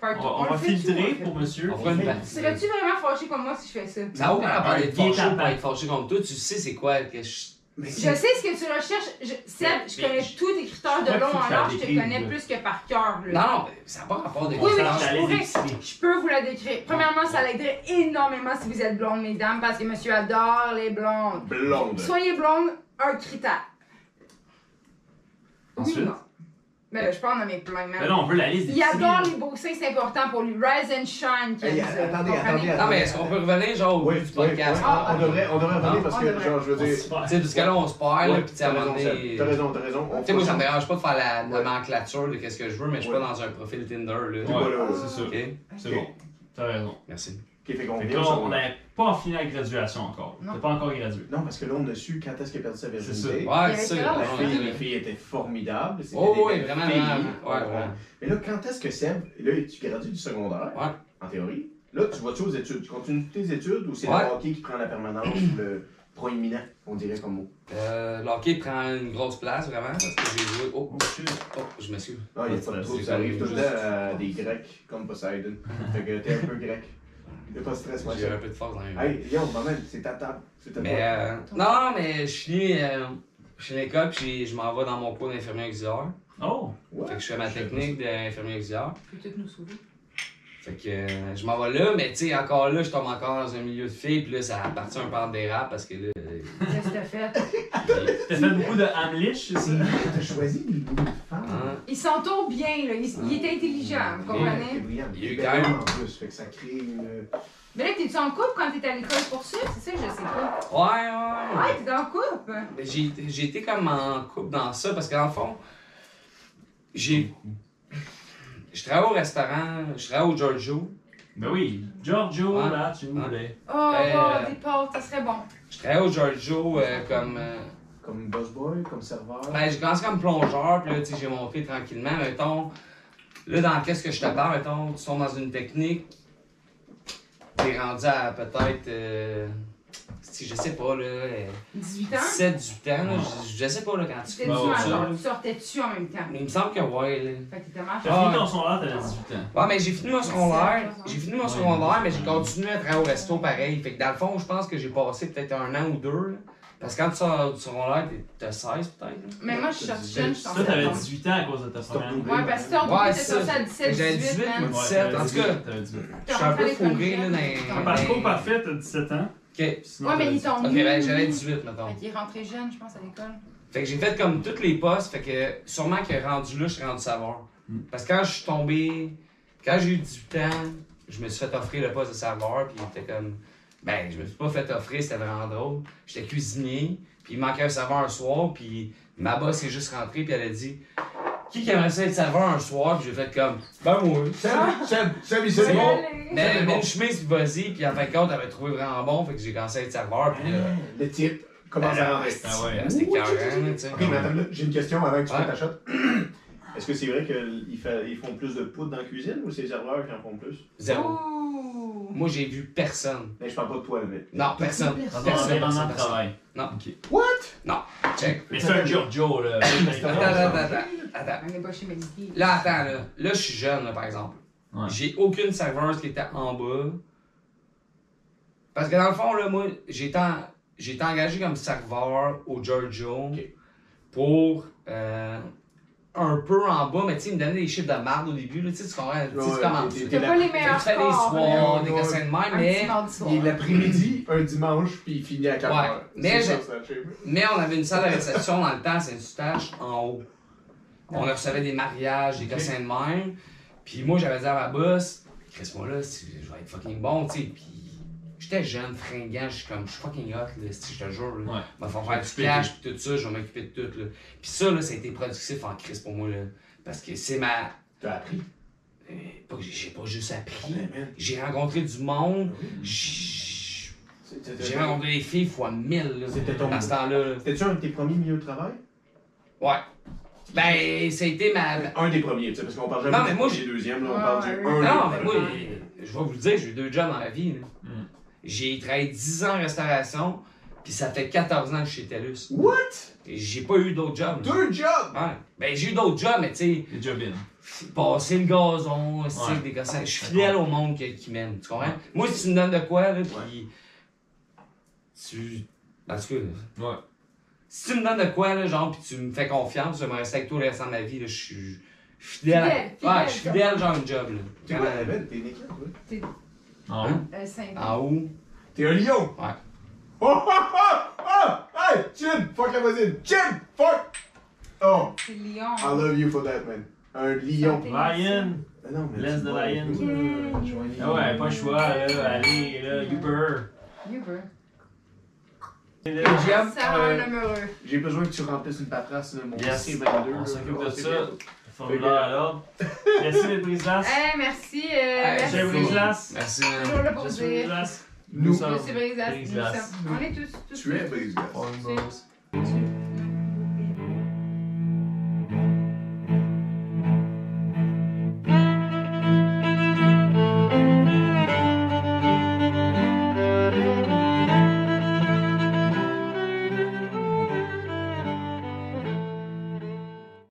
Partout. On, on le va fait tout, filtrer on le pour fait. monsieur. On fera une partie. deux. Serais-tu vraiment fâché comme moi si je fais ça? Ça n'a aucun rapport à être Guet fâché apens. pour être fâché contre toi. Tu sais c'est quoi que je... Mais Je sais ce que tu recherches. Je, Ben, Seb, je Mais- connais mais- tous tes critères je crois de long qu'il faut en faire large, des je te billes, connais là. plus que par cœur. Non, là. non, mais ça n'a pas rapport de Oui, oui, confiance. je J'allais pourrais- l'épicerie. Je peux vous la décrire. Premièrement, ça l'aiderait énormément si vous êtes blonde, mesdames, parce que monsieur adore les blondes. Blonde. Soyez blonde, un critère. Oui, Ensuite. non. Mais là, je peux en nommer plein, même. Ben, Mais là, Ben on veut la liste des Il adore CV. les beaux seins, c'est important pour lui. Rise and shine. qu'il Hey, aime ça, attendez, vous comprenez? attendez, Non, mais est-ce qu'on peut revenir genre au Oui, bout oui, du oui. On podcast? Ah, on devrait on devrait revenir parce on que, devrait. genre, je veux dire. Tu sais, parce que là, on se perd, là, Ouais, puis tu sais, à un t'as moment raison, donné... Seb. T'as raison, t'as raison. On Tu sais, moi, fera ça me ça. dérange pas de faire la Ouais. nomenclature de qu'est-ce que je veux, mais je suis pas Ouais. dans un profil Tinder, là. Ouais. Voilà. c'est sûr. Ok, C'est Ok. bon. T'as raison. merci. Ok, fait qu'on Fait que vient là, au on secondaire. n'avait pas fini la graduation encore. Non. T'es pas encore gradué. Non, parce que là, on a su quand est-ce qu'elle a perdu sa virginité. Ouais, avait c'est ça. quel âge, La là, Ah, on fille, est- les filles étaient formidables. c'était Oh, des oui, belles vraiment, filles. vraiment. Ouais, vraiment. Mais là, quand est-ce que Seb, là, tu gradues du secondaire, Ouais. en théorie, là, tu vas-tu aux études? Tu continues tes études ou c'est Ouais. le hockey qui prend la permanence ou le proéminent, on dirait comme mot? Euh, le hockey prend une grosse place, vraiment, parce que j'ai joué... Oh, Oh, shit. oh, je m'excuse. Non, Ah, il y a pas de trouble, ça arrive tout le temps à des Grecs comme Poseidon. Fait que t'es un peu grec. Y'a pas de stress, moi. J'ai un peu de force dans les mains. Hey, yo, maman, c'est ta table. C'est ta Mais table. euh, non, mais je finis euh, je finis l'école puis j'ai- je m'en vais dans mon cours d'infirmier auxiliaire. Oh! Ouais. Fait que je fais ma technique d'infirmier auxiliaire. Tu peux tout nous sauver. Fait que euh, je m'en vais là, mais tu sais, encore là, je tombe encore dans un milieu de filles puis là, ça a parti un peu en dérape parce que là. euh, Qu'est-ce que t'as fait? T'as fait beaucoup de Hamlish, c'est ça? C'est lui qui t'a choisi les boules de femme. hein, Il s'entoure bien, là. Il, il est intelligent, vous C'est comprenez? brillant. Il y a eu Ben, quand même- vraiment, en plus, fait que ça crée une. euh, Mais là, t'es-tu en couple quand t'es à l'école pour ça? C'est ça, je sais pas. Ah, Ouais, ouais. Ouais, t'es en couple? Mais J'ai j'ai été comme en couple dans ça parce qu'en fond, j'ai. Je travaille au restaurant, je travaille au Giorgio. Ben oui, Giorgio, Ah. Ouais. là, tu nous Ouais. voulais. Oh, wow, Euh, des pâtes, ça serait bon. Je travaillais au Giorgio euh, comme. euh, Comme boss boy, comme serveur. Ben, j'ai commencé comme plongeur, puis là, tu sais, j'ai monté tranquillement. Mettons, là, dans qu'est-ce que je te parle, mettons, tu tombes dans une technique, t'es rendu à peut-être, euh, si je sais pas, là, euh, 18 ans? 17, 18 ans, là, je, je sais pas, là, quand tu T'étais-tu Bah, en- ouais, ça. Tu sortais-tu en même temps? Il me semble que ouais, là. Fait que t'étais marre. T'as Ah, fini ton secondaire, t'avais 18 ans. Ouais, mais j'ai fini mon secondaire, j'ai fini mon Ouais. secondaire, mais j'ai continué à travailler au resto pareil. Fait que dans le fond, je pense que j'ai passé peut-être un an ou deux, là. Parce que quand tu sors du secondaire, t'es- t'as 16 peut-être. là. Mais moi, je suis sortie jeune, je suis Ça, t'avais sortie 18 ans à cause de ta première année. doublé. Ouais, parce que t'es en Ouais, groupe, t'es ça, sortie à hein. 17, j'avais 18, 18 moi. ans. Ouais, 17, t'avais en tout cas. 18, t'avais 18. T'es Je suis un rentrée à peu l'école fourré, là, jeune, dans- t'es Un rentrée- parcours parfait, t'as 17 ans. Ok. Sinon, Ouais, t'avais mais ils 18. t'ont Ok, mis- ben j'avais 18, Fait mettons. qu'il est rentré jeune, je pense, à l'école. Fait que j'ai fait comme tous les postes, fait que sûrement que rendu là, je suis rendu saveur. Mm. Parce que quand je suis tombé, quand j'ai eu 18 ans, je me suis fait offrir le poste de serveur, puis était comme. Ben, je me suis pas fait offrir, c'était vraiment drôle. J'étais cuisinier, puis il manquait un serveur un soir, puis ma boss est juste rentrée, puis elle a dit Qui qui aimerait ça être serveur un soir, puis j'ai fait comme Ben, moi. Ah. Seb, Seb, Seb, il se C'est dit, bon. Allez. Mais elle avait une chemise, puis vas-y, puis en fin de compte, elle avait trouvé vraiment bon, fait que j'ai commencé à être serveur, puis euh, là. Le type commence à rentrer. Ah ouais. C'était Ouh, carré, hein, tu sais. Ok, mais attends, là, j'ai une question avant que tu Ouais. fasses ta shot. Est-ce que c'est vrai qu'ils font plus de poudre dans la cuisine ou c'est les serveurs qui en font plus? Zéro. Ouh. Moi, j'ai vu personne. Mais je parle pas de toi, le mec. Non, personne. Dans un Personne, environnement personne, de personne. travail. Non. Ok. Check. Mais c'est un Giorgio, là. Attends, attends, attends, attends. On est pas chez Melody. Là, attends, là. Là, je suis jeune, là, par exemple. Ouais. J'ai aucune serveuse qui était en bas. Parce que dans le fond, là, moi, j'ai été, en- j'ai été engagé comme serveur au Giorgio Ok. pour euh, un peu en bas, mais tu sais, il me donnait des chiffres de marde au début, là, tu sais, tu comprends, tu sais, Ouais, tu commences. t'es- Tu t'es T'as la- pas les fais meilleurs des corps, là. soirs, des ouais. cassins de même, Un mais, petit mardi soir. Il est l'après-midi, un dimanche, puis il finit à 4 Ouais. heures. Mais C'est je- ça, ça, je sais pas. mais on avait une salle de réception dans le temps à Saint-Eustache en haut. On recevait des mariages, des Ok. cassins de même. Puis moi, j'avais dit à ma boss, Chris, moi là, si- je vais être fucking bon, tu sais. Puis j'étais jeune, fringant, je suis comme, je suis fucking hot, là, si je te jure. Là. Ouais. Ils me font Je faire vais du t'occuper cash, puis tout ça, je vais m'occuper de tout. Là. Puis ça, là, ça a été productif en Chris pour moi, là. Parce que c'est ma. T'as appris. euh, Pas que j'ai- j'ai pas juste appris. Ouais, man. J'ai rencontré du monde. J- C'était- J'ai rencontré des filles fois mille, là. C'était ton- Dans ce temps-là. là. C'était-tu un de tes premiers milieux de travail? Ouais. Ben, ça a été ma. Un des premiers, tu sais, parce qu'on parle Non, jamais mais du moi, premier, j'ai- deuxième, là, on Ouais, parle ouais, du ouais. un. Non, des mais moi, premiers. je vais vous le dire, j'ai eu deux jobs dans la vie. là. Mm. J'ai travaillé 10 ans en restauration, puis ça fait 14 ans que je suis chez TELUS. What? Et J'ai pas eu d'autres jobs. là. Deux jobs! Ouais. Ben, j'ai eu d'autres jobs, mais tu Les Jobin. sais, passer le gazon, c'est Ouais. des gosses. Je suis fidèle au monde que- qui m'aime, tu comprends? Moi, si tu me donnes de quoi, là, puis. Tu. En tout cas, Ouais. si tu me donnes de quoi, là, genre, puis tu me fais confiance, je vais me rester avec toi le restant de ma vie, là, je suis fidèle. à- Fidèle, fidèle, ouais, je suis fidèle, genre, une job, là. T'es quoi, ben, la belle? T'es une équipe, toi? Ah Hein? Euh, Saint-Denis. En haut. T'es un lion! Ouais. Oh, oh, oh! Oh! Hey! Chin! Fuck la voisine! Chin! Fuck! Oh! C'est Lyon. I love you for that, man. Un lion. Santé. Ryan! Ah non, mais Laisse tu de vois, lion. tu vois, Yeah. je vois un lion. Ah ouais, pas le choix, là. Allez, là, Uber. You were. Là, Jam, Ça euh, un homme heureux. J'ai besoin que tu remplisses une paperasse, là, mon Yes. C22. On là. s'occupe de Ah, ça. c'est Formulaire à l'ordre. Merci, les Brislas. Eh, merci. euh, Hey, J'ai merci. Brislas. Merci, Toujours là pour Je suis dire. Brislas. Nous. Je suis Brisas. Brisas. On est tous. tous- bien, Brisas. tous- Almost. tu-